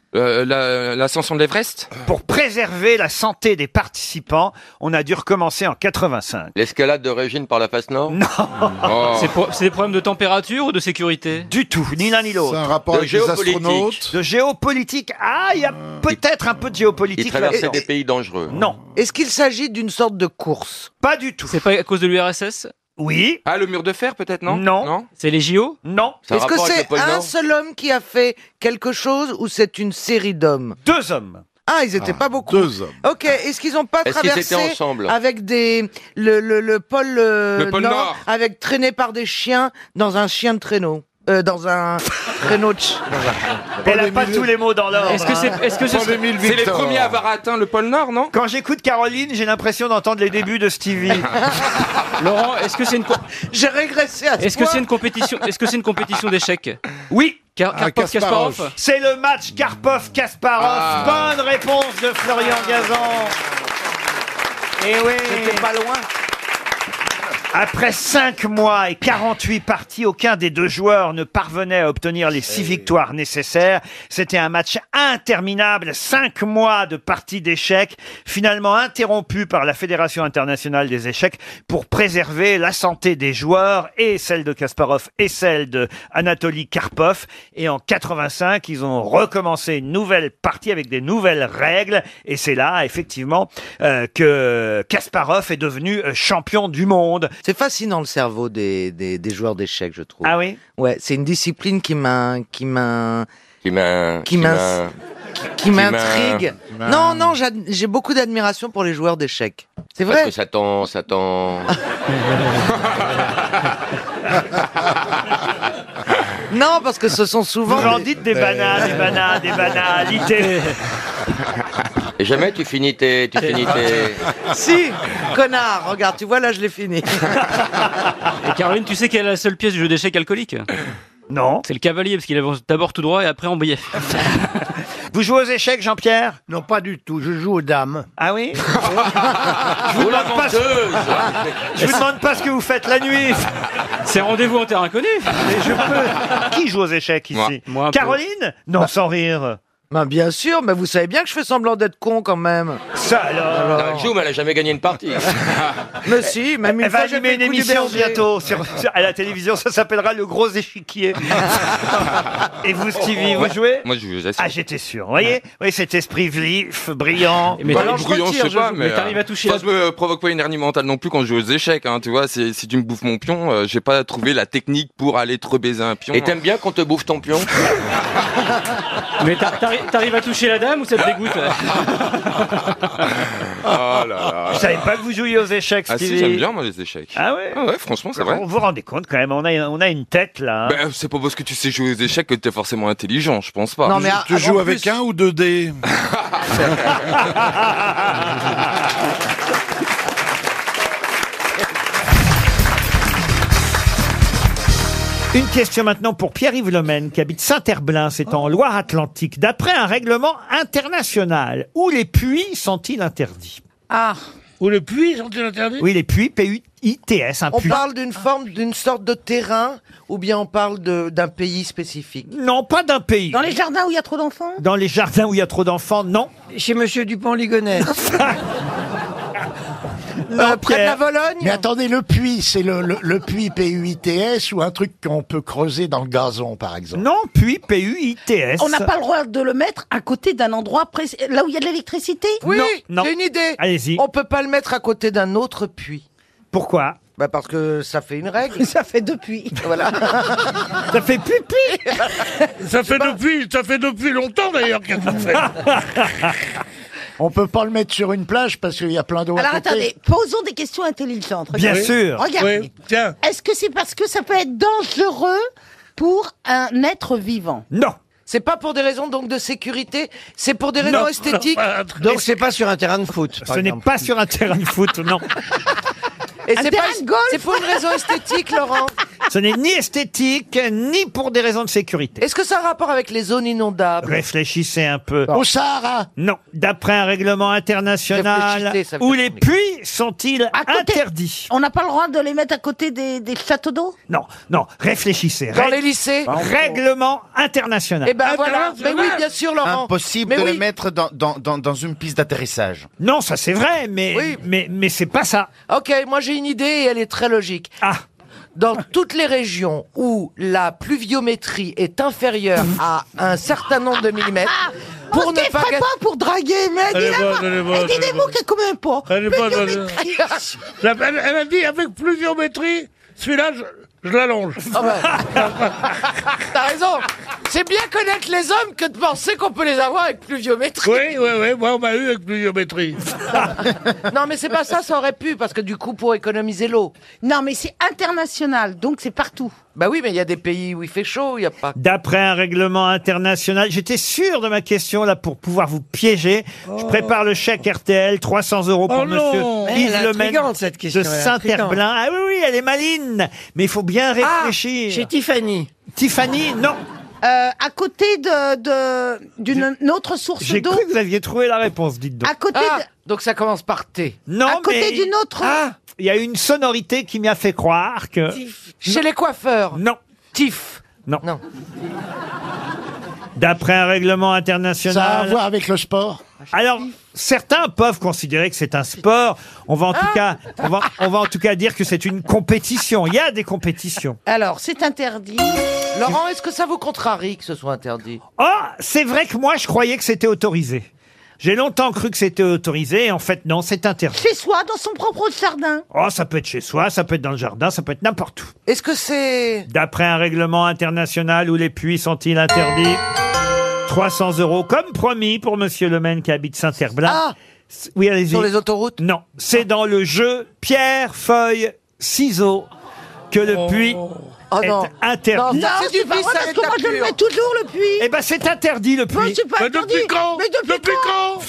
[SPEAKER 33] L'ascension de l'Everest
[SPEAKER 1] Pour préserver la santé des participants, on a dû recommencer en 85.
[SPEAKER 5] L'escalade de Régine par la face nord Oh. Non
[SPEAKER 23] [laughs] C'est pro- c'est des problèmes de température ou de sécurité
[SPEAKER 1] Du tout, ni l'un ni l'autre.
[SPEAKER 5] C'est un rapport De avec les géopolitique. astronautes Euh.
[SPEAKER 1] De géopolitique. Ah, il y a peut-être un peu de géopolitique.
[SPEAKER 5] Il traversait
[SPEAKER 1] là-dedans.
[SPEAKER 5] des pays dangereux.
[SPEAKER 1] Non.
[SPEAKER 19] Est-ce qu'il s'agit d'une sorte de course
[SPEAKER 1] Pas du tout.
[SPEAKER 23] C'est pas à cause de l'URSS
[SPEAKER 1] Oui.
[SPEAKER 5] Ah, le mur de fer peut-être, non
[SPEAKER 1] Non.
[SPEAKER 23] C'est les JO
[SPEAKER 1] Non.
[SPEAKER 19] Est-ce que c'est un seul homme qui a fait quelque chose ou c'est une série d'hommes
[SPEAKER 1] Deux hommes.
[SPEAKER 19] Ah, ils étaient pas beaucoup.
[SPEAKER 5] Deux hommes.
[SPEAKER 19] Ok, est-ce qu'ils ont pas
[SPEAKER 5] Est-ce qu'ils
[SPEAKER 19] traversé
[SPEAKER 5] étaient ensemble
[SPEAKER 19] avec des le le, le pôle, euh,
[SPEAKER 5] Le pôle
[SPEAKER 19] nord,
[SPEAKER 5] Nord.
[SPEAKER 19] avec traîné par des chiens dans un chien de traîneau euh, dans
[SPEAKER 5] [laughs]
[SPEAKER 19] un traîneau de chi-
[SPEAKER 1] Elle a pas tous les mots dans l'ordre.
[SPEAKER 7] Est-ce que c'est-
[SPEAKER 1] hein.
[SPEAKER 7] est-ce que ce- Paul Émile c'est les Victor. premiers à avoir
[SPEAKER 1] atteint le pôle Nord, non Quand j'écoute Caroline, j'ai l'impression d'entendre les débuts de Stevie.
[SPEAKER 23] Laurent, est-ce que c'est une
[SPEAKER 1] [laughs]
[SPEAKER 23] co-
[SPEAKER 19] J'ai régressé à ce
[SPEAKER 23] Est-ce que
[SPEAKER 19] point.
[SPEAKER 23] c'est une compétition Est-ce que c'est une compétition d'échecs
[SPEAKER 1] Oui.
[SPEAKER 23] Car
[SPEAKER 5] Ah,
[SPEAKER 23] Karpov, Kasparov.
[SPEAKER 1] C'est le match Karpov-Kasparov.
[SPEAKER 23] Ah.
[SPEAKER 1] Bonne réponse de Florian Gazan. Et oui.
[SPEAKER 19] J'étais pas loin.
[SPEAKER 1] Après 5 mois et 48 parties, aucun des deux joueurs ne parvenait à obtenir les 6 victoires nécessaires. C'était un match interminable, 5 mois de parties d'échecs, finalement interrompu par la Fédération internationale des échecs pour préserver la santé des joueurs et celle de Kasparov et celle de Anatoly Karpov. Et en 85, ils ont recommencé une nouvelle partie avec des nouvelles règles. Et c'est là, effectivement, euh, que Kasparov est devenu euh, champion du monde.
[SPEAKER 19] C'est fascinant le cerveau des, des, des joueurs d'échecs, je trouve.
[SPEAKER 1] Ah oui
[SPEAKER 19] Ouais, c'est une discipline qui m'in- qui m'in-
[SPEAKER 5] Qui m'in-
[SPEAKER 19] qui m'in- qui
[SPEAKER 5] qui
[SPEAKER 19] m'intrigue.
[SPEAKER 5] m'in- qui m'in-
[SPEAKER 19] Non, non, j'ad- j'ai beaucoup d'admiration pour les joueurs d'échecs. C'est
[SPEAKER 5] Parce
[SPEAKER 19] vrai.
[SPEAKER 5] que ça tend, ça tend.
[SPEAKER 19] Non, parce que ce sont souvent.
[SPEAKER 1] Vous en dites des bananes, des bananes, des banalités.
[SPEAKER 5] Et jamais tu finis tes. [laughs] Tu finis tes...
[SPEAKER 19] [laughs] si, connard, regarde, tu vois, là, je l'ai fini.
[SPEAKER 23] Et Caroline, tu sais quelle est la seule pièce du jeu d'échecs alcoolique
[SPEAKER 1] [coughs] Non.
[SPEAKER 23] C'est le cavalier, parce qu'il avance d'abord tout droit et après en biais.
[SPEAKER 1] [laughs] Vous jouez aux échecs, Jean-Pierre
[SPEAKER 13] Non, pas du tout. Je joue aux dames.
[SPEAKER 1] Ah
[SPEAKER 13] [laughs]
[SPEAKER 1] oui Je vous, demande pas ce... Je vous demande pas ce que vous faites la nuit.
[SPEAKER 23] [laughs] C'est rendez-vous en terre inconnue.
[SPEAKER 1] Mais je peux. Qui joue aux échecs
[SPEAKER 23] [laughs]
[SPEAKER 1] ici
[SPEAKER 23] Moi. Moi, un peu.
[SPEAKER 1] [laughs] Ah, Caroline Non, sans rire.
[SPEAKER 19] Ben, bien sûr, mais vous savez bien que je fais semblant d'être con quand même.
[SPEAKER 1] Ça alors.
[SPEAKER 5] Ah, Joum, elle a jamais gagné une partie.
[SPEAKER 19] Mais si, même une
[SPEAKER 1] Elle
[SPEAKER 19] fois,
[SPEAKER 1] va
[SPEAKER 19] j'ai
[SPEAKER 1] animer une
[SPEAKER 19] fait le coup du
[SPEAKER 1] émission
[SPEAKER 19] berger.
[SPEAKER 1] bientôt sur- sur- à la télévision, ça s'appellera Le Gros
[SPEAKER 19] [laughs]
[SPEAKER 1] Échiquier. Et vous,
[SPEAKER 19] Oh,
[SPEAKER 1] Stevie, vous
[SPEAKER 5] Ouais.
[SPEAKER 1] jouez
[SPEAKER 5] Moi, je joue aux échecs.
[SPEAKER 1] Ah, j'étais sûr, vous voyez Oui, cet esprit vif, brillant.
[SPEAKER 5] Bah, les brouillons,
[SPEAKER 1] hein,
[SPEAKER 5] je sais pas, mais, euh, Enfin, je me provoque pas une hernie mentale non plus quand je joue aux échecs, hein, tu vois. c'est- Si tu me bouffes mon pion, euh, j'ai pas trouvé la technique pour aller te rebaiser un pion. Et t'aimes bien qu'on te bouffe ton pion
[SPEAKER 23] Mais t'ar- t'arri- t'arrives à toucher la dame ou ça te dégoûte
[SPEAKER 5] [laughs] Ah, là là.
[SPEAKER 1] Je savais pas que vous jouiez aux échecs,
[SPEAKER 5] Ah si,
[SPEAKER 1] Stevie.
[SPEAKER 5] j'aime bien moi les échecs.
[SPEAKER 1] Ah ouais
[SPEAKER 5] ouais, franchement, c'est vrai.
[SPEAKER 1] Vous vous rendez compte quand même, on a, on a une tête là. hein.
[SPEAKER 5] Ben, c'est pas parce que tu sais jouer aux échecs que t'es forcément intelligent, je pense pas.
[SPEAKER 1] Non, mais Tu- à- tu en joues avec plus-
[SPEAKER 5] Ben, un ou deux dés
[SPEAKER 1] Une question maintenant pour Pierre-Yves Lemaine, qui habite Saint-Herblain, c'est en Loire-Atlantique. D'après un règlement international, où les puits sont-ils interdits
[SPEAKER 19] Ah.
[SPEAKER 1] Où les puits sont-ils interdits Oui, les puits, P-U-I-T-S, un
[SPEAKER 19] On
[SPEAKER 1] puits.
[SPEAKER 19] parle d'une forme, d'une sorte de terrain, ou bien on parle de- d'un pays spécifique
[SPEAKER 1] Non, pas d'un pays.
[SPEAKER 19] Dans les jardins où il y a trop d'enfants
[SPEAKER 1] Dans les jardins où il y a trop d'enfants, non.
[SPEAKER 13] Chez
[SPEAKER 1] [laughs]
[SPEAKER 13] Monsieur Dupont-Ligonnet.
[SPEAKER 2] Euh,
[SPEAKER 13] près de la Vologne Mais attendez, le puits, c'est le, le, le puits P-U-I-T-S ou un truc qu'on peut creuser dans le gazon, par exemple
[SPEAKER 1] Non, puits P-U-I-T-S.
[SPEAKER 9] On n'a pas le droit de le mettre à côté d'un endroit précis- là où il y a de l'électricité
[SPEAKER 19] Oui, j'ai une idée.
[SPEAKER 1] Allez-y.
[SPEAKER 19] On peut pas le mettre à côté d'un autre puits.
[SPEAKER 1] Pourquoi
[SPEAKER 19] bah parce que ça fait une règle. ça fait deux puits. Voilà.
[SPEAKER 1] [laughs] ça fait pipi.
[SPEAKER 11] [laughs]
[SPEAKER 19] [laughs]
[SPEAKER 11] Ça fait, depuis, ça fait depuis longtemps d'ailleurs qu'elle
[SPEAKER 1] [laughs]
[SPEAKER 11] nous fait.
[SPEAKER 13] On peut pas le mettre sur une plage parce qu'il y a plein d'eau à
[SPEAKER 18] Alors
[SPEAKER 13] côté.
[SPEAKER 18] attendez, posons des questions intelligentes.
[SPEAKER 13] Bien
[SPEAKER 18] Regardez.
[SPEAKER 13] sûr.
[SPEAKER 18] Regardez.
[SPEAKER 13] Oui, tiens.
[SPEAKER 18] Est-ce que c'est parce que ça peut être dangereux pour un être vivant
[SPEAKER 1] Non.
[SPEAKER 19] C'est pas pour des raisons donc de sécurité, c'est pour des raisons
[SPEAKER 1] [laughs]
[SPEAKER 18] Non.
[SPEAKER 19] esthétiques.
[SPEAKER 13] Donc c'est pas sur un terrain de foot.
[SPEAKER 1] Ce n'est pas sur un terrain de foot, non.
[SPEAKER 19] Et
[SPEAKER 1] Un
[SPEAKER 19] c'est
[SPEAKER 1] terrain
[SPEAKER 19] pas
[SPEAKER 1] de golf
[SPEAKER 19] c'est pour une raison esthétique, Laurent.
[SPEAKER 1] Ce n'est ni esthétique, ni pour des raisons de sécurité.
[SPEAKER 19] Est-ce que ça a rapport avec les zones inondables
[SPEAKER 1] Réfléchissez un peu.
[SPEAKER 19] Au Sahara
[SPEAKER 1] Non. D'après un règlement international,
[SPEAKER 18] Réfléchissez, ça veut
[SPEAKER 1] où
[SPEAKER 18] dire
[SPEAKER 1] les puits sont-ils interdits
[SPEAKER 18] On n'a pas le droit de les mettre à côté des, des châteaux d'eau
[SPEAKER 1] Non, non, réfléchissez.
[SPEAKER 18] Dans
[SPEAKER 1] Règ-
[SPEAKER 18] les lycées
[SPEAKER 1] Règlement international. Ah,
[SPEAKER 19] Eh ben voilà, mais oui, bien sûr, Laurent.
[SPEAKER 34] Impossible
[SPEAKER 19] mais
[SPEAKER 34] de
[SPEAKER 19] oui.
[SPEAKER 34] le mettre dans, dans, dans, dans une piste d'atterrissage.
[SPEAKER 1] Non, ça c'est vrai, mais, mais, mais c'est pas ça.
[SPEAKER 19] Ok, moi j'ai une idée et elle est très logique.
[SPEAKER 1] Ah.
[SPEAKER 19] Dans toutes les régions où la pluviométrie est inférieure
[SPEAKER 1] Mmh.
[SPEAKER 19] à un certain nombre de
[SPEAKER 18] Ah,
[SPEAKER 19] millimètres, pour ne pas,
[SPEAKER 18] ferait
[SPEAKER 19] pas
[SPEAKER 18] pour draguer,
[SPEAKER 11] Euh,
[SPEAKER 18] mais Eh,
[SPEAKER 19] Elle est bonne, elle est bonne, elle est
[SPEAKER 18] dis des mots
[SPEAKER 19] bonne.
[SPEAKER 18] qui combien pas.
[SPEAKER 11] Elle est bonne, elle est bonne.
[SPEAKER 18] Pluviométrie.
[SPEAKER 11] La- Elle, elle a dit avec pluviométrie, celui-là, je, je l'allonge.
[SPEAKER 18] Ah
[SPEAKER 11] [laughs]
[SPEAKER 19] T'as raison. C'est bien connaître les hommes que de penser qu'on peut les avoir avec pluviométrie.
[SPEAKER 11] Oui, oui, oui, moi on m'a eu avec pluviométrie.
[SPEAKER 19] [laughs] non, mais c'est pas ça, ça aurait pu, parce que du coup, pour économiser l'eau.
[SPEAKER 18] Non, mais c'est international, donc c'est partout.
[SPEAKER 19] Bah oui, mais il y a des pays où il fait chaud, il n'y a pas.
[SPEAKER 1] D'après un règlement international, j'étais sûr de ma question là pour pouvoir vous piéger. Je prépare le chèque RTL, 300 euros pour
[SPEAKER 20] Oh
[SPEAKER 1] monsieur
[SPEAKER 20] non
[SPEAKER 1] Yves
[SPEAKER 20] Elle est
[SPEAKER 1] Lemaine
[SPEAKER 20] intrigante, cette question,
[SPEAKER 1] de
[SPEAKER 20] elle est
[SPEAKER 1] Saint-Herblain. Ah oui, oui, elle est maligne, mais il faut bien réfléchir.
[SPEAKER 20] Ah, chez Tiffany.
[SPEAKER 1] Tiffany, non.
[SPEAKER 18] Euh, à côté de- de d'une autre source
[SPEAKER 1] J'ai
[SPEAKER 18] d'eau.
[SPEAKER 1] cru que vous aviez trouvé la réponse, dites donc.
[SPEAKER 18] À côté
[SPEAKER 19] Ah,
[SPEAKER 18] de-
[SPEAKER 19] donc ça commence par T.
[SPEAKER 1] Non,
[SPEAKER 18] à côté
[SPEAKER 1] mais- Ah,
[SPEAKER 18] d'une autre.
[SPEAKER 1] Il y a une sonorité qui m'a fait croire que.
[SPEAKER 19] Chez les coiffeurs.
[SPEAKER 1] Non.
[SPEAKER 19] Tif.
[SPEAKER 1] Non. D'après un règlement international.
[SPEAKER 13] Ça a à voir avec le sport
[SPEAKER 1] Alors, certains peuvent considérer que c'est un sport. On va en
[SPEAKER 19] Ah.
[SPEAKER 1] tout cas, on va, on va en tout cas dire que c'est une compétition. Il y a des compétitions.
[SPEAKER 18] Alors, c'est interdit.
[SPEAKER 19] Laurent, est-ce que ça vous contrarie que ce soit interdit
[SPEAKER 1] Oh, c'est vrai que moi, je croyais que c'était autorisé. J'ai longtemps cru que c'était autorisé. et En fait, non, c'est interdit.
[SPEAKER 18] Chez soi, dans son propre jardin.
[SPEAKER 1] Oh, ça peut être chez soi, ça peut être dans le jardin, ça peut être n'importe où.
[SPEAKER 19] Est-ce que c'est...
[SPEAKER 1] D'après un règlement international, où les puits sont-ils interdits 300 euros, comme promis pour Monsieur Lemaine qui habite Saint-Herblain.
[SPEAKER 18] Ah
[SPEAKER 1] C- oui, allez-y.
[SPEAKER 19] Sur les autoroutes
[SPEAKER 1] Non, c'est dans le jeu pierre, feuille, ciseaux que le puits
[SPEAKER 19] Oh
[SPEAKER 1] est
[SPEAKER 19] non.
[SPEAKER 1] interdit.
[SPEAKER 18] Ah Non, c'est du pas vrai, parce que moi je le mets toujours le puits.
[SPEAKER 1] Eh ben, c'est interdit le puits.
[SPEAKER 18] Non, c'est pas
[SPEAKER 1] Mais
[SPEAKER 18] interdit. Mais depuis, quand,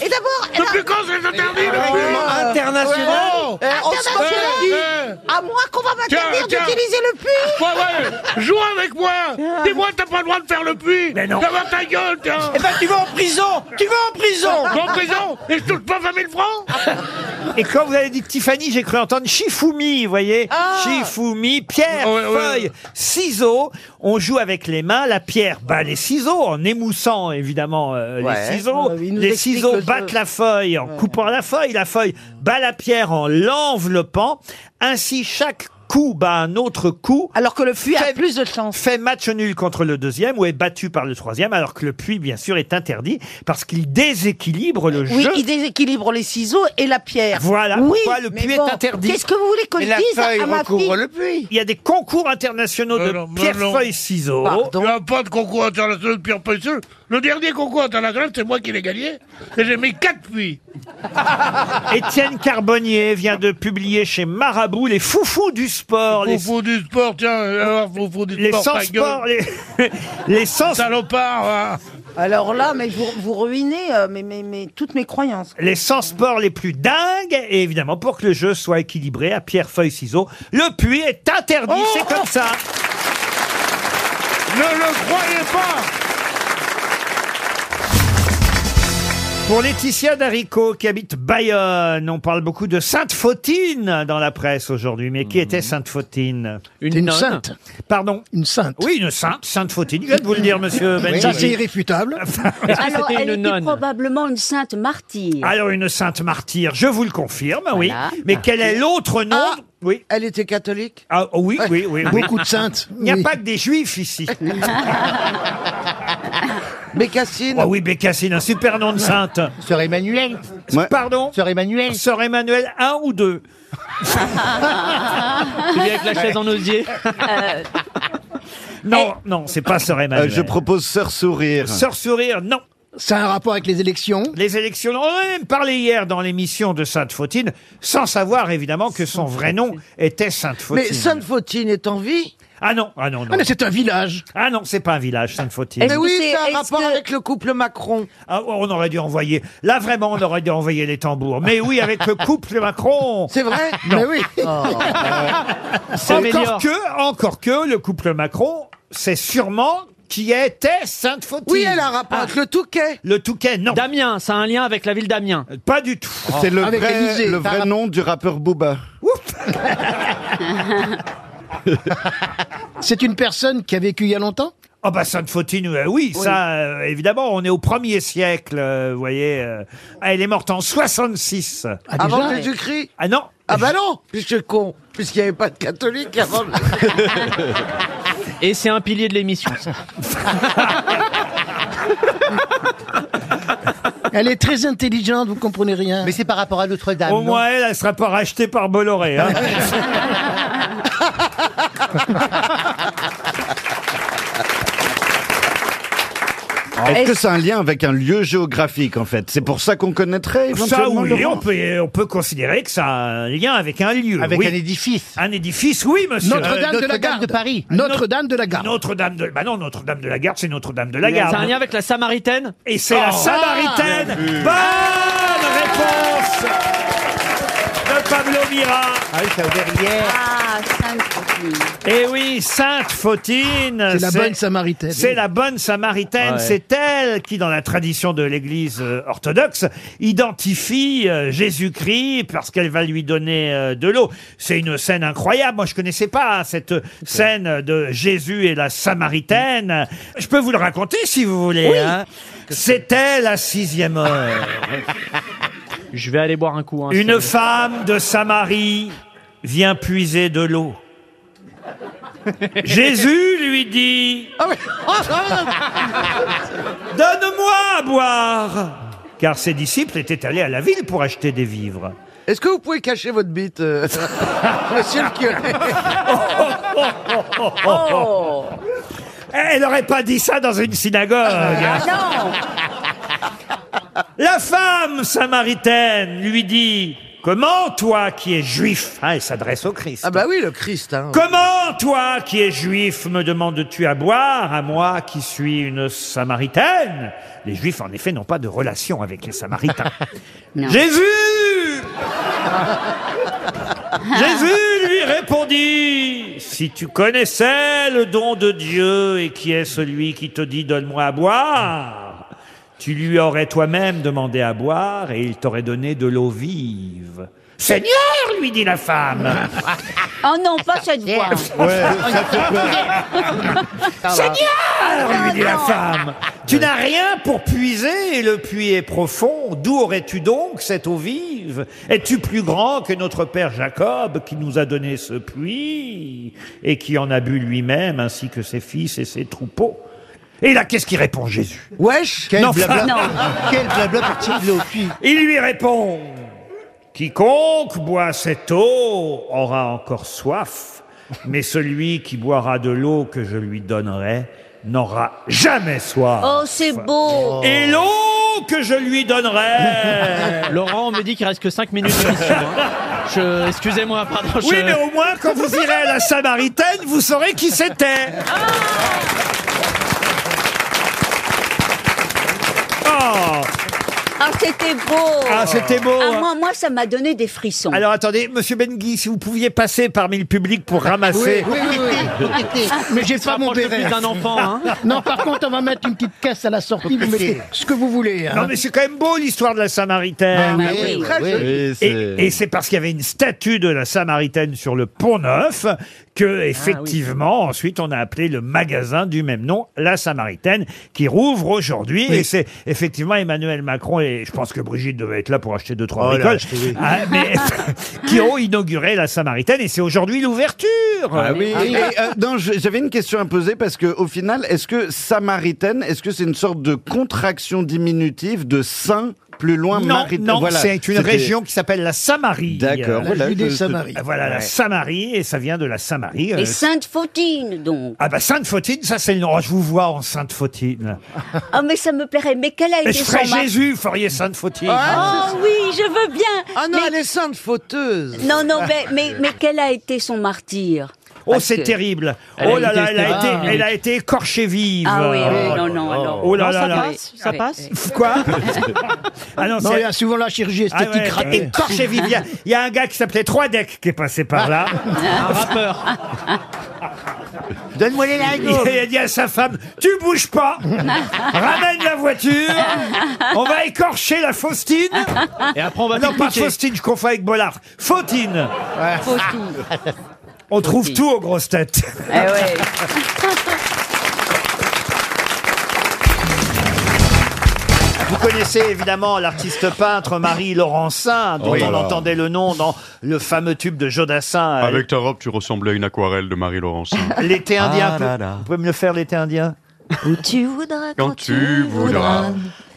[SPEAKER 18] Et d'abord. et
[SPEAKER 11] Depuis
[SPEAKER 18] d'abord-
[SPEAKER 11] quand c'est interdit le
[SPEAKER 18] Ah,
[SPEAKER 11] puits
[SPEAKER 20] international.
[SPEAKER 1] Eh,
[SPEAKER 11] Oh, eh,
[SPEAKER 18] International.
[SPEAKER 2] Eh.
[SPEAKER 18] À moins qu'on va m'interdire d'utiliser le puits.
[SPEAKER 1] Ah,
[SPEAKER 18] Ah.
[SPEAKER 11] Ouais, ouais, joue avec moi Dis-moi, t'as pas le droit de faire le puits
[SPEAKER 20] Mais non.
[SPEAKER 11] Ça va ta gueule, tiens
[SPEAKER 20] Eh ben, tu vas en prison Tu vas en prison
[SPEAKER 11] Je vais en prison Et je touche pas 20 000 francs
[SPEAKER 1] Et quand vous avez dit Tiffany, j'ai cru entendre Shifumi, vous voyez
[SPEAKER 2] Ah.
[SPEAKER 1] Shifumi, pierre, feuille, ciseaux. On joue avec les mains, la pierre bat les ciseaux en émoussant évidemment euh,
[SPEAKER 19] Ouais.
[SPEAKER 1] les ciseaux.
[SPEAKER 19] Ouais, il nous
[SPEAKER 1] les
[SPEAKER 19] explique
[SPEAKER 1] ciseaux
[SPEAKER 19] le jeu.
[SPEAKER 1] battent la feuille en coupant la feuille, la feuille bat la pierre en l'enveloppant. Ainsi, chaque coup coup bat un autre coup.
[SPEAKER 2] Alors que le Puy a plus de chance.
[SPEAKER 1] Fait match nul contre le deuxième ou est battu par le troisième, alors que le Puy, bien sûr, est interdit parce qu'il déséquilibre le
[SPEAKER 2] Oui,
[SPEAKER 1] jeu.
[SPEAKER 2] il déséquilibre les ciseaux et la pierre.
[SPEAKER 1] Voilà
[SPEAKER 2] oui,
[SPEAKER 1] pourquoi le
[SPEAKER 2] mais
[SPEAKER 1] puits
[SPEAKER 2] bon,
[SPEAKER 1] est interdit.
[SPEAKER 2] Qu'est-ce que vous voulez qu'on dise à ma fille
[SPEAKER 1] Il y a des concours internationaux
[SPEAKER 11] Euh,
[SPEAKER 1] de
[SPEAKER 22] non, mais
[SPEAKER 1] pierre,
[SPEAKER 22] non.
[SPEAKER 1] feuille, ciseaux.
[SPEAKER 22] Il n'y a pas de concours international de pierre feuille ciseaux. Le dernier concours international, c'est moi qui l'ai gagné. Et j'ai mis 4 puits.
[SPEAKER 5] Ah,
[SPEAKER 1] Étienne Carbonnier vient de publier chez Marabout les foufous du sport. Les
[SPEAKER 22] foufous du sport, tiens,
[SPEAKER 11] Oh,
[SPEAKER 22] alors foufous du
[SPEAKER 1] les
[SPEAKER 22] sport,
[SPEAKER 1] Sans
[SPEAKER 22] ta gueule.
[SPEAKER 1] sport, [laughs] les, les sans
[SPEAKER 22] Salopard, hein.
[SPEAKER 2] Alors là, mais vous, vous ruinez euh, mes- mes- mes- toutes mes croyances.
[SPEAKER 1] les 100 sports les plus dingues. Et évidemment, pour que le jeu soit équilibré à pierre, feuille, ciseaux, le puits est interdit. C'est comme ça.
[SPEAKER 22] Oh Ne le croyez pas
[SPEAKER 1] Pour Laetitia Darico, qui habite Bayonne, on parle beaucoup de Sainte Fautine dans la presse aujourd'hui. Mais qui
[SPEAKER 16] Mhm.
[SPEAKER 1] était Sainte Fautine
[SPEAKER 11] Une nonne. sainte.
[SPEAKER 1] Pardon Une sainte. Oui, une sainte. Sainte Fautine. Je viens de vous le dire, monsieur Benjamin.
[SPEAKER 11] Ça, c'est
[SPEAKER 1] [laughs] irréfutable.
[SPEAKER 16] Alors, elle était probablement une sainte martyre.
[SPEAKER 1] Alors, une sainte martyre, je vous le confirme, oui.
[SPEAKER 16] Voilà.
[SPEAKER 1] Mais quel est l'autre nom Oui.
[SPEAKER 19] Ah, Elle était catholique
[SPEAKER 1] Ah oui, oui, oui. oui.
[SPEAKER 19] Beaucoup de saintes,
[SPEAKER 1] Il n'y a
[SPEAKER 19] oui.
[SPEAKER 1] pas que des juifs ici.
[SPEAKER 19] [laughs] Bécassine.
[SPEAKER 1] Ah oui, Bécassine, un super nom de sainte. Sœur Emmanuel. Pardon Sœur Emmanuel. Sœur Emmanuel, un ou deux osier. non, non, c'est pas Sœur Emmanuel.
[SPEAKER 35] Euh, je propose Sœur Sourire.
[SPEAKER 1] Sœur Sourire, non. Ça a un rapport avec les élections Les élections, non. on en a même parlé hier dans l'émission de Sainte-Fautine, sans savoir évidemment que son vrai nom était Sainte-Fautine.
[SPEAKER 19] Mais Sainte-Fautine est en vie
[SPEAKER 1] Ah non, ah non, non.
[SPEAKER 19] Ah, mais c'est Eh,
[SPEAKER 1] un village. Ah non, c'est pas un village, Sainte-Fautine.
[SPEAKER 19] Mais oui, c'est un rapport avec le couple Macron.
[SPEAKER 1] Ah, on aurait dû envoyer. Là, vraiment, on aurait dû envoyer les tambours. Mais oui, avec le couple Macron.
[SPEAKER 19] C'est vrai
[SPEAKER 1] Non.
[SPEAKER 19] Mais oui.
[SPEAKER 1] Encore que, encore que, le couple Macron, c'est sûrement qui était Sainte-Fautine.
[SPEAKER 11] Oui, elle a un rapport
[SPEAKER 1] avec le Touquet. Le Touquet, non. Euh,
[SPEAKER 11] Damien, ça a un lien avec la ville d'Amiens.
[SPEAKER 1] Pas du tout.
[SPEAKER 35] Ah. C'est
[SPEAKER 20] Ah,
[SPEAKER 35] le vrai, le vrai nom du rappeur Booba.
[SPEAKER 11] C'est une personne qui a vécu il y a longtemps
[SPEAKER 1] Ah bah Sainte-Fautine, euh, oui,
[SPEAKER 11] Oui.
[SPEAKER 1] ça, euh, évidemment, on est au premier siècle, euh, vous voyez. euh. Ah, elle est morte en 66.
[SPEAKER 19] Avant
[SPEAKER 1] [laughs]
[SPEAKER 19] Ah, Jésus-Christ
[SPEAKER 1] Ah non
[SPEAKER 19] Ah bah non, puisque con, puisqu'il n'y avait pas de catholique avant.
[SPEAKER 11] Et c'est un pilier de l'émission, ça. [laughs] Elle est très intelligente, vous comprenez rien. Mais c'est par rapport à Notre-Dame.
[SPEAKER 1] Au moins, elle, elle sera pas rachetée par Bolloré. hein.
[SPEAKER 13] Ah,
[SPEAKER 35] Est-ce que c'est un lien avec un lieu géographique en fait C'est pour ça qu'on connaîtrait
[SPEAKER 1] ça,
[SPEAKER 35] éventuellement.
[SPEAKER 1] oui,
[SPEAKER 35] Laurent
[SPEAKER 1] on peut, on peut considérer que ça a un lien avec un lieu.
[SPEAKER 35] Avec
[SPEAKER 1] oui.
[SPEAKER 35] un
[SPEAKER 1] édifice. Un édifice, oui, monsieur.
[SPEAKER 11] Notre-Dame de la Euh, Notre-Dame Garde. de Paris. Notre-Dame
[SPEAKER 1] de la Garde. Notre-Dame de... Bah non, Notre-Dame de la Garde, c'est Notre-Dame de la Garde.
[SPEAKER 11] C'est un lien Oh, ah. avec la Samaritaine
[SPEAKER 1] Et c'est
[SPEAKER 13] Oh.
[SPEAKER 1] la
[SPEAKER 13] Ah,
[SPEAKER 1] Samaritaine. Bonne réponse de Pablo Mira. Ah oui, ça ouvert hier.
[SPEAKER 16] Ah, sainte Sophie.
[SPEAKER 1] Eh oui, Sainte Fautine.
[SPEAKER 11] C'est la bonne Samaritaine.
[SPEAKER 1] C'est la bonne Samaritaine.
[SPEAKER 11] Ouais.
[SPEAKER 1] C'est elle qui, dans la tradition de l'Église euh, orthodoxe, identifie euh, Jésus-Christ parce qu'elle va lui donner euh, de l'eau. C'est une scène incroyable. Moi, je connaissais pas cette scène de Jésus et la Samaritaine. Je peux vous le raconter si vous voulez.
[SPEAKER 11] Oui.
[SPEAKER 1] hein. C'était la sixième heure.
[SPEAKER 11] [laughs] Je vais aller boire un coup. hein,
[SPEAKER 1] Une femme de Samarie vient puiser de
[SPEAKER 11] [laughs]
[SPEAKER 1] l'eau. Jésus lui dit
[SPEAKER 11] Ah [laughs]
[SPEAKER 1] Donne-moi à boire Car ses disciples étaient allés à la ville pour acheter des vivres.
[SPEAKER 19] Est-ce que vous pouvez cacher votre bite, euh, [laughs] monsieur le curé
[SPEAKER 1] [laughs] Elle n'aurait pas dit ça dans une synagogue.
[SPEAKER 8] Ah
[SPEAKER 1] La femme samaritaine lui dit Comment toi qui es juif Ah, elle s'adresse au Christ.
[SPEAKER 19] Ah bah oui, le Christ. Hein.
[SPEAKER 1] Comment toi qui es juif me demandes-tu à boire à moi qui suis une samaritaine Les juifs en effet n'ont pas de relation avec les samaritains. Jésus Jésus lui répondit Si tu connaissais le don de Dieu et qui est celui qui te dit donne-moi à boire, tu lui aurais toi-même demandé à boire et il t'aurait donné de l'eau vive. Seigneur, lui dit la femme.
[SPEAKER 16] Oh non, pas cette voix.
[SPEAKER 1] Seigneur, lui dit la femme. Tu n'as rien pour puiser et le puits est profond. D'où aurais-tu donc cette eau vive Es-tu plus grand que notre père Jacob qui nous a donné ce puits et qui en a bu lui-même ainsi que ses fils et ses troupeaux et là, qu'est-ce qu'il répond Jésus Wesh
[SPEAKER 8] Quel
[SPEAKER 1] Non,
[SPEAKER 8] blabla.
[SPEAKER 1] enfin-
[SPEAKER 8] Non. Quel blabla
[SPEAKER 1] de l'eau Il lui répond Quiconque boit cette eau aura encore soif, mais celui qui boira de l'eau que je lui donnerai n'aura jamais soif.
[SPEAKER 16] Oh, c'est beau.
[SPEAKER 1] Et l'eau que je lui donnerai
[SPEAKER 3] [laughs] Laurent, on me dit qu'il reste que 5 minutes d'émission. hein. Je- Excusez-moi, pardon. je-
[SPEAKER 1] Oui, mais au moins, quand vous irez à la Samaritaine, vous saurez qui c'était. Oh
[SPEAKER 16] Ah, c'était beau.
[SPEAKER 1] Ah, c'était beau,
[SPEAKER 16] Ah,
[SPEAKER 1] hein.
[SPEAKER 16] moi, moi, ça m'a donné des frissons.
[SPEAKER 1] Alors attendez, monsieur Benguy, si vous pouviez passer parmi le public pour ramasser.
[SPEAKER 16] Oui, oui, oui, [laughs]
[SPEAKER 1] oui.
[SPEAKER 13] Ah, Mais j'ai pas mon
[SPEAKER 1] rapproche
[SPEAKER 13] béret.
[SPEAKER 1] plus d'un enfant, hein.
[SPEAKER 13] [laughs] Non, par contre, on va mettre une petite caisse à la sortie. Vous mettez ce que vous voulez. hein.
[SPEAKER 1] Non mais c'est quand même beau l'histoire de la Samaritaine.
[SPEAKER 13] Ah, bah oui, Très oui. joli.
[SPEAKER 1] Et-
[SPEAKER 13] c'est-
[SPEAKER 1] Et c'est parce qu'il y avait une statue de la Samaritaine sur le Pont Neuf que effectivement ensuite on a appelé le magasin du même nom la Samaritaine qui rouvre aujourd'hui et c'est effectivement Emmanuel Macron et je pense que Brigitte devait être là pour acheter deux trois
[SPEAKER 22] Oh là,
[SPEAKER 1] bricoles
[SPEAKER 22] acheter, oui.
[SPEAKER 1] Ah, mais- [laughs] qui ont inauguré la Samaritaine et c'est aujourd'hui l'ouverture.
[SPEAKER 11] Ah oui. Et, euh, non, je- j'avais une question à poser parce que au final, est-ce que Samaritaine, est-ce que c'est une sorte de contraction diminutive de saint plus loin
[SPEAKER 1] Non,
[SPEAKER 11] marit-
[SPEAKER 1] non,
[SPEAKER 11] voilà,
[SPEAKER 1] c'est une
[SPEAKER 11] c'était-
[SPEAKER 1] région qui s'appelle la Samarie. Euh,
[SPEAKER 11] D'accord, La voilà,
[SPEAKER 1] Voilà,
[SPEAKER 11] Judée je- Samarie.
[SPEAKER 1] la
[SPEAKER 11] Ouais.
[SPEAKER 1] Samarie, et ça vient de la Samarie. euh,
[SPEAKER 16] Et Sainte Fautine, donc.
[SPEAKER 1] ah bah Sainte Fautine, ça c'est le nom. Oh, je vous vois en Sainte Fautine.
[SPEAKER 16] Ah, mais ça me plairait. Mais quelle a
[SPEAKER 1] Mais
[SPEAKER 16] été
[SPEAKER 1] je
[SPEAKER 16] son
[SPEAKER 1] ferais
[SPEAKER 16] mari-
[SPEAKER 1] Jésus, Ah, vous feriez Sainte Fautine.
[SPEAKER 16] Oh oui, je veux bien. Ah non,
[SPEAKER 36] elle est sainte fauteuse.
[SPEAKER 16] Non, non, mais, mais, mais quel a été son martyr
[SPEAKER 1] Oh, c'est terrible.
[SPEAKER 16] Elle
[SPEAKER 1] oh
[SPEAKER 16] a
[SPEAKER 1] là
[SPEAKER 16] été
[SPEAKER 1] là, elle a,
[SPEAKER 16] stérile.
[SPEAKER 1] été, elle a été écorchée vive.
[SPEAKER 16] Ah oui, oui, non, non, alors.
[SPEAKER 1] Oh là
[SPEAKER 16] Non,
[SPEAKER 1] là
[SPEAKER 16] ça
[SPEAKER 1] là.
[SPEAKER 16] passe, ça Oui. passe. [laughs]
[SPEAKER 1] Quoi Ah
[SPEAKER 13] Non,
[SPEAKER 1] c'est-
[SPEAKER 13] il y a souvent la chirurgie
[SPEAKER 1] Ah
[SPEAKER 13] esthétique
[SPEAKER 1] ouais,
[SPEAKER 13] ratée.
[SPEAKER 1] écorchée vive. Il y a- Il y, a un gars qui s'appelait Troidec qui est passé par
[SPEAKER 30] [laughs]
[SPEAKER 13] [laughs]
[SPEAKER 1] là.
[SPEAKER 3] Un rappeur.
[SPEAKER 1] Donne-moi les lingots. Il a dit à sa femme, tu bouges pas, ramène la voiture, on va écorcher la Faustine.
[SPEAKER 3] Et après, on va
[SPEAKER 1] Non,
[SPEAKER 3] tout
[SPEAKER 1] pas
[SPEAKER 3] piquer.
[SPEAKER 1] Faustine, je confonds avec Bollard. Fautine.
[SPEAKER 5] bah. [laughs]
[SPEAKER 8] Faustine.
[SPEAKER 1] On trouve tout aux grosses têtes.
[SPEAKER 16] Eh
[SPEAKER 7] Eh
[SPEAKER 1] Vous connaissez évidemment l'artiste peintre Marie Laurencin, dont
[SPEAKER 20] Oh là
[SPEAKER 1] on
[SPEAKER 20] là.
[SPEAKER 1] entendait le nom dans le fameux tube de Jodassin. euh,
[SPEAKER 20] Avec ta robe, tu ressemblais à une aquarelle de Marie-Laurence.
[SPEAKER 1] [laughs] L'été indien.
[SPEAKER 20] Ah
[SPEAKER 1] Vous-
[SPEAKER 20] là là.
[SPEAKER 1] Vous pouvez me le faire, l'été indien
[SPEAKER 16] Où tu voudras.
[SPEAKER 20] Quand tu voudras,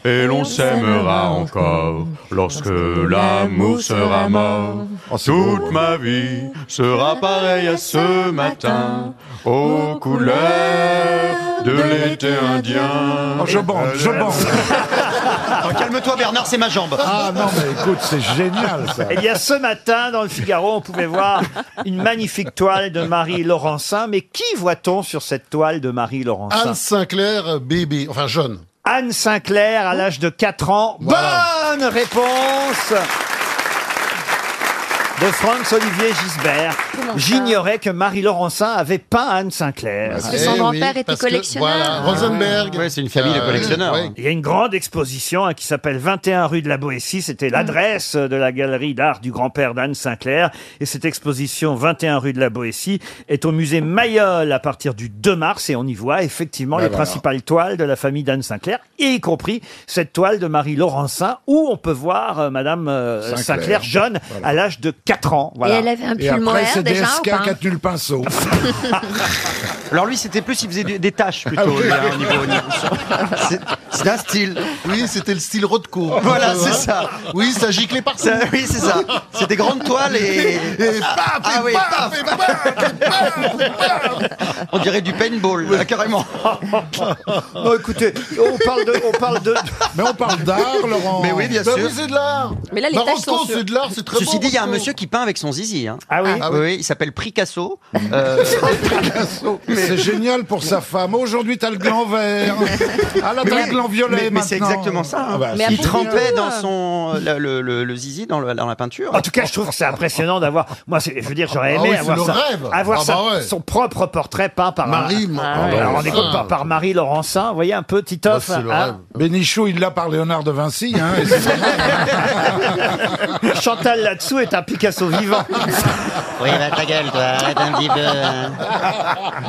[SPEAKER 20] et l'on s'aimera encore, lorsque l'amour sera mort.
[SPEAKER 22] Oh,
[SPEAKER 20] Toute ma vie sera pareille à ce matin, aux couleurs de l'été indien.
[SPEAKER 22] Oh, je bande, je bande.
[SPEAKER 37] Calme-toi Bernard, c'est ma jambe.
[SPEAKER 22] Ah non, mais écoute, c'est génial
[SPEAKER 20] [laughs]
[SPEAKER 22] ça.
[SPEAKER 1] Eh bien, ce matin, dans le Figaro, on pouvait voir une magnifique toile de Marie Laurencin. Mais qui voit-on sur cette toile de Marie Laurencin
[SPEAKER 2] Anne Sinclair, euh, bébé, enfin jeune.
[SPEAKER 1] Anne Sinclair à l'âge de 4 ans. Bonne réponse de Franz-Olivier Gisbert.
[SPEAKER 2] Comment ça
[SPEAKER 1] J'ignorais que Marie Laurencin avait peint Anne Sinclair.
[SPEAKER 2] Parce que son Eh oui, grand-père était parce que, collectionneur. voilà, Rosenberg. Ouais, c'est une famille de Euh, collectionneurs. ouais.
[SPEAKER 1] Il y a une grande exposition hein, qui s'appelle 21 rue de la Boétie. C'était l'adresse de la galerie d'art du grand-père d'Anne Sinclair. Et cette exposition 21 rue de la Boétie est au musée Mayol à partir du 2 mars. Et on y voit effectivement
[SPEAKER 2] Ah,
[SPEAKER 1] les
[SPEAKER 2] voilà.
[SPEAKER 1] principales toiles de la famille d'Anne Sinclair, et y compris cette toile de Marie Laurencin où on peut voir euh, Madame euh,
[SPEAKER 22] Sinclair.
[SPEAKER 1] Sinclair. jeune à l'âge de 4 ans. Voilà.
[SPEAKER 6] elle avait un
[SPEAKER 22] Et
[SPEAKER 6] pull
[SPEAKER 22] après,
[SPEAKER 6] mohair,
[SPEAKER 22] c'est des
[SPEAKER 6] déjà, ou
[SPEAKER 22] SK
[SPEAKER 6] pas
[SPEAKER 22] qui a tenu le
[SPEAKER 11] [laughs]
[SPEAKER 22] pinceau.
[SPEAKER 19] Alors
[SPEAKER 20] [laughs]
[SPEAKER 19] lui, c'était plus, il faisait du- des tâches plutôt.
[SPEAKER 2] Ah oui.
[SPEAKER 19] là, au niveau- au niveau-
[SPEAKER 22] [laughs]
[SPEAKER 2] C'est un style. Oui, c'était le style Rothko.
[SPEAKER 19] [laughs] Voilà, c'est ça.
[SPEAKER 2] Oui, ça giclait partout.
[SPEAKER 19] Ça- oui, c'est ça. C'est des grandes toiles et-
[SPEAKER 2] Et paf,
[SPEAKER 19] Ah
[SPEAKER 2] et
[SPEAKER 19] oui,
[SPEAKER 2] paf, et paf, et paf.
[SPEAKER 19] On dirait du paintball, là, carrément.
[SPEAKER 1] Non, écoutez, on parle de, on parle de.
[SPEAKER 2] Mais on parle d'art, Laurent.
[SPEAKER 19] Mais oui, bien
[SPEAKER 2] Bah
[SPEAKER 19] sûr.
[SPEAKER 2] oui, c'est de l'art.
[SPEAKER 6] Mais là, les
[SPEAKER 2] Bah,
[SPEAKER 6] tâches
[SPEAKER 2] Rothko,
[SPEAKER 6] sont sur-
[SPEAKER 2] c'est de l'art, c'est très
[SPEAKER 19] Ceci
[SPEAKER 2] bon,
[SPEAKER 19] dit, il y a un
[SPEAKER 2] Rothko.
[SPEAKER 19] monsieur qui peint avec son zizi. hein.
[SPEAKER 1] Ah oui
[SPEAKER 2] Ah
[SPEAKER 19] oui,
[SPEAKER 2] oui.
[SPEAKER 19] oui, il s'appelle Picasso. Euh,
[SPEAKER 2] C'est génial pour sa femme. Aujourd'hui, t'as le gland vert. Ah là,
[SPEAKER 19] mais
[SPEAKER 2] t'as
[SPEAKER 19] oui,
[SPEAKER 2] le gland violet.
[SPEAKER 19] mais- mais c'est
[SPEAKER 2] maintenant.
[SPEAKER 19] exactement ça. hein.
[SPEAKER 2] Ah bah,
[SPEAKER 19] il
[SPEAKER 2] c'est
[SPEAKER 19] trempait
[SPEAKER 2] génial.
[SPEAKER 19] dans son le, le- le- le zizi dans, le- dans la peinture.
[SPEAKER 1] Ah, En tout cas, je trouve que c'est impressionnant d'avoir. Moi, c'est- je veux dire, j'aurais
[SPEAKER 2] Ah
[SPEAKER 1] aimé
[SPEAKER 2] oui, c'est
[SPEAKER 1] avoir
[SPEAKER 2] le
[SPEAKER 1] ça.
[SPEAKER 2] rêve.
[SPEAKER 1] Avoir
[SPEAKER 2] Ah
[SPEAKER 1] ça,
[SPEAKER 2] bah ouais.
[SPEAKER 1] son propre portrait peint par
[SPEAKER 38] Marie,
[SPEAKER 1] un,
[SPEAKER 38] moi.
[SPEAKER 1] Ah,
[SPEAKER 38] Ah,
[SPEAKER 1] alors, on est
[SPEAKER 38] ah.
[SPEAKER 1] content, par Marie Laurencin. Vous voyez un peu Titoff.
[SPEAKER 38] c'est le
[SPEAKER 1] hein.
[SPEAKER 38] rêve. Bénichou, il l'a par Léonard de Vinci. Hein, et c'est-
[SPEAKER 1] Chantal là-dessous est un Picasso
[SPEAKER 2] [laughs]
[SPEAKER 1] vivant.
[SPEAKER 20] Oui, va ta gueule, toi, arrête un petit peu. hein.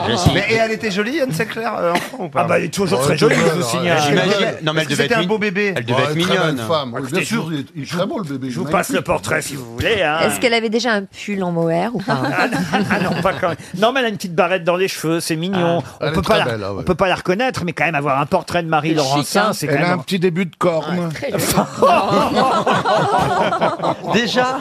[SPEAKER 20] Je suis-
[SPEAKER 11] Mais et elle était jolie, Anne Sinclair, euh, enfant ou pas
[SPEAKER 1] Ah bah, elle est toujours très jolie, je vous signale.
[SPEAKER 11] J'imagine.
[SPEAKER 20] Non, mais elle
[SPEAKER 11] Parce que
[SPEAKER 20] devait
[SPEAKER 11] C'était
[SPEAKER 20] être
[SPEAKER 11] un
[SPEAKER 20] mi-
[SPEAKER 11] beau bébé.
[SPEAKER 20] elle devait Ouais, être très mignonne. belle femme.
[SPEAKER 38] Oui,
[SPEAKER 1] Écoutez,
[SPEAKER 38] bien
[SPEAKER 1] je
[SPEAKER 38] sûr,
[SPEAKER 1] vous-
[SPEAKER 38] il est, il est très beau le bébé.
[SPEAKER 1] Je vous passe le portrait si vous voulez. hein.
[SPEAKER 6] Est-ce qu'elle avait déjà un pull en mohair ou
[SPEAKER 8] [laughs]
[SPEAKER 6] pas
[SPEAKER 1] Ah non, pas quand même. Non, mais elle a une petite barrette dans les cheveux, c'est mignon.
[SPEAKER 38] Elle
[SPEAKER 1] on
[SPEAKER 38] est
[SPEAKER 1] peut
[SPEAKER 38] très
[SPEAKER 1] pas
[SPEAKER 38] belle,
[SPEAKER 1] la,
[SPEAKER 38] ah ouais.
[SPEAKER 1] on peut pas la reconnaître, mais quand même avoir un portrait de Marie
[SPEAKER 38] Elle
[SPEAKER 6] hein.
[SPEAKER 20] hein.
[SPEAKER 1] Laurencin, c'est quand
[SPEAKER 38] a un
[SPEAKER 1] même.
[SPEAKER 38] petit début de corne.
[SPEAKER 1] [laughs] Déjà,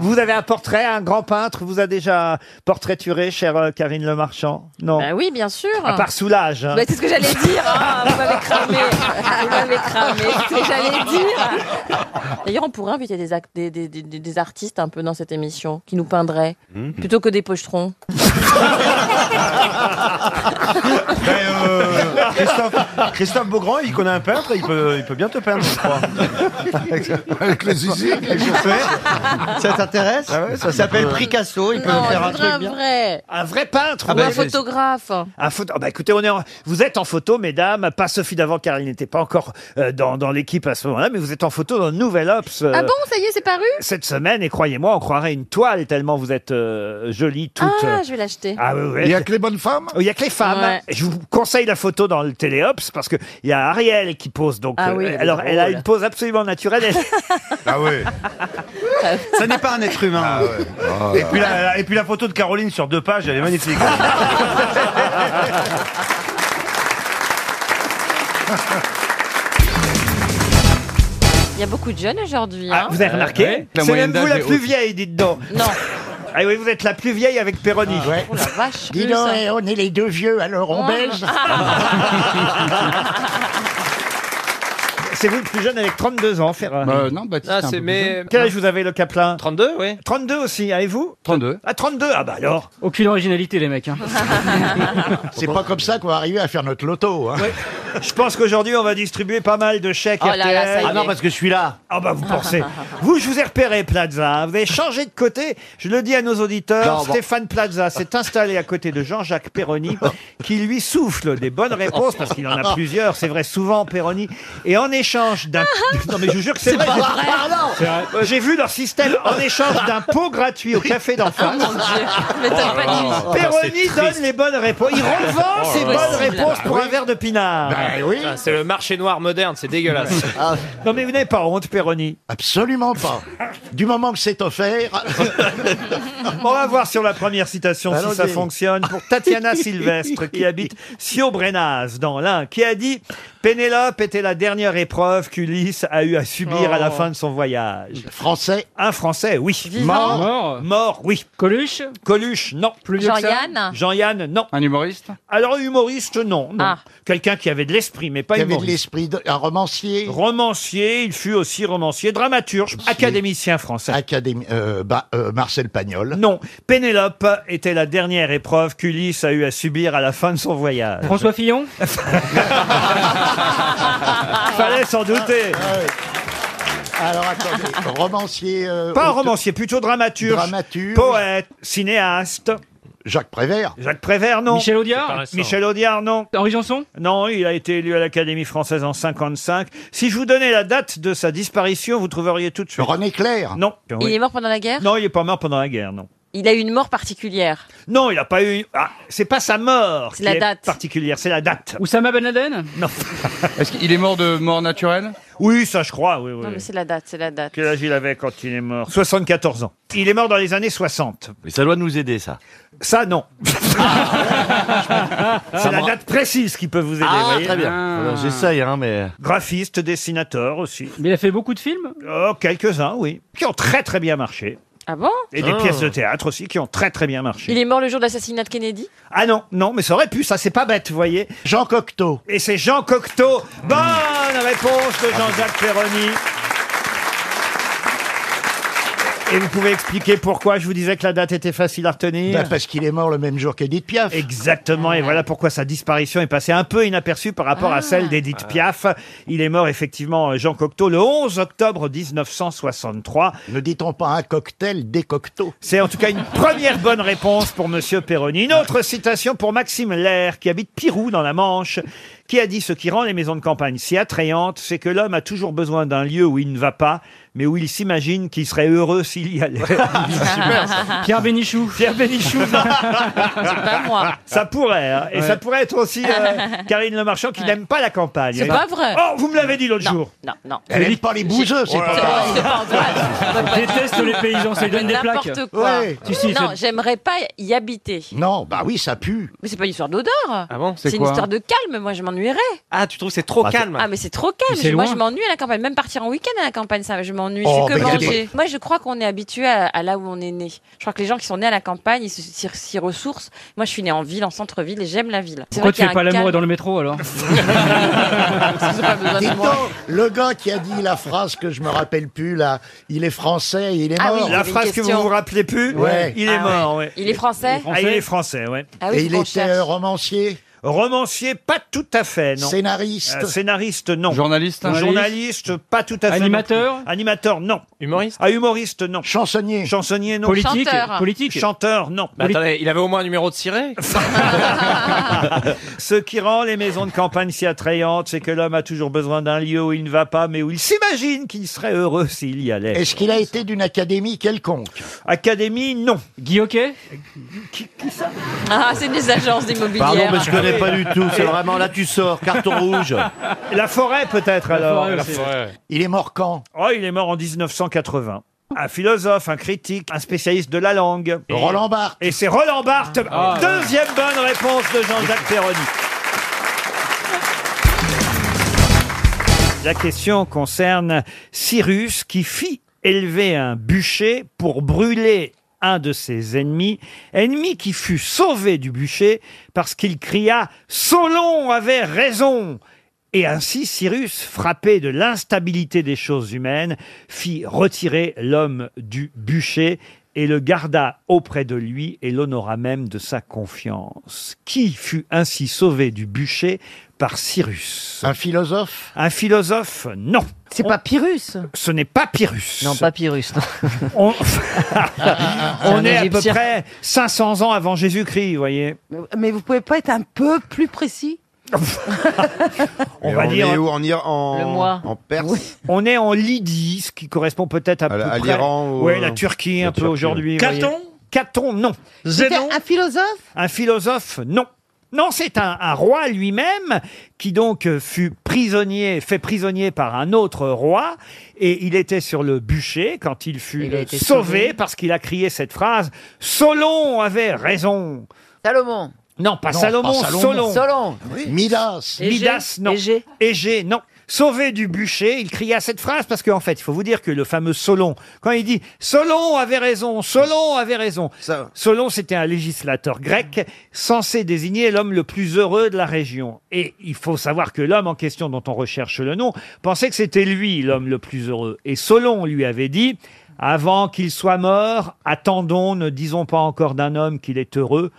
[SPEAKER 1] vous avez un portrait, un grand peintre vous a déjà portraituré, chère euh, Karine Le Marchand Non.
[SPEAKER 6] Ben oui, bien sûr.
[SPEAKER 1] À part Soulage. hein.
[SPEAKER 6] Bah, c'est ce que j'allais dire.
[SPEAKER 1] [laughs]
[SPEAKER 6] Ah, vous m'avez cramé. Vous m'avez cramé. C'est ce que j'allais dire. [laughs] D'ailleurs, on pourrait inviter des, ac- des, des- des- des artistes un peu dans cette émission qui nous peindraient
[SPEAKER 1] Hmm.
[SPEAKER 6] plutôt que des pochetrons.
[SPEAKER 11] Euh, Christophe, Christophe Beaugrand, il connaît un peintre, il peut, il peut bien te peindre, je crois. Avec le
[SPEAKER 19] [laughs]
[SPEAKER 11] zizi
[SPEAKER 20] Ça t'intéresse
[SPEAKER 11] Ah ouais, ça,
[SPEAKER 20] Il
[SPEAKER 11] ça
[SPEAKER 20] s'appelle
[SPEAKER 11] peut-
[SPEAKER 20] Picasso, il peut
[SPEAKER 6] non,
[SPEAKER 20] faire
[SPEAKER 1] Ah,
[SPEAKER 6] je
[SPEAKER 20] un
[SPEAKER 6] voudrais
[SPEAKER 20] truc
[SPEAKER 6] un
[SPEAKER 20] bien. Ah
[SPEAKER 6] vrai.
[SPEAKER 1] Un vrai peintre
[SPEAKER 6] ou
[SPEAKER 1] bah,
[SPEAKER 6] un
[SPEAKER 1] c'est-
[SPEAKER 6] photographe.
[SPEAKER 1] Un photo. ah bah écoutez, on est en- vous êtes en photo, mesdames. Pas Sophie d'avant, car il n'était pas encore euh, dans, dans l'équipe à ce moment-là, mais vous êtes en photo dans le Nouvel Ops. euh,
[SPEAKER 6] Ah bon, ça y est, c'est paru
[SPEAKER 1] cette semaine, et croyez-moi, on croirait une toile tellement vous êtes euh, jolie toute.
[SPEAKER 6] Ah,
[SPEAKER 1] euh,
[SPEAKER 6] je vais l'acheter.
[SPEAKER 1] ah oui, oui.
[SPEAKER 38] Il y a que les bonnes femmes
[SPEAKER 1] Il y a que les femmes.
[SPEAKER 6] Ouais.
[SPEAKER 1] Je vous conseille la photo dans le téléops parce que il y a Ariel qui pose. Donc,
[SPEAKER 6] Ah
[SPEAKER 1] euh,
[SPEAKER 6] oui, elle est
[SPEAKER 1] alors, elle a
[SPEAKER 6] drôle.
[SPEAKER 1] une pose absolument naturelle.
[SPEAKER 6] [laughs]
[SPEAKER 11] Ah ouais. Ah
[SPEAKER 20] Ça n'est pas un être humain.
[SPEAKER 13] Ah
[SPEAKER 11] Et puis, la, la- et puis la photo de Caroline sur deux pages, elle est magnifique.
[SPEAKER 6] Il y a beaucoup de jeunes aujourd'hui. hein.
[SPEAKER 1] Ah, vous avez remarqué C'est même vous la plus vieille, dites donc.
[SPEAKER 6] Non.
[SPEAKER 1] Ah oui, vous êtes la plus vieille avec Péroni.
[SPEAKER 38] Ah.
[SPEAKER 6] Oh la vache. Ah.
[SPEAKER 13] Dis
[SPEAKER 6] que
[SPEAKER 13] donc,
[SPEAKER 6] ça.
[SPEAKER 13] eh, on est les deux vieux, alors on
[SPEAKER 6] Ouais. [laughs]
[SPEAKER 13] belge.
[SPEAKER 1] C'est vous le plus jeune avec 32 ans, Ferrari.
[SPEAKER 39] Euh, non, Baptiste, Ah, un c'est peu plus mes- jeune.
[SPEAKER 1] Quel âge vous avez, le Caplin
[SPEAKER 39] 32, oui.
[SPEAKER 1] 32 aussi, hein, et vous
[SPEAKER 39] 32.
[SPEAKER 1] Ah, 32, ah bah alors.
[SPEAKER 39] Aucune originalité, les mecs. hein.
[SPEAKER 13] [laughs] C'est pas comme ça qu'on va arriver à faire notre loto. hein.
[SPEAKER 1] Je pense qu'aujourd'hui, on va distribuer pas mal de chèques
[SPEAKER 6] Oh là là,
[SPEAKER 1] RTL.
[SPEAKER 6] ça y Ah non, est. parce
[SPEAKER 11] que je suis là.
[SPEAKER 1] Ah bah vous [laughs]
[SPEAKER 11] [laughs]
[SPEAKER 1] pensez. vous, je vous ai repéré, Plaza. Vous avez changé de côté. Je le dis à nos auditeurs,
[SPEAKER 11] Non, bon.
[SPEAKER 1] Stéphane Plaza s'est installé à côté de Jean-Jacques Perroni, qui lui souffle des bonnes réponses, parce qu'il en a plusieurs, c'est vrai, souvent, Perroni. Et en échange d'un... Non mais je vous jure que c'est
[SPEAKER 40] C'est
[SPEAKER 1] vrai.
[SPEAKER 40] pas vrai.
[SPEAKER 1] C'est vrai. J'ai vu leur système en échange d'un pot gratuit au café d'en face.
[SPEAKER 40] M'étonne pas
[SPEAKER 11] Oh,
[SPEAKER 40] du tout.
[SPEAKER 1] Perroni donne les bonnes réponses.
[SPEAKER 41] [laughs]
[SPEAKER 1] Il revend
[SPEAKER 41] Oh
[SPEAKER 1] ses
[SPEAKER 41] là
[SPEAKER 1] bonnes
[SPEAKER 41] là.
[SPEAKER 1] réponses
[SPEAKER 41] Bah
[SPEAKER 1] pour
[SPEAKER 41] oui.
[SPEAKER 1] un verre de pinard. Ah.
[SPEAKER 41] Putain, C'est le marché noir moderne, c'est
[SPEAKER 1] [laughs]
[SPEAKER 41] dégueulasse.
[SPEAKER 1] Non mais vous n'avez pas honte, Perroni.
[SPEAKER 11] Ah,
[SPEAKER 13] Absolument pas. Du moment que c'est offert.
[SPEAKER 1] [laughs] On va voir sur la première citation si
[SPEAKER 13] Allons-y.
[SPEAKER 1] ça fonctionne. Pour
[SPEAKER 11] [laughs]
[SPEAKER 13] [laughs]
[SPEAKER 1] Tatiana Sylvestre, qui habite Siobrenaz, dans l'Ain, qui a dit « Pénélope était la dernière épreuve qu'Ulysse a eu à subir à la
[SPEAKER 39] Oh.
[SPEAKER 1] fin de son voyage. »
[SPEAKER 13] Français
[SPEAKER 1] Un Français, oui.
[SPEAKER 39] Vivant
[SPEAKER 1] Mort Mort, oui.
[SPEAKER 39] Coluche
[SPEAKER 1] Coluche, non.
[SPEAKER 39] Plus vieux que ça
[SPEAKER 6] Jean-Yann
[SPEAKER 1] Jean-Yann, non.
[SPEAKER 39] Un humoriste
[SPEAKER 1] Alors, humoriste, non. non.
[SPEAKER 6] Ah.
[SPEAKER 1] Quelqu'un qui avait de l'esprit, mais pas
[SPEAKER 13] Qui avait de
[SPEAKER 1] humoriste.
[SPEAKER 13] l'esprit, de- un romancier.
[SPEAKER 1] Romancier, il fut aussi romancier, dramaturge, académicien français.
[SPEAKER 13] Académi- euh, bah, euh, Marcel Pagnol.
[SPEAKER 1] Non, Pénélope était la dernière épreuve qu'Ulysse a eu à subir à la fin de son voyage.
[SPEAKER 39] François Fillon
[SPEAKER 1] [laughs]
[SPEAKER 6] Ah.
[SPEAKER 1] Fallait s'en
[SPEAKER 13] Ah,
[SPEAKER 1] douter.
[SPEAKER 13] Alors attendez, romancier. euh,
[SPEAKER 1] Pas un
[SPEAKER 13] auteur-
[SPEAKER 1] romancier, plutôt dramaturge.
[SPEAKER 13] Dramaturge.
[SPEAKER 1] Poète, cinéaste.
[SPEAKER 13] Jacques Prévert.
[SPEAKER 1] Jacques Prévert, non.
[SPEAKER 39] Michel Audiard
[SPEAKER 1] Michel Audiard, non.
[SPEAKER 39] Henri Janson
[SPEAKER 1] Non, il a été élu à l'Académie française en 55. Si je vous donnais la date de sa disparition, vous trouveriez tout de suite.
[SPEAKER 13] René Clair.
[SPEAKER 1] Non.
[SPEAKER 6] Il est mort pendant la guerre
[SPEAKER 1] Non, il est pas mort pendant la guerre, non.
[SPEAKER 6] Il a eu une mort particulière.
[SPEAKER 1] Non, il n'a pas eu. Ah, c'est pas sa mort
[SPEAKER 6] C'est
[SPEAKER 1] qui
[SPEAKER 6] la
[SPEAKER 1] est
[SPEAKER 6] date.
[SPEAKER 1] particulière, c'est la date.
[SPEAKER 39] Oussama Ben Laden
[SPEAKER 1] Non.
[SPEAKER 39] Est-ce qu'il est mort de mort naturelle
[SPEAKER 1] Oui, ça je crois, oui, oui.
[SPEAKER 6] Non, mais c'est la date, c'est la date.
[SPEAKER 1] Quel âge il avait quand il est mort 74 ans. Il est mort dans les années 60.
[SPEAKER 39] Mais ça doit nous aider, ça. [laughs]
[SPEAKER 1] Ça, non.
[SPEAKER 13] Ah.
[SPEAKER 1] C'est la date précise qui peut vous aider.
[SPEAKER 39] Ah,
[SPEAKER 1] voyez.
[SPEAKER 39] très bien.
[SPEAKER 11] Alors, J'essaye, hein, mais.
[SPEAKER 1] Graphiste, dessinateur aussi.
[SPEAKER 39] Mais il a fait beaucoup de films
[SPEAKER 1] Oh, quelques-uns, oui. Qui ont très très bien marché.
[SPEAKER 6] Ah bon
[SPEAKER 1] Et des
[SPEAKER 39] Ah.
[SPEAKER 1] pièces de théâtre aussi qui ont très très bien marché.
[SPEAKER 6] Il est mort le jour de l'assassinat de Kennedy
[SPEAKER 1] Ah non, non, mais ça aurait pu, ça c'est pas bête, vous voyez.
[SPEAKER 13] Jean Cocteau.
[SPEAKER 1] Et c'est Jean Cocteau. Bonne réponse de Jean-Jacques Perroni. Et vous pouvez expliquer pourquoi je vous disais que la date était facile à retenir
[SPEAKER 13] Bah, parce
[SPEAKER 1] qu'il est mort le même jour qu'Edith Piaf. Exactement, et voilà pourquoi sa disparition est passée un peu inaperçue par rapport à celle d'Edith Piaf. Il est mort effectivement, euh, Jean Cocteau, le 11 octobre 1963. Ne dit-on pas un cocktail, des cocteaux C'est en tout cas une première bonne réponse pour Monsieur Perroni. Une autre citation pour Maxime Lair, qui habite Pirou dans la Manche, qui a dit ce qui rend les maisons de campagne si attrayantes, c'est que l'homme a toujours besoin d'un lieu où il ne va pas, mais où il s'imagine qu'il serait heureux s'il y allait. Pierre Bénichou. Pierre Bénichou.
[SPEAKER 6] [laughs]
[SPEAKER 1] non.
[SPEAKER 6] pas moi.
[SPEAKER 1] Ça pourrait, hein. et
[SPEAKER 6] Ouais.
[SPEAKER 1] ça pourrait être aussi euh, Karine Le Marchand qui n'aime pas la campagne.
[SPEAKER 6] C'est
[SPEAKER 1] Et-
[SPEAKER 6] pas vrai.
[SPEAKER 1] Oh, vous me l'avez dit l'autre
[SPEAKER 6] Non,
[SPEAKER 1] jour.
[SPEAKER 6] Non, non.
[SPEAKER 1] Elle aime pas les bouseux, c'est pas vrai.
[SPEAKER 6] C'est pas vrai.
[SPEAKER 13] Déteste les paysans, ça lui donne des plaques.
[SPEAKER 6] N'importe quoi.
[SPEAKER 13] Ouais. Si, si,
[SPEAKER 6] non,
[SPEAKER 13] c'est-
[SPEAKER 6] j'aimerais pas y habiter.
[SPEAKER 13] Non, bah oui, ça pue.
[SPEAKER 6] Mais c'est pas une histoire d'odeur. Ah
[SPEAKER 14] bon
[SPEAKER 6] C'est une histoire de calme, moi je m'ennuierais.
[SPEAKER 14] Ah, tu trouves que c'est trop
[SPEAKER 6] Bah, c'est-
[SPEAKER 14] calme
[SPEAKER 6] Ah mais c'est trop
[SPEAKER 14] Mais
[SPEAKER 6] calme.
[SPEAKER 14] c'est
[SPEAKER 6] Moi
[SPEAKER 14] loin.
[SPEAKER 6] je m'ennuie à la campagne. Même partir en week-end à la campagne, ça, je m'ennuie.
[SPEAKER 14] Oh,
[SPEAKER 6] c'est que
[SPEAKER 14] mais il y a des-
[SPEAKER 6] manger. Moi je crois qu'on est habitué à, à là où on est né. Je crois que les gens qui sont nés à la campagne, ils se- s'y s'y ressourcent. Moi je suis né en ville, en centre-ville et j'aime la ville. C'est
[SPEAKER 42] Pourquoi
[SPEAKER 6] vrai
[SPEAKER 42] tu
[SPEAKER 6] qu'il y a
[SPEAKER 42] fais pas
[SPEAKER 6] un
[SPEAKER 42] l'amour
[SPEAKER 6] calme.
[SPEAKER 42] dans le métro alors
[SPEAKER 6] [laughs] Ah,
[SPEAKER 13] Dis donc, le gars qui a dit la phrase que je me rappelle plus, là, il est français, il est
[SPEAKER 6] Ah oui,
[SPEAKER 13] mort.
[SPEAKER 6] il y La avait une phrase que question. vous vous
[SPEAKER 1] rappelez plus,
[SPEAKER 13] ouais.
[SPEAKER 1] il est
[SPEAKER 6] Ah
[SPEAKER 1] mort.
[SPEAKER 6] ouais.
[SPEAKER 1] ouais.
[SPEAKER 6] Il est français
[SPEAKER 1] Ah, il est français, ouais.
[SPEAKER 6] Ah oui,
[SPEAKER 1] Et
[SPEAKER 6] c'est
[SPEAKER 1] il
[SPEAKER 6] qu'on
[SPEAKER 1] était
[SPEAKER 6] cherche.
[SPEAKER 1] euh, romancier Romancier, pas tout à fait, non.
[SPEAKER 13] Scénariste
[SPEAKER 1] Euh, Scénariste, non.
[SPEAKER 43] Journaliste
[SPEAKER 1] Journaliste, pas tout à fait.
[SPEAKER 43] Animateur
[SPEAKER 1] non plus. Animateur, non. Humoriste Ah, humoriste, non. Chansonnier Chansonnier, non.
[SPEAKER 14] Politique Chanteur. Politique
[SPEAKER 1] Chanteur, non.
[SPEAKER 14] Bah, attendez, il avait au moins un numéro
[SPEAKER 1] [laughs]
[SPEAKER 14] de ciré
[SPEAKER 1] Ce qui rend les maisons de campagne si attrayantes, c'est que l'homme a toujours besoin d'un lieu où il ne va pas, mais où il s'imagine qu'il serait heureux s'il y allait.
[SPEAKER 13] Est-ce qu'il a été d'une académie quelconque
[SPEAKER 1] Académie, non.
[SPEAKER 13] Guy
[SPEAKER 6] Ah c'est des agences immobilières.
[SPEAKER 13] Pardon, mais je connais pas du tout,
[SPEAKER 6] [laughs]
[SPEAKER 13] c'est
[SPEAKER 1] vraiment-
[SPEAKER 13] là, tu sors,
[SPEAKER 1] carton rouge. La forêt peut-être alors.
[SPEAKER 13] forêt aussi. La forêt. Il est mort quand
[SPEAKER 1] Oh, il est mort en 1980. Un philosophe, un critique, un spécialiste de la langue.
[SPEAKER 13] Roland Barthes.
[SPEAKER 1] Et c'est Roland Barthes.
[SPEAKER 13] Ah, ouais.
[SPEAKER 1] Deuxième bonne réponse de Jean-Jacques Perroni. La question concerne Cyrus qui fit élever un bûcher pour brûler un de ses ennemis, ennemi qui fut sauvé du bûcher parce qu'il cria « Solon avait raison !» Et ainsi, Cyrus, frappé de l'instabilité des choses humaines, fit retirer l'homme du bûcher et le garda auprès de lui et l'honora même de sa confiance. Qui fut ainsi sauvé du bûcher par Cyrus Un philosophe Un philosophe, non. C'est pas Pyrrhus Ce n'est pas Pyrrhus. Non, pas Pyrrhus. On, [laughs] On
[SPEAKER 8] un
[SPEAKER 1] est à peu
[SPEAKER 8] Égyptien.
[SPEAKER 1] près 500 ans avant Jésus-Christ, vous voyez.
[SPEAKER 9] Mais vous pouvez pas être un peu plus
[SPEAKER 1] [laughs]
[SPEAKER 9] précis
[SPEAKER 1] On va dire.
[SPEAKER 11] est où en, Ir- en,
[SPEAKER 9] Le mois.
[SPEAKER 11] en Perse
[SPEAKER 1] On est en Lydie, ce qui correspond peut-être à, peu
[SPEAKER 11] à
[SPEAKER 1] près-
[SPEAKER 11] l'Iran ou- euh,
[SPEAKER 1] Ouais, la Turquie
[SPEAKER 11] la
[SPEAKER 1] un peu
[SPEAKER 11] Turquie,
[SPEAKER 1] aujourd'hui.
[SPEAKER 11] oui.
[SPEAKER 1] vous voyez.
[SPEAKER 11] Caton
[SPEAKER 1] Caton, non.
[SPEAKER 9] C'était un philosophe
[SPEAKER 1] Un philosophe, non. Non, c'est un, un roi lui-même qui donc euh, fut prisonnier, fait prisonnier par un autre roi, et il était sur le bûcher quand il fut euh,
[SPEAKER 7] été
[SPEAKER 1] sauvé,
[SPEAKER 7] sauvé.
[SPEAKER 1] parce qu'il a crié cette phrase « Solon avait raison ». Salomon. Non, pas
[SPEAKER 7] Non,
[SPEAKER 1] Salomon,
[SPEAKER 7] pas Salomon.
[SPEAKER 1] Solon.
[SPEAKER 7] Solon.
[SPEAKER 1] Midas.
[SPEAKER 7] Égée.
[SPEAKER 1] Midas, non. Égée. non. Sauvé du bûcher, il cria cette phrase parce qu'en fait, il faut vous dire que le fameux Solon, quand il dit Solon avait raison, Solon avait raison. Solon, c'était un législateur grec censé désigner l'homme le plus heureux de la région. Et il faut savoir que l'homme en question dont on recherche le nom pensait que c'était lui l'homme le plus heureux. Et Solon lui avait dit avant qu'il soit mort, attendons, ne disons pas encore d'un homme qu'il est heureux.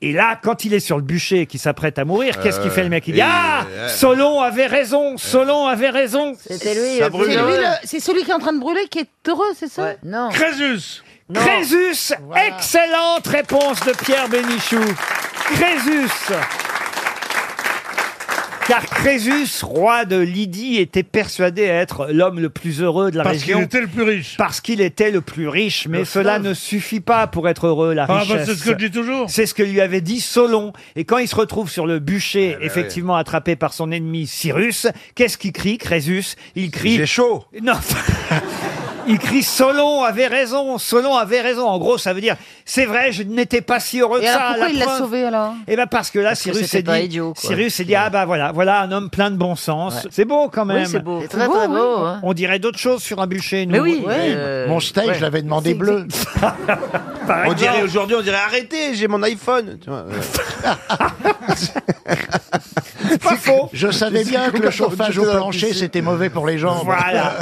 [SPEAKER 1] Et là, quand il est sur le bûcher et qu'il s'apprête à mourir, qu'est-ce qu'il
[SPEAKER 11] Euh,
[SPEAKER 1] fait le mec Il dit
[SPEAKER 11] et-
[SPEAKER 1] Ah
[SPEAKER 11] euh,
[SPEAKER 1] Solon avait raison Solon avait raison
[SPEAKER 9] C'était lui, le plus- euh, C'est
[SPEAKER 11] Ah
[SPEAKER 9] lui, le- C'est celui qui est en train de brûler qui est heureux, c'est ça Non.
[SPEAKER 1] Crésus Crésus Excellente réponse de Pierre Bénichou Crésus car Crésus, roi de Lydie, était persuadé d'être l'homme le plus heureux de la
[SPEAKER 44] Parce qu'il
[SPEAKER 1] région.
[SPEAKER 44] était le plus riche.
[SPEAKER 1] Parce qu'il était le plus riche, mais
[SPEAKER 44] Le
[SPEAKER 1] cela
[SPEAKER 44] fleuve.
[SPEAKER 1] ne suffit pas pour être heureux, la
[SPEAKER 44] Ah, bah,
[SPEAKER 1] richesse.
[SPEAKER 44] c'est ce que je dis toujours.
[SPEAKER 1] C'est ce que lui avait dit Solon. Et quand il se retrouve sur le bûcher,
[SPEAKER 44] bah
[SPEAKER 1] effectivement attrapé par son ennemi Cyrus, qu'est-ce qu'il crie, Crésus Il crie. J'ai chaud. [laughs] Non. Il crie Solon avait raison, Solon avait raison. En gros, ça veut dire c'est vrai, je n'étais pas si heureux
[SPEAKER 9] Et
[SPEAKER 1] que
[SPEAKER 9] alors,
[SPEAKER 1] ça.
[SPEAKER 9] pourquoi
[SPEAKER 1] la
[SPEAKER 9] il l'a
[SPEAKER 1] preuve-
[SPEAKER 9] sauvé alors
[SPEAKER 1] Eh ben parce que là,
[SPEAKER 9] que
[SPEAKER 1] Cyrus
[SPEAKER 9] c'était
[SPEAKER 1] s'est dit,
[SPEAKER 9] pas idiot, quoi.
[SPEAKER 1] Cyrus s'est dit ah bah voilà, voilà un homme plein de bon sens. C'est beau quand
[SPEAKER 9] Oui,
[SPEAKER 1] même.
[SPEAKER 9] c'est beau. C'est très, très beau,
[SPEAKER 1] oui.
[SPEAKER 9] hein.
[SPEAKER 1] On dirait d'autres choses sur un bûcher. Nous.
[SPEAKER 9] Mais oui, Oui. euh,
[SPEAKER 13] Mon steak, ouais. je l'avais demandé bleu.
[SPEAKER 1] [laughs] Par
[SPEAKER 11] On
[SPEAKER 1] exemple.
[SPEAKER 11] dirait aujourd'hui,
[SPEAKER 1] [laughs]
[SPEAKER 11] on dirait arrêtez, j'ai mon iPhone. Tu vois, euh.
[SPEAKER 45] pas faux.
[SPEAKER 13] Je savais bien que le chauffage au plancher, c'était mauvais pour les jambes.
[SPEAKER 11] [laughs]
[SPEAKER 1] Voilà.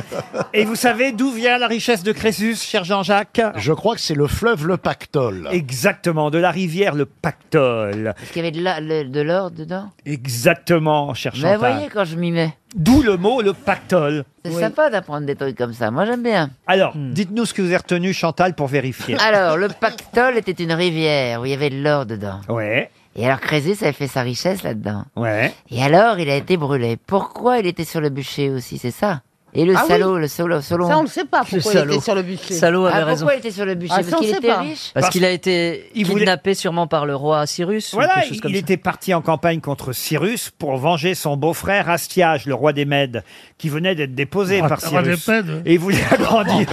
[SPEAKER 1] Et vous savez d'où vient la richesse de Crésus, cher Jean-Jacques
[SPEAKER 13] Je crois que c'est le fleuve le Pactole.
[SPEAKER 1] Exactement, de la rivière le Pactole.
[SPEAKER 7] Parce qu'il y avait de la- le- de l'or dedans.
[SPEAKER 1] Exactement, cher
[SPEAKER 7] Mais vous
[SPEAKER 1] Chantal.
[SPEAKER 7] voyez quand je m'y mets.
[SPEAKER 1] D'où le mot le pactole.
[SPEAKER 7] C'est
[SPEAKER 1] Oui.
[SPEAKER 7] sympa d'apprendre des trucs comme ça. Moi j'aime bien.
[SPEAKER 1] Alors,
[SPEAKER 9] Hmm.
[SPEAKER 1] dites-nous ce que vous avez retenu, Chantal, pour vérifier.
[SPEAKER 7] [laughs] Alors, le pactole était une rivière où il y avait de l'or dedans.
[SPEAKER 1] Ouais.
[SPEAKER 7] Et alors Crésus avait fait sa richesse là-dedans.
[SPEAKER 1] Ouais.
[SPEAKER 7] Et alors il a été brûlé. Pourquoi il était sur le bûcher aussi, c'est ça Et le
[SPEAKER 8] Ah oui.
[SPEAKER 7] salaud, le solo, solon.
[SPEAKER 8] Ça, on ne sait pas pourquoi il était sur le bûcher.
[SPEAKER 7] Ah, pourquoi il était sur le bûcher
[SPEAKER 8] Ah, ça,
[SPEAKER 7] Parce
[SPEAKER 8] on
[SPEAKER 7] qu'il
[SPEAKER 8] sait
[SPEAKER 7] était
[SPEAKER 8] pas.
[SPEAKER 7] riche
[SPEAKER 1] Parce qu'il
[SPEAKER 46] a été
[SPEAKER 1] Il voulait-
[SPEAKER 46] kidnappé sûrement par le roi Cyrus. ou
[SPEAKER 1] Voilà,
[SPEAKER 46] quelque chose
[SPEAKER 1] il
[SPEAKER 46] comme ça.
[SPEAKER 1] était parti en campagne contre Cyrus pour venger son beau-frère Astiage, le roi des Mèdes, qui venait d'être déposé
[SPEAKER 11] Ah,
[SPEAKER 1] par
[SPEAKER 11] le roi
[SPEAKER 1] Cyrus.
[SPEAKER 11] des Mèdes. Oh,
[SPEAKER 1] Et il voulait
[SPEAKER 11] [laughs]
[SPEAKER 1] agrandir,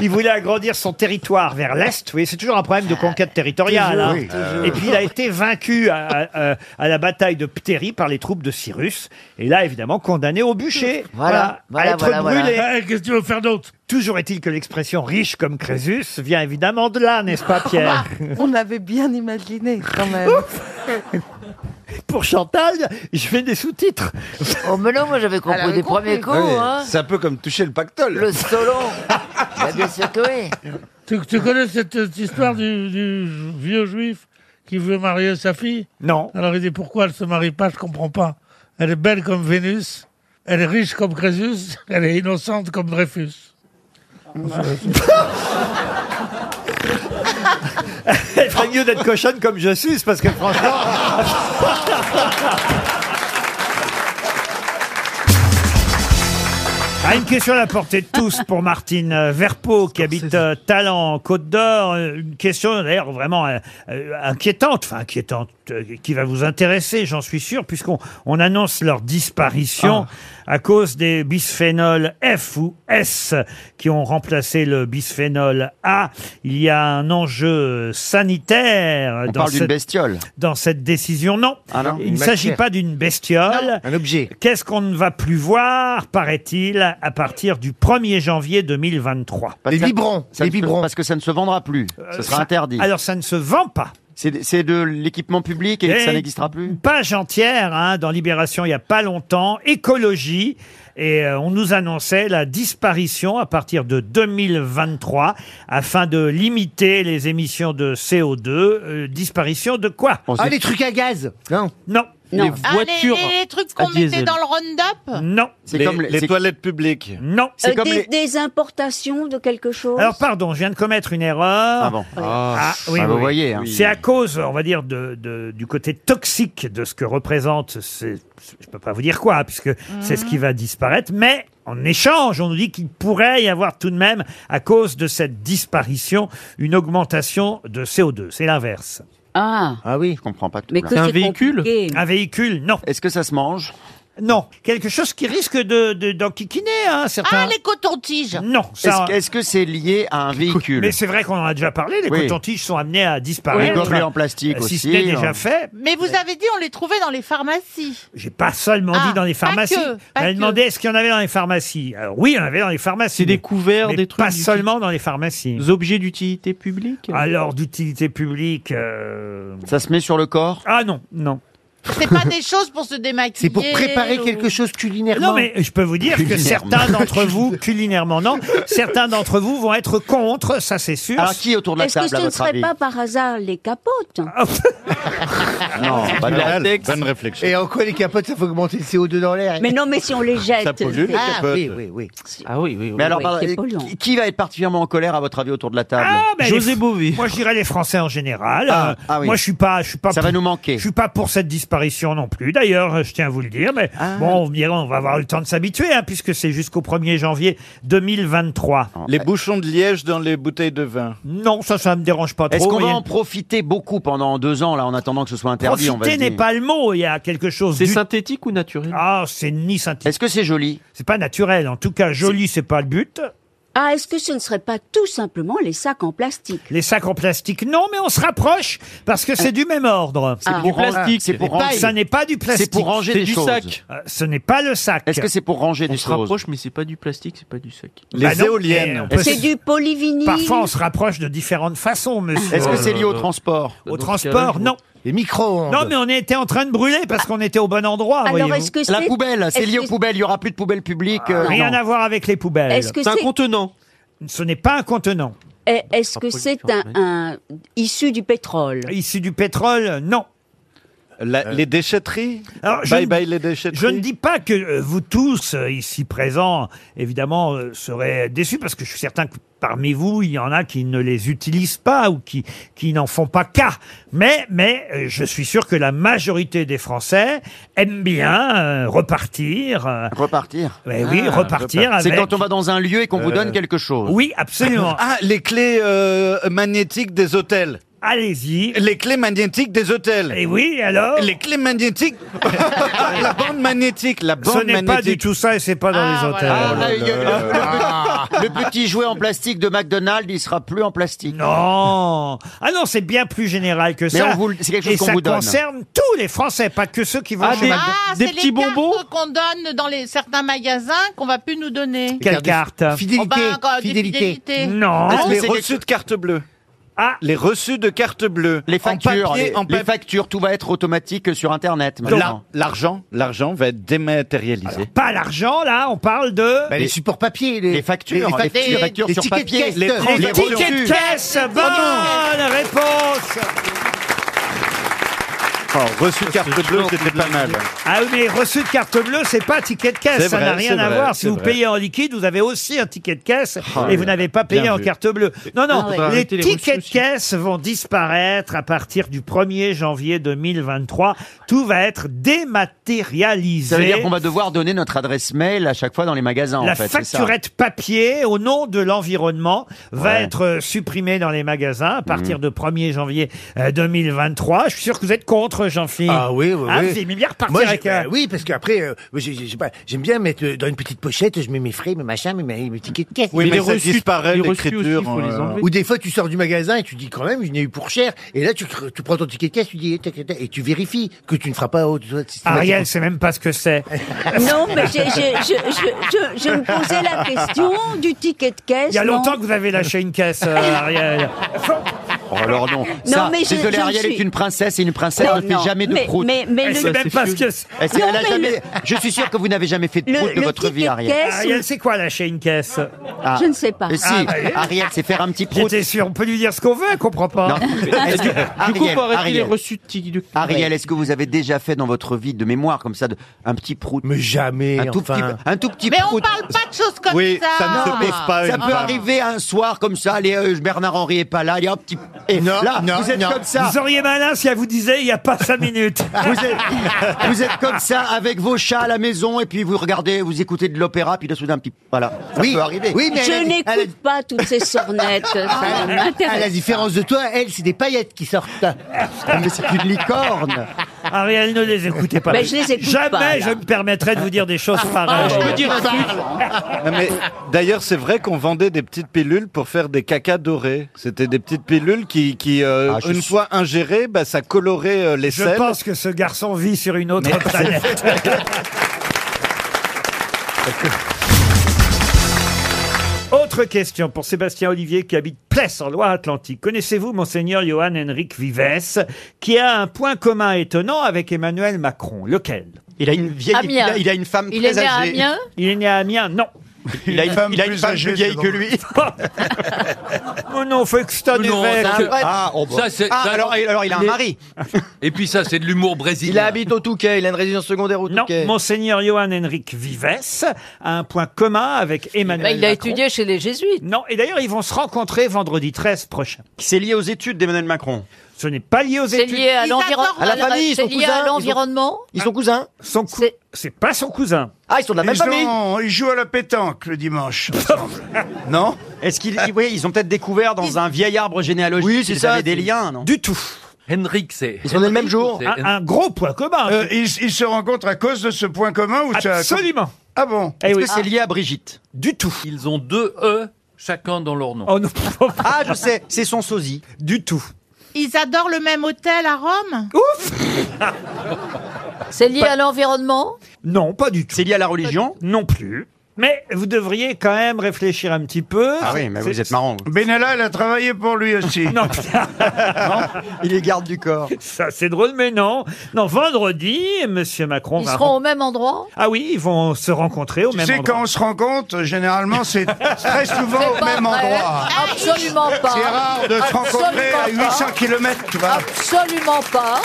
[SPEAKER 1] il voulait agrandir son territoire vers l'est. Vous voyez, c'est toujours un problème de conquête territoriale.
[SPEAKER 45] Toujours,
[SPEAKER 1] hein.
[SPEAKER 45] oui, toujours.
[SPEAKER 1] Et puis il a été vaincu à, à- à- à la bataille de Ptéry par les troupes de Cyrus. Et là, évidemment, condamné au bûcher.
[SPEAKER 7] Voilà, voilà,
[SPEAKER 1] à être
[SPEAKER 7] voilà, voilà.
[SPEAKER 1] brûlé.
[SPEAKER 7] Ouais,
[SPEAKER 11] Eh,
[SPEAKER 1] Qu'est-ce que tu veux faire d'autre Toujours est-il que l'expression riche comme Crésus vient évidemment de là,
[SPEAKER 46] [laughs]
[SPEAKER 1] n'est-ce pas, Pierre
[SPEAKER 8] On avait bien imaginé quand même.
[SPEAKER 1] Pour Chantal, je fais des sous-titres.
[SPEAKER 7] Oh, mais non, moi j'avais
[SPEAKER 8] Elle
[SPEAKER 7] compris
[SPEAKER 8] avait
[SPEAKER 7] des
[SPEAKER 8] compris.
[SPEAKER 7] premiers coups.
[SPEAKER 8] Ouais,
[SPEAKER 7] hein.
[SPEAKER 2] C'est un peu comme toucher le pactole.
[SPEAKER 7] Le solon.
[SPEAKER 1] [laughs]
[SPEAKER 7] Bah, bien sûr que oui.
[SPEAKER 11] [laughs] Tu, tu connais cette, cette histoire du, du vieux juif qui veut marier sa fille
[SPEAKER 1] Non.
[SPEAKER 11] Alors il dit pourquoi elle se marie pas, je comprends pas. Elle est belle comme Vénus, elle est riche comme Crésus, elle est innocente comme Dreyfus.
[SPEAKER 1] [laughs] Elle ferait mieux d'être cochonne comme je suis, parce que franchement. Ah, une question à la portée de tous pour Martine euh, Verpeau qui habite euh, Talent, en Côte d'Or. Euh, Une question d'ailleurs vraiment euh, euh, inquiétante, enfin inquiétante, euh, qui va vous intéresser, j'en suis sûr, puisqu'on on annonce leur disparition
[SPEAKER 20] Ah.
[SPEAKER 1] à cause des bisphénols F ou S qui ont remplacé le bisphénol A. Il y a un enjeu sanitaire
[SPEAKER 20] On parle d'une
[SPEAKER 1] cette-
[SPEAKER 20] bestiole.
[SPEAKER 1] dans cette décision. Non,
[SPEAKER 20] Ah non,
[SPEAKER 1] il
[SPEAKER 20] une
[SPEAKER 1] ne s'agit
[SPEAKER 20] matière.
[SPEAKER 1] pas d'une bestiole.
[SPEAKER 20] Un objet.
[SPEAKER 1] Qu'est-ce qu'on ne va plus voir, paraît-il, à partir du 1er janvier 2023
[SPEAKER 20] Parce que ça- ça ne se- Parce que ça ne se vendra plus.
[SPEAKER 1] Euh,
[SPEAKER 20] Ce sera
[SPEAKER 1] ça-
[SPEAKER 20] interdit.
[SPEAKER 1] Alors ça ne se vend pas. Eh,
[SPEAKER 20] C'est c'est de l'équipement public et, ça n'existera plus.
[SPEAKER 1] Une Ah, page entière hein, dans Libération il n'y a pas longtemps, écologie. Et euh, on nous annonçait la disparition à partir de 2023 afin de limiter les émissions de CO2. Euh, disparition de quoi
[SPEAKER 9] Ah, les trucs à gaz
[SPEAKER 1] Non. Non.
[SPEAKER 9] Non. Ah, les- les, les trucs qu'on mettait dans le Roundup
[SPEAKER 1] Non.
[SPEAKER 9] C'est Les- comme les- les c'est-
[SPEAKER 1] toilettes publiques. Non.
[SPEAKER 16] Euh, des, des importations de quelque chose
[SPEAKER 1] Alors pardon, je viens de commettre une erreur. Ah
[SPEAKER 20] bon. Ah, bah, vous voyez, hein.
[SPEAKER 1] C'est à cause, on va dire, de, de- du côté toxique de ce que représente. ces- Je peux pas vous dire quoi, puisque c'est ce qui va disparaître. Mais en échange, on nous dit qu'il pourrait y avoir tout de même, à cause de cette disparition, une augmentation de CO2. C'est l'inverse.
[SPEAKER 20] Ah. Ah oui. Je comprends pas tout.
[SPEAKER 1] Mais
[SPEAKER 20] là.
[SPEAKER 1] que C'est un c'est véhicule compliqué.
[SPEAKER 20] Un
[SPEAKER 1] véhicule, non.
[SPEAKER 20] Est-ce que ça se mange
[SPEAKER 1] Non, quelque chose qui risque de de- d'enquiquiner, hein, certains.
[SPEAKER 9] Ah, les cotons-tiges
[SPEAKER 1] Non, ça.
[SPEAKER 20] Est-ce est-ce que c'est lié à un véhicule
[SPEAKER 1] Mais c'est vrai qu'on en a déjà parlé, les
[SPEAKER 20] Oui.
[SPEAKER 1] cotons-tiges sont amenés à disparaître.
[SPEAKER 20] Les gobelets en plastique
[SPEAKER 1] si
[SPEAKER 20] aussi,
[SPEAKER 1] ce n'est déjà
[SPEAKER 20] hein.
[SPEAKER 1] fait.
[SPEAKER 9] Mais vous avez dit, on les trouvait dans les pharmacies.
[SPEAKER 1] J'ai pas seulement
[SPEAKER 9] Ah,
[SPEAKER 1] dit dans les
[SPEAKER 9] pas
[SPEAKER 1] pharmacies.
[SPEAKER 9] que, pas
[SPEAKER 1] On a
[SPEAKER 9] que.
[SPEAKER 1] demandé est-ce qu'il y en avait dans les pharmacies. Alors, oui, il y en avait dans les pharmacies. C'est des couverts, des trucs. Pas seulement dans les pharmacies. Des objets d'utilité publique Alors, d'utilité publique. euh,
[SPEAKER 20] Ça se met sur le corps
[SPEAKER 1] Ah non, non.
[SPEAKER 9] C'est pas des choses pour se démaquiller. ou-
[SPEAKER 1] chose culinairement. Non, mais je peux vous dire que
[SPEAKER 20] Culinairement.
[SPEAKER 1] certains
[SPEAKER 20] [laughs]
[SPEAKER 1] d'entre vous, culinairement, non, certains d'entre vous vont être contre, ça c'est sûr.
[SPEAKER 20] Alors, qui autour
[SPEAKER 16] Est-ce que ce ne serait pas par hasard les capotes
[SPEAKER 1] Ah, [laughs]
[SPEAKER 20] Ah, Non, pas de
[SPEAKER 2] Mal.
[SPEAKER 20] latex.
[SPEAKER 2] Bonne réflexion.
[SPEAKER 47] Et en quoi les capotes, ça fait augmenter le CO2 dans l'air
[SPEAKER 16] Mais non, mais si on les jette.
[SPEAKER 20] Ça pollue, les
[SPEAKER 16] Ah,
[SPEAKER 20] capotes.
[SPEAKER 16] oui, oui, oui.
[SPEAKER 20] Ah oui, oui. Mais alors,
[SPEAKER 16] oui,
[SPEAKER 20] pardon,
[SPEAKER 16] c'est
[SPEAKER 20] et
[SPEAKER 16] polluant.
[SPEAKER 20] qui- qui va être particulièrement en colère à votre avis autour de la table
[SPEAKER 1] José Bové. Moi, Ah, je dirais ben, les Français en général.
[SPEAKER 20] Ah,
[SPEAKER 1] Euh,
[SPEAKER 20] ah oui.
[SPEAKER 1] Moi, je suis pas, je suis pas.
[SPEAKER 20] Ça va nous manquer.
[SPEAKER 1] Je suis pas pour cette disparition non plus. D'ailleurs, euh, je tiens à vous le dire, mais
[SPEAKER 20] Ah.
[SPEAKER 1] bon, on, dira, on va avoir le temps de s'habituer, hein, puisque c'est jusqu'au 1er janvier 2023.
[SPEAKER 2] Les bouchons de liège dans les bouteilles de vin.
[SPEAKER 1] Non, ça, ça me dérange pas trop.
[SPEAKER 20] Est-ce qu'on
[SPEAKER 1] Il y
[SPEAKER 20] va
[SPEAKER 1] a-
[SPEAKER 20] en profiter beaucoup pendant deux ans, là, en attendant que ce soit interdit on va
[SPEAKER 1] Profiter
[SPEAKER 20] se
[SPEAKER 1] n'est
[SPEAKER 20] dire.
[SPEAKER 1] pas le mot. Il y a quelque chose. C'est synthétique ou naturel Ah, c'est ni synthétique.
[SPEAKER 20] Est-ce que c'est joli
[SPEAKER 1] C'est pas naturel. En tout cas, joli, c'est pas le but.
[SPEAKER 16] Ah, est-ce que ce ne serait pas tout simplement les sacs en plastique
[SPEAKER 1] Les sacs en plastique, non, mais on se rapproche parce que c'est du même ordre.
[SPEAKER 20] C'est Ah. pour ranger- c'est pour ranger-
[SPEAKER 1] Ça n'est pas du plastique.
[SPEAKER 20] C'est pour ranger C'est des du choses. sac.
[SPEAKER 1] Euh, Ce n'est pas le sac.
[SPEAKER 20] Est-ce que c'est pour ranger
[SPEAKER 1] On
[SPEAKER 20] des
[SPEAKER 1] se
[SPEAKER 20] choses
[SPEAKER 1] rapproche,
[SPEAKER 20] mais c'est pas du plastique, c'est pas du sac.
[SPEAKER 1] Bah non, mais on peut
[SPEAKER 16] C'est
[SPEAKER 1] se-
[SPEAKER 16] du polyvinyle.
[SPEAKER 1] Parfois, on se rapproche de différentes façons, monsieur.
[SPEAKER 20] Est-ce que c'est lié au transport
[SPEAKER 1] Au transport, non. Les micro-ondes. Non, mais on était en train de brûler parce qu'on était au bon endroit.
[SPEAKER 16] Alors,
[SPEAKER 1] voyez-vous.
[SPEAKER 16] est-ce que La c'est- poubelle, c'est est-ce lié aux que-
[SPEAKER 20] poubelles. Il y aura plus de poubelles publiques.
[SPEAKER 16] euh,
[SPEAKER 1] Rien
[SPEAKER 16] non.
[SPEAKER 1] à voir avec les poubelles.
[SPEAKER 16] Est-ce que C'est un c'est-
[SPEAKER 1] contenant. Ce n'est pas un contenant.
[SPEAKER 16] Et Est-ce que c'est un, un- issu du pétrole
[SPEAKER 1] Issu du pétrole, non. Euh,
[SPEAKER 48] Les déchetteries
[SPEAKER 1] je ne- Je ne dis pas que euh, vous tous, euh, ici présents, évidemment, euh, serez déçus, parce que je suis certain que parmi vous, il y en a qui ne les utilisent pas ou qui, qui n'en font pas cas. Mais, mais euh, je suis sûr que la majorité des Français aiment bien euh, repartir.
[SPEAKER 20] repartir
[SPEAKER 1] mais Eh Oui,
[SPEAKER 20] Ah,
[SPEAKER 1] repartir
[SPEAKER 20] C'est
[SPEAKER 1] avec...
[SPEAKER 20] quand on va dans un lieu et qu'on vous donne
[SPEAKER 1] Euh,
[SPEAKER 20] quelque chose.
[SPEAKER 1] Oui, absolument.
[SPEAKER 11] Ah, les clés euh, magnétiques des hôtels.
[SPEAKER 1] Allez-y.
[SPEAKER 11] Les clés magnétiques des hôtels.
[SPEAKER 1] Et Eh oui, alors
[SPEAKER 11] Les clés magnétiques. [laughs] la bande magnétique, la bande
[SPEAKER 1] Ce n'est
[SPEAKER 11] magnétique.
[SPEAKER 1] pas du tout ça Oh et c'est pas dans
[SPEAKER 16] Ah,
[SPEAKER 1] les hôtels.
[SPEAKER 20] Ah, Oh [laughs] Le petit jouet en plastique de McDonald's, il sera plus en plastique.
[SPEAKER 1] Non Ah non, c'est bien plus général que ça.
[SPEAKER 20] on vous le- c'est quelque chose
[SPEAKER 1] Et
[SPEAKER 20] qu'on
[SPEAKER 1] ça
[SPEAKER 20] vous donne.
[SPEAKER 1] concerne tous les Français, pas que ceux qui vont chez McDo.
[SPEAKER 9] Ah, c'est les cartes qu'on donne dans les, certains magasins qu'on va plus nous donner.
[SPEAKER 1] Quelle carte
[SPEAKER 9] Oh ben, encore des fidélités.
[SPEAKER 1] Non.
[SPEAKER 11] Est-ce que les
[SPEAKER 1] c'est quelque-
[SPEAKER 11] reçus de carte bleue.
[SPEAKER 1] Ah.
[SPEAKER 11] Les reçus de carte bleue.
[SPEAKER 20] Les factures,
[SPEAKER 11] En papier,
[SPEAKER 20] les,
[SPEAKER 11] en
[SPEAKER 20] les
[SPEAKER 11] papier.
[SPEAKER 20] factures, tout va être automatique sur Internet.
[SPEAKER 11] L'ar-
[SPEAKER 20] maintenant.
[SPEAKER 11] L'argent, l'argent va être dématérialisé.
[SPEAKER 1] Pas l'argent, là, on parle de...
[SPEAKER 11] Bah, les supports papier, les, factures,
[SPEAKER 20] les factures, les factures sur papier, les trans-
[SPEAKER 1] Les
[SPEAKER 20] les
[SPEAKER 1] tickets de
[SPEAKER 20] reçus.
[SPEAKER 1] caisse
[SPEAKER 11] Oh
[SPEAKER 1] Bonne réponse
[SPEAKER 11] Oh, reçu de carte bleue, c'était pas mal.
[SPEAKER 1] Ah oui, mais reçu de carte bleue, c'est pas ticket de caisse,
[SPEAKER 11] C'est
[SPEAKER 1] ça
[SPEAKER 11] vrai,
[SPEAKER 1] n'a rien
[SPEAKER 11] c'est
[SPEAKER 1] à
[SPEAKER 11] vrai,
[SPEAKER 1] voir. Si
[SPEAKER 11] c'est
[SPEAKER 1] vous
[SPEAKER 11] vrai.
[SPEAKER 1] payez en liquide, vous avez aussi un ticket de caisse
[SPEAKER 11] Ah,
[SPEAKER 1] et vous
[SPEAKER 11] ouais.
[SPEAKER 1] n'avez pas payé
[SPEAKER 11] Bien
[SPEAKER 1] en
[SPEAKER 11] vu.
[SPEAKER 1] carte bleue. Non,
[SPEAKER 11] Ah,
[SPEAKER 1] non,
[SPEAKER 11] ouais.
[SPEAKER 1] les
[SPEAKER 11] Arrêtez les reçus
[SPEAKER 1] tickets de caisse vont disparaître à partir du 1er janvier 2023. Tout va être dématérialisé.
[SPEAKER 20] Ça veut dire qu'on va devoir donner notre adresse mail à chaque fois dans les magasins.
[SPEAKER 1] La
[SPEAKER 20] en fait, c'est ça.
[SPEAKER 1] facturette papier au nom de l'environnement va
[SPEAKER 20] Ouais.
[SPEAKER 1] être euh, supprimée dans les magasins à partir de 1er janvier euh, 2023. Je suis sûr que vous êtes contre, Jean-Philippe.
[SPEAKER 2] Ah oui, oui,
[SPEAKER 1] Ah,
[SPEAKER 2] oui.
[SPEAKER 1] Vous aimez bien repartir
[SPEAKER 2] Moi,
[SPEAKER 1] avec
[SPEAKER 2] j'ai-
[SPEAKER 1] un-
[SPEAKER 2] euh, Oui, parce qu'après, euh, moi, j'ai- j'ai- je sais pas, j'aime bien mettre euh, dans une petite pochette, je mets mes frais, mes machins, mes, mes, mes tickets de caisse.
[SPEAKER 11] Oui, Mais mais les ça reçus- disparaît, les reçus l'écriture, aussi, il faut les euh, enlever.
[SPEAKER 2] Ou des fois, tu sors du magasin et tu dis quand même, je n'ai eu pour cher. Et là, tu, cr- tu prends ton ticket de caisse, tu dis, eh, tac, tac, tac, et tu vérifies que tu ne feras pas autre chose.
[SPEAKER 1] Ariel, c'est même pas ce que
[SPEAKER 2] [laughs]
[SPEAKER 1] c'est.
[SPEAKER 2] Ah.
[SPEAKER 16] Non, mais j'ai- j'ai- je, je- je- je me posais la question du ticket de caisse.
[SPEAKER 1] Il y a
[SPEAKER 16] non.
[SPEAKER 1] longtemps que vous avez lâché une caisse,
[SPEAKER 16] [laughs]
[SPEAKER 1] euh, Ariel.
[SPEAKER 20] Oh, alors non. Ça,
[SPEAKER 16] mais je-
[SPEAKER 20] désolé,
[SPEAKER 16] je
[SPEAKER 20] Ariel
[SPEAKER 16] suis-
[SPEAKER 20] est une princesse et une princesse
[SPEAKER 16] Non,
[SPEAKER 20] ne fait
[SPEAKER 16] non,
[SPEAKER 20] jamais de
[SPEAKER 16] mais-
[SPEAKER 20] prout.
[SPEAKER 16] mais- mais
[SPEAKER 20] Elle
[SPEAKER 16] le-
[SPEAKER 20] sait
[SPEAKER 16] C'est
[SPEAKER 1] même pas ce que c'est.
[SPEAKER 20] Elle sait-
[SPEAKER 16] Non,
[SPEAKER 20] elle a
[SPEAKER 16] mais
[SPEAKER 20] jamais-
[SPEAKER 16] le-
[SPEAKER 20] Je suis sûr que vous n'avez jamais fait de
[SPEAKER 16] Le-
[SPEAKER 20] prout de
[SPEAKER 16] le
[SPEAKER 20] votre
[SPEAKER 16] ticket
[SPEAKER 20] vie,
[SPEAKER 16] de
[SPEAKER 20] Ariel.
[SPEAKER 16] caisse
[SPEAKER 1] Ariel, c'est quoi lâcher une caisse
[SPEAKER 20] Ah.
[SPEAKER 16] Je ne sais pas.
[SPEAKER 20] Mais si,
[SPEAKER 1] Ah, bah,
[SPEAKER 20] Ariel, c'est faire un petit prout.
[SPEAKER 1] J'étais sûr, on peut lui dire ce qu'on veut, elle comprend pas. [laughs]
[SPEAKER 20] Est-ce que- Ariel, Ariel.
[SPEAKER 2] reçus de
[SPEAKER 20] Ariel, est-ce que vous avez déjà fait dans votre vie de mémoire comme ça de, un petit prout Mais
[SPEAKER 2] jamais.
[SPEAKER 20] Un tout petit,
[SPEAKER 2] enfin.
[SPEAKER 20] un tout petit
[SPEAKER 9] Mais on
[SPEAKER 20] prout.
[SPEAKER 9] parle pas de choses comme
[SPEAKER 11] Oui,
[SPEAKER 9] ça.
[SPEAKER 11] ça ne se pose pas, une
[SPEAKER 20] Ça peut
[SPEAKER 11] femme.
[SPEAKER 20] arriver un soir comme ça. Allez, euh, Bernard Henry est pas là. Allez, hop, petit. Et là, vous êtes comme ça.
[SPEAKER 1] Vous auriez malin si elle vous disait, il n'y a pas cinq minutes.
[SPEAKER 20] [laughs] Vous êtes, vous êtes comme ça avec vos chats à la maison et puis vous regardez, vous écoutez de l'opéra, puis là soudain, petit. Voilà. Ça
[SPEAKER 2] Oui,
[SPEAKER 20] peut arriver.
[SPEAKER 2] oui, mais elle a
[SPEAKER 16] je
[SPEAKER 2] dit- elle a
[SPEAKER 16] n'écoute
[SPEAKER 2] dit-
[SPEAKER 16] pas toutes ces sornettes. ça ne
[SPEAKER 2] À la
[SPEAKER 16] m'intéresse
[SPEAKER 2] différence
[SPEAKER 1] [laughs]
[SPEAKER 2] de [laughs] toi, elle, c'est des paillettes qui sortent.
[SPEAKER 16] [laughs]
[SPEAKER 20] Mais c'est une licorne.
[SPEAKER 1] Ariel, ne les écoutez pas.
[SPEAKER 16] Mais je les écoute
[SPEAKER 1] Jamais
[SPEAKER 16] pas, là.
[SPEAKER 1] je me permettrai de vous dire des choses
[SPEAKER 20] Ah,
[SPEAKER 1] pareilles.
[SPEAKER 11] Je peux dire un truc Non, Ah, mais D'ailleurs, c'est vrai qu'on vendait des petites pilules pour faire des cacas dorés. C'était des petites pilules qui, qui euh,
[SPEAKER 20] Ah, je
[SPEAKER 11] une
[SPEAKER 20] suis-
[SPEAKER 11] fois ingérées, bah, ça colorait euh, les
[SPEAKER 1] Je
[SPEAKER 11] selles.
[SPEAKER 1] pense que ce garçon vit sur une autre planète. [laughs] Autre question pour Sébastien Olivier qui habite Pless en Loire-Atlantique. Connaissez-vous Monseigneur Johann Henrik Vives qui a un point commun étonnant avec Emmanuel Macron Lequel
[SPEAKER 17] Il a une vieille, il
[SPEAKER 49] Amiens.
[SPEAKER 17] a, il a une femme
[SPEAKER 49] Il
[SPEAKER 17] très
[SPEAKER 49] est né à
[SPEAKER 17] âgée.
[SPEAKER 49] Amiens
[SPEAKER 1] Il est né à Amiens Non.
[SPEAKER 17] Il a une femme, il a une femme plus vieille que lui.
[SPEAKER 1] [laughs] Oh non, Foxton
[SPEAKER 7] Non,
[SPEAKER 1] évêque.
[SPEAKER 7] ça, ah, oh, bah.
[SPEAKER 1] Ça, c'est-
[SPEAKER 7] Ah,
[SPEAKER 1] ça-
[SPEAKER 7] alors, alors, il a un
[SPEAKER 1] Il est-
[SPEAKER 17] [laughs]
[SPEAKER 7] mari. Et puis ça, c'est de l'humour brésilien.
[SPEAKER 1] Il
[SPEAKER 7] habite au Touquet, il a une résidence secondaire au
[SPEAKER 1] Non, Monseigneur Johann Henrik Vives a un point commun avec Emmanuel
[SPEAKER 7] Bah, il a
[SPEAKER 1] Macron.
[SPEAKER 7] étudié
[SPEAKER 1] chez les Jésuites. Non, et d'ailleurs, ils vont se rencontrer vendredi 13 prochain.
[SPEAKER 11] C'est lié aux études d'Emmanuel Macron.
[SPEAKER 1] Ce n'est pas lié aux
[SPEAKER 7] C'est
[SPEAKER 1] études.
[SPEAKER 7] lié à l'environnement.
[SPEAKER 11] À la famille, ils
[SPEAKER 7] C'est
[SPEAKER 11] sont
[SPEAKER 7] lié
[SPEAKER 11] cousins, ils
[SPEAKER 7] à
[SPEAKER 11] ont-
[SPEAKER 7] l'environnement.
[SPEAKER 11] Ils sont cousins.
[SPEAKER 1] Son cou- C'est pas son cousin.
[SPEAKER 11] Ah, ils sont de la même
[SPEAKER 50] ils
[SPEAKER 11] famille.
[SPEAKER 50] ont- ils jouent à la pétanque le dimanche.
[SPEAKER 11] Non Est-ce qu'ils oui, ils ont peut-être découvert dans un vieil arbre généalogique
[SPEAKER 17] Oui, c'est
[SPEAKER 11] qu'ils
[SPEAKER 17] ça,
[SPEAKER 11] avaient des
[SPEAKER 17] c'est-
[SPEAKER 11] liens, non
[SPEAKER 1] Du tout.
[SPEAKER 17] Henrik, c'est.
[SPEAKER 11] Ils sont nés le même jour. Ah,
[SPEAKER 17] c'est-
[SPEAKER 1] Un, un gros point commun.
[SPEAKER 50] Euh, ils, ils se rencontrent à cause de ce point commun ou ça-
[SPEAKER 1] Absolument.
[SPEAKER 50] Ah bon
[SPEAKER 1] Eh oui. Ah.
[SPEAKER 11] lié à Brigitte
[SPEAKER 1] Du tout.
[SPEAKER 17] Ils ont deux E chacun dans leur nom.
[SPEAKER 1] Oh non.
[SPEAKER 11] Ah, je sais, c'est son sosie.
[SPEAKER 1] Du tout.
[SPEAKER 9] Ils adorent le même hôtel à Rome
[SPEAKER 7] C'est lié à l'environnement.
[SPEAKER 1] Non, pas du tout.
[SPEAKER 11] C'est lié à la religion
[SPEAKER 1] Non plus. Mais vous devriez quand même réfléchir un petit peu.
[SPEAKER 11] Ah oui, mais vous
[SPEAKER 1] C'est-
[SPEAKER 11] êtes marrant, Benalla, elle a travaillé pour lui aussi.
[SPEAKER 1] [laughs] non,
[SPEAKER 11] il est garde du corps.
[SPEAKER 1] Ça, c'est drôle, mais non. Non, vendredi, Monsieur Macron
[SPEAKER 9] Ils
[SPEAKER 1] va
[SPEAKER 9] seront au même endroit
[SPEAKER 1] Ah oui, ils vont se rencontrer au
[SPEAKER 11] Tu
[SPEAKER 1] même
[SPEAKER 11] sais,
[SPEAKER 1] endroit.
[SPEAKER 11] quand on se rencontre, généralement, c'est très souvent
[SPEAKER 9] C'est
[SPEAKER 11] au
[SPEAKER 9] pas
[SPEAKER 11] même
[SPEAKER 9] vrai.
[SPEAKER 11] endroit.
[SPEAKER 9] Absolument pas.
[SPEAKER 11] C'est rare de se rencontrer à
[SPEAKER 9] Absolument pas.
[SPEAKER 11] 800 km, tu vois.
[SPEAKER 9] Absolument pas.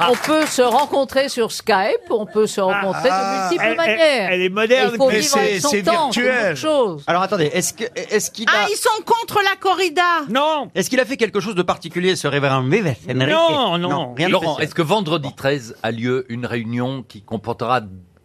[SPEAKER 11] Ah.
[SPEAKER 9] On peut se rencontrer sur Skype, on peut se rencontrer de
[SPEAKER 11] Ah.
[SPEAKER 9] multiples
[SPEAKER 11] elle- elle-
[SPEAKER 9] manières.
[SPEAKER 11] elle est moderne,
[SPEAKER 9] Il faut
[SPEAKER 11] mais
[SPEAKER 9] vivre avec
[SPEAKER 11] c'est-
[SPEAKER 9] son
[SPEAKER 11] c'est
[SPEAKER 9] temps,
[SPEAKER 11] virtuel.
[SPEAKER 9] autre chose.
[SPEAKER 20] Alors attendez, est-ce que- est-ce qu'il
[SPEAKER 19] Ah,
[SPEAKER 20] a...
[SPEAKER 19] ils sont contre la corrida
[SPEAKER 1] Non
[SPEAKER 20] Est-ce qu'il a fait quelque chose de particulier, ce révérend Vives Enrique rien de
[SPEAKER 17] Laurent,
[SPEAKER 20] spécial.
[SPEAKER 17] est-ce que vendredi 13 a lieu une réunion qui comportera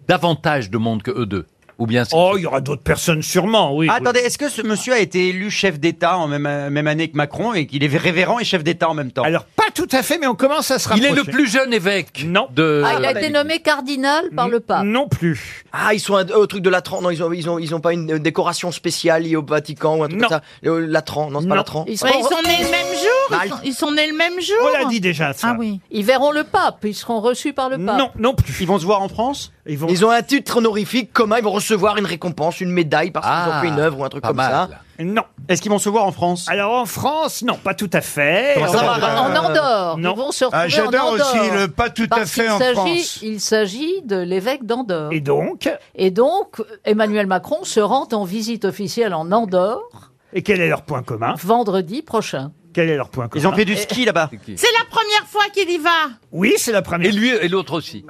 [SPEAKER 17] davantage de monde que eux deux Ou bien
[SPEAKER 1] Oh, il y aura d'autres personnes sûrement, oui.
[SPEAKER 20] Ah, Attendez, est-ce que ce monsieur a été élu chef d'État en même, euh, même année que Macron et qu'il est révérend et chef d'État en même temps
[SPEAKER 1] Alors, pas tout à fait, mais on commence à se
[SPEAKER 17] Il est le plus jeune évêque
[SPEAKER 1] non.
[SPEAKER 17] de...
[SPEAKER 9] Ah, il
[SPEAKER 11] Euh,
[SPEAKER 9] a été nommé cardinal par le pape.
[SPEAKER 1] Non plus.
[SPEAKER 20] Ah, ils sont un- au truc de l'Atran. Non, ils ont, ils ont, ils ont pas une euh, décoration spéciale liée au Vatican ou un truc comme ça. Le- L'Atran, non, c'est pas l'Atran.
[SPEAKER 19] Ouais, Ils sont nés le même jour ils sont- Ils sont nés le même jour
[SPEAKER 11] Oh,
[SPEAKER 19] On l'a
[SPEAKER 1] dit déjà, ça.
[SPEAKER 19] Ah oui.
[SPEAKER 9] Ils verront le pape, ils seront reçus par le pape.
[SPEAKER 1] Non, non plus.
[SPEAKER 20] Ils vont se voir en France
[SPEAKER 1] ils,
[SPEAKER 20] ont un titre honorifique commun, ils vont recevoir une récompense, une médaille parce qu'ils ont fait une œuvre ou un truc comme ça.
[SPEAKER 1] Ah, Non.
[SPEAKER 20] Est-ce qu'ils vont se voir en France
[SPEAKER 1] Alors en France, non, pas tout à fait. Euh,
[SPEAKER 9] Comment ça va, en Andorre,
[SPEAKER 1] Non.
[SPEAKER 9] ils vont se retrouver
[SPEAKER 1] Ah, j'adore
[SPEAKER 9] en Andorre.
[SPEAKER 1] aussi le pas tout à
[SPEAKER 9] Parce
[SPEAKER 1] fait
[SPEAKER 9] qu'il
[SPEAKER 1] en
[SPEAKER 9] s'agit-
[SPEAKER 1] France.
[SPEAKER 9] Il s'agit de l'évêque d'Andorre.
[SPEAKER 1] Et donc
[SPEAKER 9] Et donc, Emmanuel Macron se rend en visite officielle en Andorre
[SPEAKER 1] Et quel est leur point commun
[SPEAKER 9] vendredi prochain.
[SPEAKER 1] Quel est leur point commun
[SPEAKER 20] Ils ont fait du ski là-bas.
[SPEAKER 19] C'est la première fois qu'il y va
[SPEAKER 1] Oui, c'est la première.
[SPEAKER 17] Et lui et l'autre
[SPEAKER 1] [laughs]
[SPEAKER 17] aussi.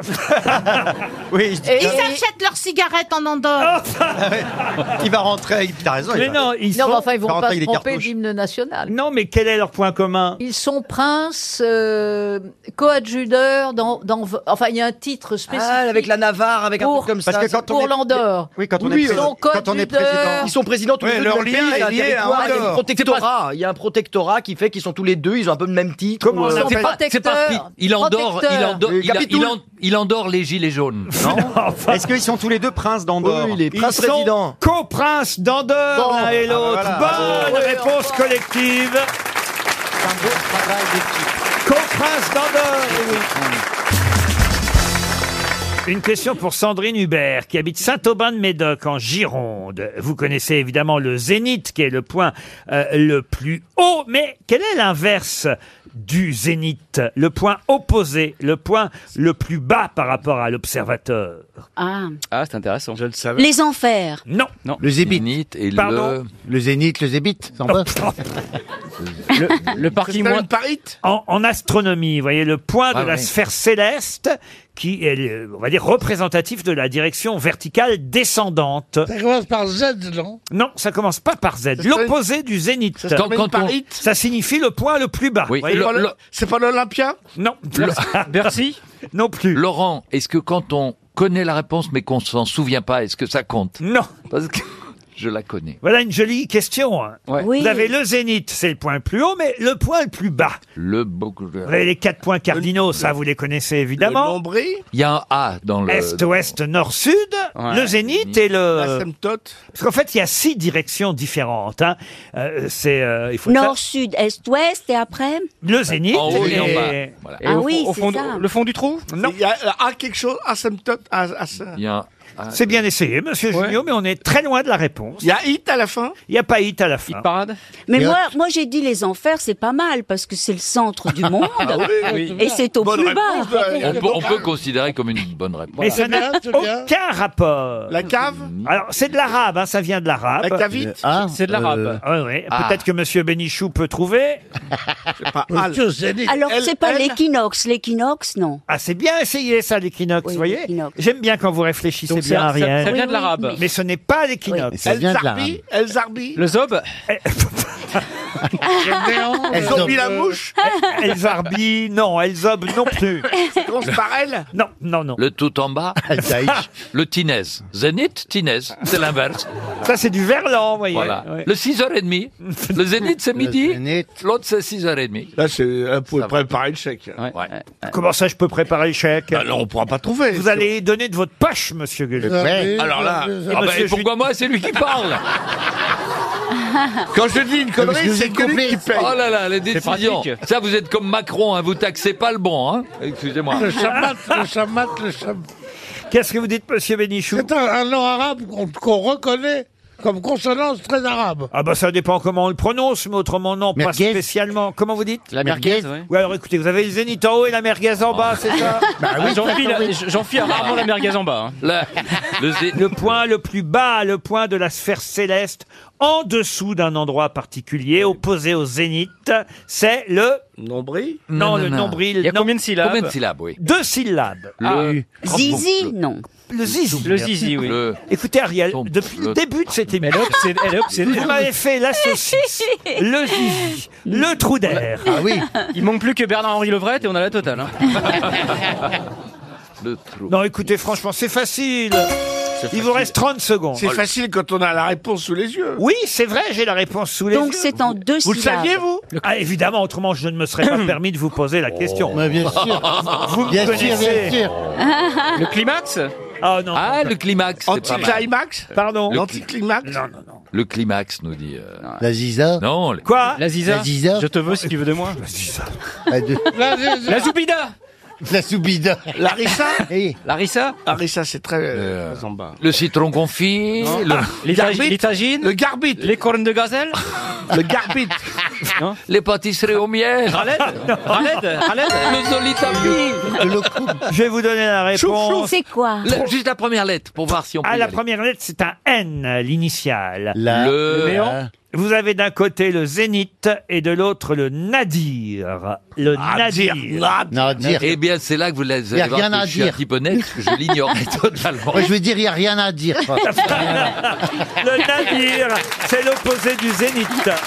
[SPEAKER 20] oui,
[SPEAKER 19] Ils achètent leurs cigarettes en Andorre
[SPEAKER 9] Ah,
[SPEAKER 20] il va rentrer avec. T'as raison.
[SPEAKER 1] Ah, Mais
[SPEAKER 20] il va-
[SPEAKER 1] non, ils
[SPEAKER 9] non,
[SPEAKER 1] sont-
[SPEAKER 9] mais enfin, ils
[SPEAKER 1] Par
[SPEAKER 9] vont
[SPEAKER 1] contre,
[SPEAKER 9] pas
[SPEAKER 1] il
[SPEAKER 9] se
[SPEAKER 1] est
[SPEAKER 9] tromper
[SPEAKER 1] cartouche.
[SPEAKER 9] d'hymne national.
[SPEAKER 1] Non, mais quel est leur point commun
[SPEAKER 9] Ils sont princes, euh, coadjudeurs, dans, dans- enfin il y a un titre spécifique.
[SPEAKER 20] Ah, avec la Navarre, avec un
[SPEAKER 9] Pour-
[SPEAKER 20] truc comme ça.
[SPEAKER 9] parce que
[SPEAKER 20] c'est
[SPEAKER 9] quand on est-
[SPEAKER 20] Oui, quand on
[SPEAKER 9] Oui,
[SPEAKER 20] est
[SPEAKER 9] ils sont
[SPEAKER 20] quand on
[SPEAKER 9] coadjudeurs.
[SPEAKER 20] est président. Ils sont présidents tous
[SPEAKER 11] Ouais,
[SPEAKER 20] les deux. de
[SPEAKER 11] leur
[SPEAKER 20] leur pays,
[SPEAKER 11] lien
[SPEAKER 20] il y a un
[SPEAKER 11] est lié à
[SPEAKER 20] territoire, il y a
[SPEAKER 11] Andorre.
[SPEAKER 20] un protectorat. Il y a un protectorat qui fait qu'ils sont tous les deux, ils ont un peu le même titre. Euh,
[SPEAKER 9] Comment on
[SPEAKER 17] euh, C'est pas,
[SPEAKER 9] protecteur.
[SPEAKER 17] c'est pas- il endort, il
[SPEAKER 9] Protecteur.
[SPEAKER 17] endort,
[SPEAKER 20] Le
[SPEAKER 17] il, a-
[SPEAKER 20] Capitoul.
[SPEAKER 17] il en- il endort les
[SPEAKER 1] [laughs]
[SPEAKER 17] gilets jaunes. Non
[SPEAKER 20] Est-ce qu'ils sont tous les deux princes d'Andorre Oui, les
[SPEAKER 1] Ils
[SPEAKER 20] princes
[SPEAKER 1] sont
[SPEAKER 20] résidents.
[SPEAKER 1] co-princes d'Andorre,
[SPEAKER 20] Bon.
[SPEAKER 1] l'un et
[SPEAKER 20] Ah,
[SPEAKER 1] l'autre.
[SPEAKER 20] voilà.
[SPEAKER 1] Bonne
[SPEAKER 20] Bravo.
[SPEAKER 1] réponse collective. Co-princes d'Andorre, eh oui. Une question pour Sandrine Hubert, qui habite Saint-Aubin-de-Médoc, en Gironde. Vous connaissez évidemment le zénith, qui est le point euh, le plus haut, mais quel est l'inverse du zénith Le point opposé, le point le plus bas par rapport à l'observateur
[SPEAKER 16] Ah.
[SPEAKER 51] Ah, c'est intéressant, je le savais.
[SPEAKER 16] Les enfers.
[SPEAKER 1] Non.
[SPEAKER 51] Non.
[SPEAKER 52] Le zébit.
[SPEAKER 51] et le-
[SPEAKER 52] Pardon Le zénith, le zébit. ça en va
[SPEAKER 1] le, parking
[SPEAKER 52] moins-
[SPEAKER 1] en, en astronomie, vous voyez, le point
[SPEAKER 52] Ah
[SPEAKER 1] de la
[SPEAKER 52] oui.
[SPEAKER 1] sphère céleste qui est, euh, on va dire, représentatif de la direction verticale descendante.
[SPEAKER 53] Ça commence par Z, non
[SPEAKER 1] Non, ça commence pas par Z.
[SPEAKER 53] Ça
[SPEAKER 1] L'opposé du zénith.
[SPEAKER 53] Ça se termine Quand- quand par on- it
[SPEAKER 1] Ça signifie le point le plus bas. Vous voyez,
[SPEAKER 17] Le- le-
[SPEAKER 53] C'est pas l'Olympia
[SPEAKER 1] Non. [laughs]
[SPEAKER 17] Merci.
[SPEAKER 1] Non plus.
[SPEAKER 17] Laurent, est-ce que quand on connaît la réponse mais qu'on s'en souvient pas, est-ce que ça compte
[SPEAKER 1] Non.
[SPEAKER 17] Parce que [laughs] je la connais.
[SPEAKER 1] Voilà une jolie question. hein.
[SPEAKER 17] Oui.
[SPEAKER 1] Vous avez le zénith, c'est le point le plus haut, mais le point le plus bas.
[SPEAKER 17] Le beaucoup.
[SPEAKER 1] Vous avez les quatre points cardinaux, ça vous les connaissez évidemment.
[SPEAKER 17] Il y a un A dans le.
[SPEAKER 1] Est, ouest, nord, sud,
[SPEAKER 17] Ouais.
[SPEAKER 1] le zénith et le...
[SPEAKER 16] L'asymptote.
[SPEAKER 1] Parce qu'en fait, il y a six directions différentes. hein. Euh, c'est, euh, il faut le faire.
[SPEAKER 16] Nord, sud, est, ouest et après
[SPEAKER 1] Le zénith
[SPEAKER 16] En haut et en
[SPEAKER 1] et...
[SPEAKER 16] bas. Voilà. Ah oui, c'est
[SPEAKER 1] du-
[SPEAKER 16] ça.
[SPEAKER 1] fond du trou Non.
[SPEAKER 8] Il y a ah, quelque chose, asymptote, ah, ah, ça.
[SPEAKER 17] Il y a
[SPEAKER 1] C'est bien essayé, monsieur Junio, mais on est très loin de la réponse. Il y a hit à la fin Il n'y a pas hit à la fin. parade
[SPEAKER 16] Ah. Mais moi, moi j'ai dit les enfers, c'est pas mal parce que c'est le centre du monde
[SPEAKER 17] Ah, oui.
[SPEAKER 16] et c'est au
[SPEAKER 17] Bonne
[SPEAKER 16] plus
[SPEAKER 17] réponse, euh,
[SPEAKER 16] bas.
[SPEAKER 17] On, peut, on peut considérer comme une bonne réponse.
[SPEAKER 1] Mais ça [laughs] n'a aucun rapport. La cave Alors, c'est de l'arabe, hein, ça vient de l'arabe.
[SPEAKER 17] La cavite Ah, C'est de l'arabe.
[SPEAKER 1] Oui, oui.
[SPEAKER 17] Ah.
[SPEAKER 1] Peut-être que monsieur Bénichou peut [laughs] trouver. Ah.
[SPEAKER 16] Alors c'est pas l'équinoxe,
[SPEAKER 1] [laughs]
[SPEAKER 16] l'équinoxe non.
[SPEAKER 1] Ah, c'est bien essayé, ça, l'équinoxe, vous voyez J'aime bien quand vous réfléchissez
[SPEAKER 16] Donc,
[SPEAKER 1] bien,
[SPEAKER 16] ça- ça-
[SPEAKER 1] Ariel.
[SPEAKER 16] ça vient de Oui, l'arabe. oui,
[SPEAKER 1] Mais ce n'est pas Eh, l'équinoxe.
[SPEAKER 52] Ça vient de l'arabe.
[SPEAKER 11] hein.
[SPEAKER 8] El Zarbi.
[SPEAKER 1] [laughs]
[SPEAKER 51] Le zob
[SPEAKER 8] El Zarbi la mouche.
[SPEAKER 1] El Zarbi, non. El Zob, non plus.
[SPEAKER 8] Grosse parelle.
[SPEAKER 1] Non, non, non.
[SPEAKER 17] Le tout
[SPEAKER 1] [laughs]
[SPEAKER 17] en bas. le Tinez. Zénith, Tinez. C'est l'inverse.
[SPEAKER 1] Ça, c'est du verlan, vous voyez.
[SPEAKER 17] Voilà.
[SPEAKER 1] Ouais.
[SPEAKER 17] Le 6h30. Le Zénith, c'est midi. L'autre, c'est 6h30.
[SPEAKER 8] Là, c'est un peu préparer le chèque.
[SPEAKER 1] Comment ça, je peux préparer le chèque
[SPEAKER 8] Alors, on pourra pas trouver.
[SPEAKER 1] Vous allez donner de votre poche, monsieur Gueuleux.
[SPEAKER 8] Ouais.
[SPEAKER 17] Alors là,
[SPEAKER 1] Et
[SPEAKER 17] ah bah,
[SPEAKER 1] monsieur
[SPEAKER 17] et pourquoi moi, c'est lui qui parle Quand je dis une
[SPEAKER 8] connerie, Parce que vous c'est êtes que lui complice. qui paye.
[SPEAKER 17] Oh là là, les
[SPEAKER 8] C'est
[SPEAKER 17] décisions.
[SPEAKER 8] pratique.
[SPEAKER 17] Ça, vous êtes comme Macron, hein, vous taxez pas le bon. Hein Excusez-moi.
[SPEAKER 53] Le chamat, le chamat, le chamat.
[SPEAKER 1] Qu'est-ce que vous dites, monsieur Bénichou
[SPEAKER 8] C'est un, un nom arabe qu'on qu'on reconnaît comme consonance très arabe.
[SPEAKER 1] Ah bah ça dépend comment on le prononce, mais autrement non,
[SPEAKER 8] Merguez.
[SPEAKER 1] pas spécialement. Comment vous dites La
[SPEAKER 8] merguez,
[SPEAKER 1] oui.
[SPEAKER 8] oui.
[SPEAKER 1] alors écoutez, vous avez le zénith en haut et la merguez en bas, c'est ça
[SPEAKER 11] Bah oui, Ah, j'enfile- ça, oui. j'enfile rarement la merguez en bas, hein.
[SPEAKER 1] Le,
[SPEAKER 17] Euh,
[SPEAKER 1] le point le plus bas, le point de la sphère céleste, en dessous d'un endroit particulier, opposé au zénith, c'est le... Nombril non,
[SPEAKER 17] Non, non,
[SPEAKER 1] le
[SPEAKER 17] non.
[SPEAKER 1] nombril.
[SPEAKER 17] Il y a
[SPEAKER 1] non.
[SPEAKER 17] combien de syllabes Combien de syllabes, oui.
[SPEAKER 1] Deux syllabes.
[SPEAKER 17] Le- Ah. Zizi,
[SPEAKER 1] non. Le zizi.
[SPEAKER 17] Le zizi, oui. Le-
[SPEAKER 1] Écoutez, Ariel, depuis le
[SPEAKER 17] le-
[SPEAKER 1] début de cette émission,
[SPEAKER 17] obsédée- elle est obsédée. hein.
[SPEAKER 1] vous m'avez fait la saucisse, le zizi, le trou d'air.
[SPEAKER 11] Ah oui. Il manque plus que Bernard-Henri Levrette et on a la totale. hein. [laughs]
[SPEAKER 17] Le trou.
[SPEAKER 1] Non, écoutez, franchement, c'est facile. Il vous reste 30 secondes. Oh,
[SPEAKER 54] C'est facile quand on a la réponse sous les yeux.
[SPEAKER 1] Oui, c'est vrai, j'ai la réponse sous les
[SPEAKER 16] Donc
[SPEAKER 1] yeux.
[SPEAKER 16] c'est en deux
[SPEAKER 1] Vous le
[SPEAKER 16] syllabes.
[SPEAKER 1] saviez, vous Ah, évidemment, autrement, je ne me serais pas [clears throat] permis de vous poser la question.
[SPEAKER 11] mais bien sûr.
[SPEAKER 1] [laughs] Vous me
[SPEAKER 11] Bien sûr, bien
[SPEAKER 1] connaissez.
[SPEAKER 11] sûr.
[SPEAKER 1] Le
[SPEAKER 11] climax
[SPEAKER 1] Ah non.
[SPEAKER 17] Ah, le climax.
[SPEAKER 54] Anti-climax
[SPEAKER 1] Pardon
[SPEAKER 17] Le
[SPEAKER 54] Anti-climax
[SPEAKER 17] Le climax nous dit. euh,
[SPEAKER 2] La ziza
[SPEAKER 17] Non. les-
[SPEAKER 1] Quoi
[SPEAKER 11] La ziza.
[SPEAKER 2] La ziza
[SPEAKER 11] Je te veux si tu veux de moi.
[SPEAKER 2] Ah, de-
[SPEAKER 11] La, zoubida.
[SPEAKER 2] La soubida.
[SPEAKER 54] Larissa
[SPEAKER 11] Larissa
[SPEAKER 54] Larissa, c'est très, euh, très en bas. Ah.
[SPEAKER 17] Le citron confit.
[SPEAKER 11] Non.
[SPEAKER 17] Le...
[SPEAKER 11] Les tag- les tagines
[SPEAKER 54] Le garbite.
[SPEAKER 11] Les cornes de gazelle
[SPEAKER 54] Le
[SPEAKER 11] [laughs]
[SPEAKER 54] garbite.
[SPEAKER 17] Les pâtisseries au miel.
[SPEAKER 1] Ah,
[SPEAKER 11] Raled
[SPEAKER 2] Ah,
[SPEAKER 11] Raled Raled
[SPEAKER 17] Le solitabi.
[SPEAKER 1] Je vais vous donner la réponse.
[SPEAKER 16] C'est quoi
[SPEAKER 17] Le- Juste la première lettre pour voir si on peut.
[SPEAKER 1] Ah,
[SPEAKER 17] y
[SPEAKER 1] la
[SPEAKER 17] aller.
[SPEAKER 1] première lettre, c'est un N, l'initiale.
[SPEAKER 17] La- Le- Le néant.
[SPEAKER 1] Vous avez d'un côté le zénith et de l'autre le nadir. Le
[SPEAKER 17] Ah,
[SPEAKER 1] nadir. [laughs]
[SPEAKER 17] Eh bien, c'est là que vous les
[SPEAKER 2] Y a
[SPEAKER 17] allez voir
[SPEAKER 2] rien
[SPEAKER 17] que
[SPEAKER 2] à
[SPEAKER 17] je suis un
[SPEAKER 2] dire.
[SPEAKER 17] petit peu net, parce que je l'ignorais [laughs] totalement.
[SPEAKER 16] Hein
[SPEAKER 2] Moi, je veux dire, il n'y a
[SPEAKER 1] [laughs]
[SPEAKER 2] rien à dire.
[SPEAKER 1] Le nadir, c'est l'opposé du zénith.